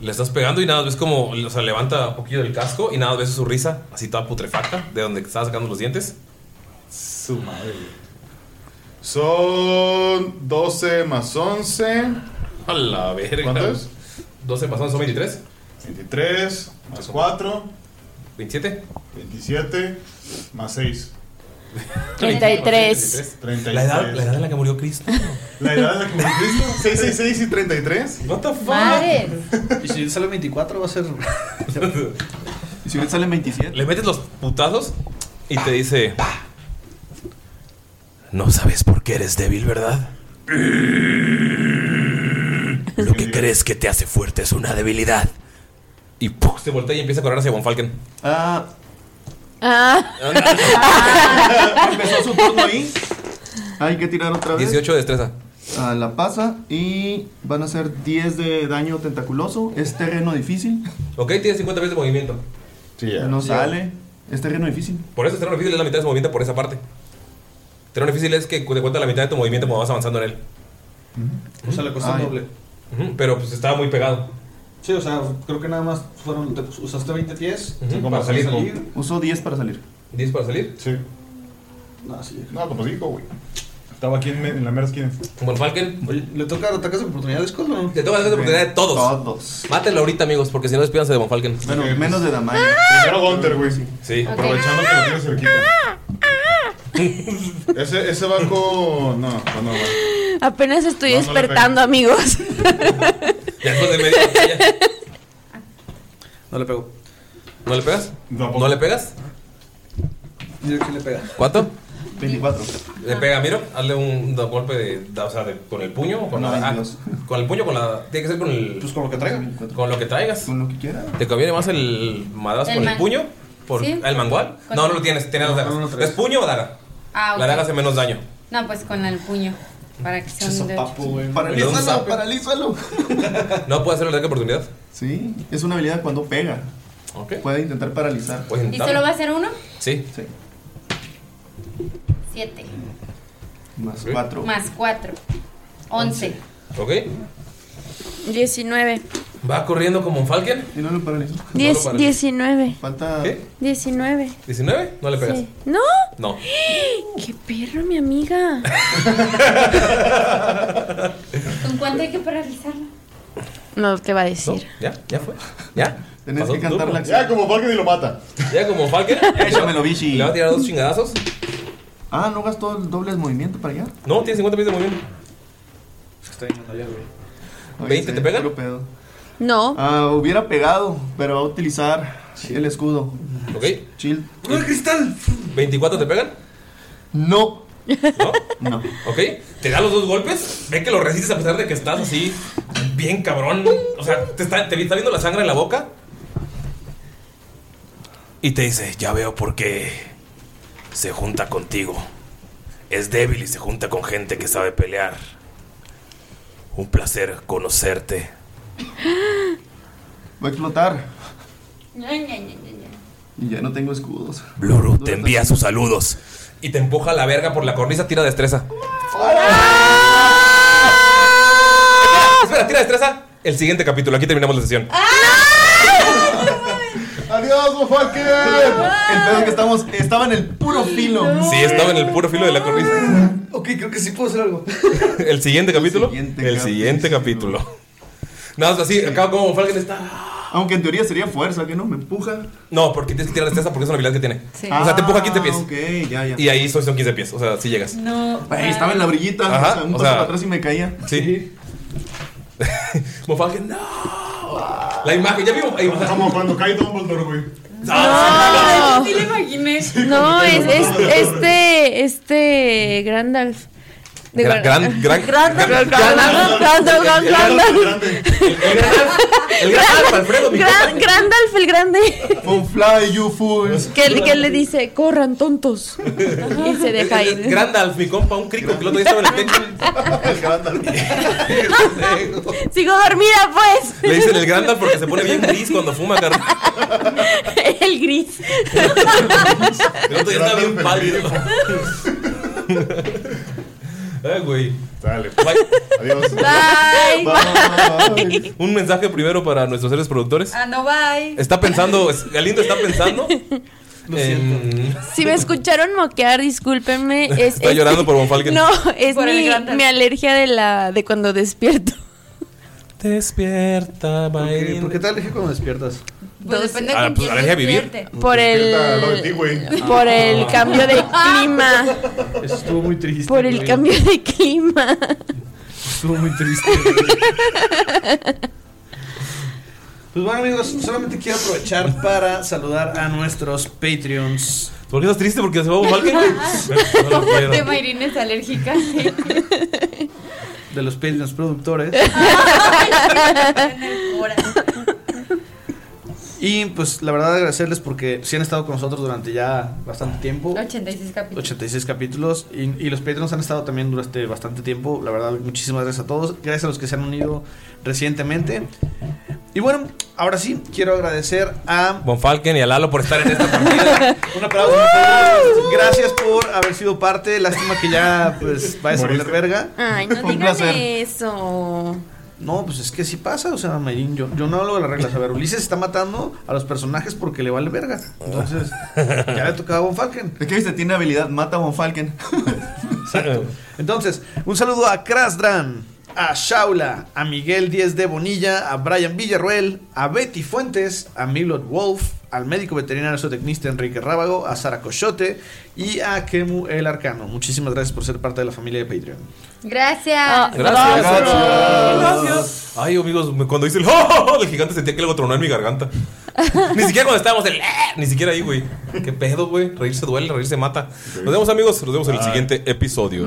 [SPEAKER 1] Le estás pegando y nada, ves como o sea, levanta un poquito el casco y nada, ves su risa, así toda putrefacta, de donde estaba sacando los dientes.
[SPEAKER 6] Su madre. Son 12 más 11.
[SPEAKER 1] A la verga.
[SPEAKER 6] ¿Cuánto es?
[SPEAKER 1] 12 más 11 son 23.
[SPEAKER 6] 23 más 4.
[SPEAKER 1] 27.
[SPEAKER 6] 27 más 6.
[SPEAKER 2] 33.
[SPEAKER 6] 33.
[SPEAKER 1] La edad, la edad en la que murió Cristo.
[SPEAKER 6] La edad en la que murió Cristo. 666 y 33.
[SPEAKER 1] What the fuck?
[SPEAKER 8] Madre.
[SPEAKER 9] Y si sale 24 va a ser.
[SPEAKER 3] Y si salen 27.
[SPEAKER 1] Le metes los putazos y te dice: No sabes por qué eres débil, ¿verdad? Lo que crees que te hace fuerte es una debilidad. Y ¡pum! se voltea y empieza a correr hacia Von Falken.
[SPEAKER 3] Ah,
[SPEAKER 2] Ah.
[SPEAKER 3] empezó su turno ahí. Hay que tirar otra vez.
[SPEAKER 1] 18 de destreza.
[SPEAKER 3] Ah, la pasa y van a ser 10 de daño tentaculoso. Es terreno difícil.
[SPEAKER 1] Ok, tienes 50 pies de movimiento.
[SPEAKER 3] no sale. Es terreno difícil.
[SPEAKER 1] Por eso, terreno difícil es la mitad de su movimiento por esa parte. Terreno difícil es que te cuenta la mitad de tu movimiento cuando vas avanzando en él.
[SPEAKER 9] O sea, le costó
[SPEAKER 1] Ay.
[SPEAKER 9] doble.
[SPEAKER 1] Ujú, Pero pues estaba muy pegado.
[SPEAKER 9] Sí, o sea, creo que nada más fueron. te- usaste 20 pies.
[SPEAKER 1] Ujú,
[SPEAKER 9] te
[SPEAKER 1] para
[SPEAKER 9] pasaste
[SPEAKER 1] salir,
[SPEAKER 9] a
[SPEAKER 3] Uso 10 para salir.
[SPEAKER 1] ¿10 para salir?
[SPEAKER 6] Sí.
[SPEAKER 9] No, sí.
[SPEAKER 6] No, como digo, güey. Estaba aquí en, me- en la mera esquina.
[SPEAKER 1] Von Falken.
[SPEAKER 9] Oye, ¿le toca ataques de oportunidad de Scott o no?
[SPEAKER 1] Le toca la oportunidad de todos.
[SPEAKER 3] Todos.
[SPEAKER 1] Mátenlo ahorita, amigos, porque si no despídanse de Von Falken.
[SPEAKER 3] Bueno, menos de Damaya.
[SPEAKER 6] Primero Gunter, güey.
[SPEAKER 1] Sí.
[SPEAKER 6] Aprovechando que lo tienes cerquita. ese, ese barco. No, no, no. va.
[SPEAKER 2] Apenas estoy
[SPEAKER 6] No, no le
[SPEAKER 2] despertando, amigos.
[SPEAKER 1] Ya después de media batalla.
[SPEAKER 9] No le pego.
[SPEAKER 1] ¿No le pegas?
[SPEAKER 6] No,
[SPEAKER 1] ¿No le pegas?
[SPEAKER 9] Yo que le pega.
[SPEAKER 1] ¿Cuánto?
[SPEAKER 27] 24.
[SPEAKER 1] Le pega a Miro, hazle un do- golpe de, da- o sea, de- con el puño o con la. ah, con el puño, con la. Tiene que ser con el. Pues con lo que traigas. Con lo que traigas. Con lo que quieras. Te conviene más el madrazo
[SPEAKER 2] El
[SPEAKER 1] con
[SPEAKER 2] man-
[SPEAKER 1] el puño. Por,
[SPEAKER 2] ¿Sí?
[SPEAKER 1] ¿El mangual?
[SPEAKER 2] Con-
[SPEAKER 1] No, no lo tienes, tienes las dagas. ¿Es puño o daga?
[SPEAKER 2] Ah, ok.
[SPEAKER 1] La daga hace menos daño.
[SPEAKER 2] No, pues con el puño. Para que sea un de ocho.
[SPEAKER 1] Le da un zap.
[SPEAKER 27] paralízalo.
[SPEAKER 1] No puede hacer el ataque de oportunidad.
[SPEAKER 27] Sí, es una habilidad cuando pega. Puede intentar paralizar.
[SPEAKER 2] ¿Y solo va a ser uno?
[SPEAKER 1] Pues Sí.
[SPEAKER 2] Siete.
[SPEAKER 27] Más 4.
[SPEAKER 2] Más cuatro. Once.
[SPEAKER 1] Ok.
[SPEAKER 11] 19.
[SPEAKER 1] Va corriendo como un falcon.
[SPEAKER 27] Y no lo paralizó.
[SPEAKER 11] Diez- 19.
[SPEAKER 27] Falta.
[SPEAKER 1] ¿Qué?
[SPEAKER 11] 19.
[SPEAKER 1] ¿19? No le pegas.
[SPEAKER 11] Sí. ¿No?
[SPEAKER 1] No.
[SPEAKER 11] ¡Qué perro, mi amiga!
[SPEAKER 2] ¿Con cuánto hay que paralizarlo?
[SPEAKER 11] No te va a decir.
[SPEAKER 1] Ya, ya fue. Ya.
[SPEAKER 27] Tenés
[SPEAKER 1] que cantar la
[SPEAKER 28] Ya como Falcon y lo mata.
[SPEAKER 1] Ya como Falcon.
[SPEAKER 27] Échamelo, bichi.
[SPEAKER 1] Le va a tirar dos chingadazos.
[SPEAKER 27] Ah, ¿no gastó el doble de movimiento para allá?
[SPEAKER 1] No, tiene 50 pies de movimiento.
[SPEAKER 27] Está bien, allá, güey.
[SPEAKER 1] 20 te pegan.
[SPEAKER 11] No.
[SPEAKER 27] Ah, hubiera pegado, pero va a utilizar el escudo.
[SPEAKER 1] Ok.
[SPEAKER 27] Chill.
[SPEAKER 1] ¡No cristal! ¿24 te pegan?
[SPEAKER 27] No.
[SPEAKER 1] ¿No?
[SPEAKER 27] No.
[SPEAKER 1] Ok. Te da los dos golpes. Ve que lo resistes a pesar de que estás así. Bien cabrón. O sea, te está, te está viendo la sangre en la boca. Y te dice, ya veo por qué se junta contigo. Es débil y se junta con gente que sabe pelear. Un placer conocerte.
[SPEAKER 27] Va a explotar. Y ya no tengo escudos.
[SPEAKER 1] Bluru te envía sus saludos. Y te empuja a la verga por la cornisa, tira destreza.
[SPEAKER 27] ¡Ah!
[SPEAKER 1] Espera, espera, tira destreza. El siguiente capítulo, aquí terminamos la sesión.
[SPEAKER 27] ¡Adiós, Mofalken! El pedo es que estamos. Estaba en el puro filo.
[SPEAKER 1] Sí, estaba en el puro filo de la cornisa.
[SPEAKER 4] Ok, creo que sí puedo hacer algo.
[SPEAKER 1] El siguiente capítulo. El siguiente capítulo. Nada más así, acá como Falken está.
[SPEAKER 27] Aunque en teoría sería fuerza, que no me empuja.
[SPEAKER 1] No, porque tienes que tirar destreza porque es una habilidad que tiene.
[SPEAKER 27] Sí.
[SPEAKER 1] O sea, te empuja 15 pies.
[SPEAKER 27] Ok, ya, ya.
[SPEAKER 1] Y ahí son son 15 pies. O sea, sí llegas.
[SPEAKER 2] No.
[SPEAKER 27] Güey, estaba en la brillita.
[SPEAKER 1] Ajá,
[SPEAKER 27] o sea, un
[SPEAKER 1] o
[SPEAKER 27] paso
[SPEAKER 1] sea-
[SPEAKER 27] para atrás y me caía.
[SPEAKER 1] Sí. Mofalken, no. La imagen, ya vimos. Como
[SPEAKER 28] cuando cae Dumbledore, güey. Ah,
[SPEAKER 11] No.
[SPEAKER 2] Sí, lo imaginé.
[SPEAKER 11] No, es, es- este, este Grandalf. De
[SPEAKER 1] Gran- gran- gran-
[SPEAKER 11] Grandalf,
[SPEAKER 1] gran-
[SPEAKER 11] Grandalf, Grandalf,
[SPEAKER 1] gran-
[SPEAKER 11] Grandalf.
[SPEAKER 1] El gran Alfredo, mi compa.
[SPEAKER 11] Gran- Grandalf el grande.
[SPEAKER 27] fly, you fools.
[SPEAKER 11] Que, que le dice, corran tontos. Y se deja ir.
[SPEAKER 1] Grandalf, mi compa, un crico que el otro día estaba en el techo.
[SPEAKER 11] Sigo dormida, pues.
[SPEAKER 1] Le dicen el Grandalf porque se pone bien gris cuando fuma, carnal.
[SPEAKER 11] El gris.
[SPEAKER 1] El otro día estaba bien pálido. Ay, güey.
[SPEAKER 28] Dale.
[SPEAKER 1] Adiós.
[SPEAKER 2] Bye.
[SPEAKER 1] Un mensaje primero para nuestros seres productores.
[SPEAKER 2] Ah, no, bye.
[SPEAKER 1] Está pensando, es- Galindo está pensando. en-
[SPEAKER 11] Si me escucharon moquear, discúlpenme. Es,
[SPEAKER 1] Está
[SPEAKER 11] es-
[SPEAKER 1] llorando por Von Falken.
[SPEAKER 11] No, es
[SPEAKER 2] Por el
[SPEAKER 11] mi,
[SPEAKER 2] Grandalf.
[SPEAKER 11] mi alergia de la de cuando despierto.
[SPEAKER 1] Despierta,
[SPEAKER 4] Biden. ¿Por qué te alejes cuando despiertas?
[SPEAKER 2] Pues depende
[SPEAKER 4] Ah,
[SPEAKER 2] con
[SPEAKER 4] pues,
[SPEAKER 2] quién
[SPEAKER 4] alergia a vivir.
[SPEAKER 2] despierte.
[SPEAKER 11] Por
[SPEAKER 4] Despierta lo de ti,
[SPEAKER 11] el
[SPEAKER 4] güey.
[SPEAKER 11] por el
[SPEAKER 4] Ah.
[SPEAKER 11] cambio de clima.
[SPEAKER 29] Eso estuvo muy triste.
[SPEAKER 11] Por el
[SPEAKER 29] güey.
[SPEAKER 11] cambio de clima.
[SPEAKER 29] Estuvo muy triste.
[SPEAKER 4] Pues bueno amigos, solamente quiero aprovechar para saludar a nuestros Patreons.
[SPEAKER 1] ¿Por qué estás triste? Porque se va a Falken.
[SPEAKER 2] De Este Mayrin es alérgica.
[SPEAKER 4] De los Patreons productores. Y pues la verdad agradecerles porque sí han estado con nosotros durante ya bastante tiempo.
[SPEAKER 2] 86 capítulos.
[SPEAKER 4] 86 capítulos y, y los Patreons han estado también durante bastante tiempo. La verdad, muchísimas gracias a todos. Gracias a los que se han unido recientemente. Y bueno, ahora sí, quiero agradecer a...
[SPEAKER 1] Von Falken y a Lalo por estar en esta
[SPEAKER 4] Un aplauso. Gracias por haber sido parte. Lástima que ya pues vayas a valer verga.
[SPEAKER 11] Ay, no
[SPEAKER 4] Un
[SPEAKER 11] digan
[SPEAKER 4] placer.
[SPEAKER 11] eso.
[SPEAKER 4] No, pues es que sí pasa, o sea, Mayrin, yo, yo no hablo de las reglas. A ver, Ulises está matando a los personajes porque le vale verga. Entonces, ya le tocaba a Von Falken.
[SPEAKER 27] Es que viste, tiene habilidad, mata a Von Falken.
[SPEAKER 4] Exacto. Entonces, un saludo a Krasdran, a Shaula, a Miguel Díez de Bonilla, a Brian Villarruel, a Betty Fuentes, a Milot Wolf, al médico veterinario zootecnista Enrique Rábago, a Sara Cochote y a Kemu el Arcano. Muchísimas gracias por ser parte de la familia de Patreon.
[SPEAKER 30] Gracias.
[SPEAKER 1] Gracias. Gracias. Ay, amigos, me- cuando hice el ¡Oh! del gigante sentía que algo tronó en mi garganta. ni siquiera cuando estábamos el ¡Eh! ni siquiera ahí, güey. Qué pedo, güey. Reírse duele, reírse mata. Nos vemos, amigos. Nos vemos en el siguiente episodio.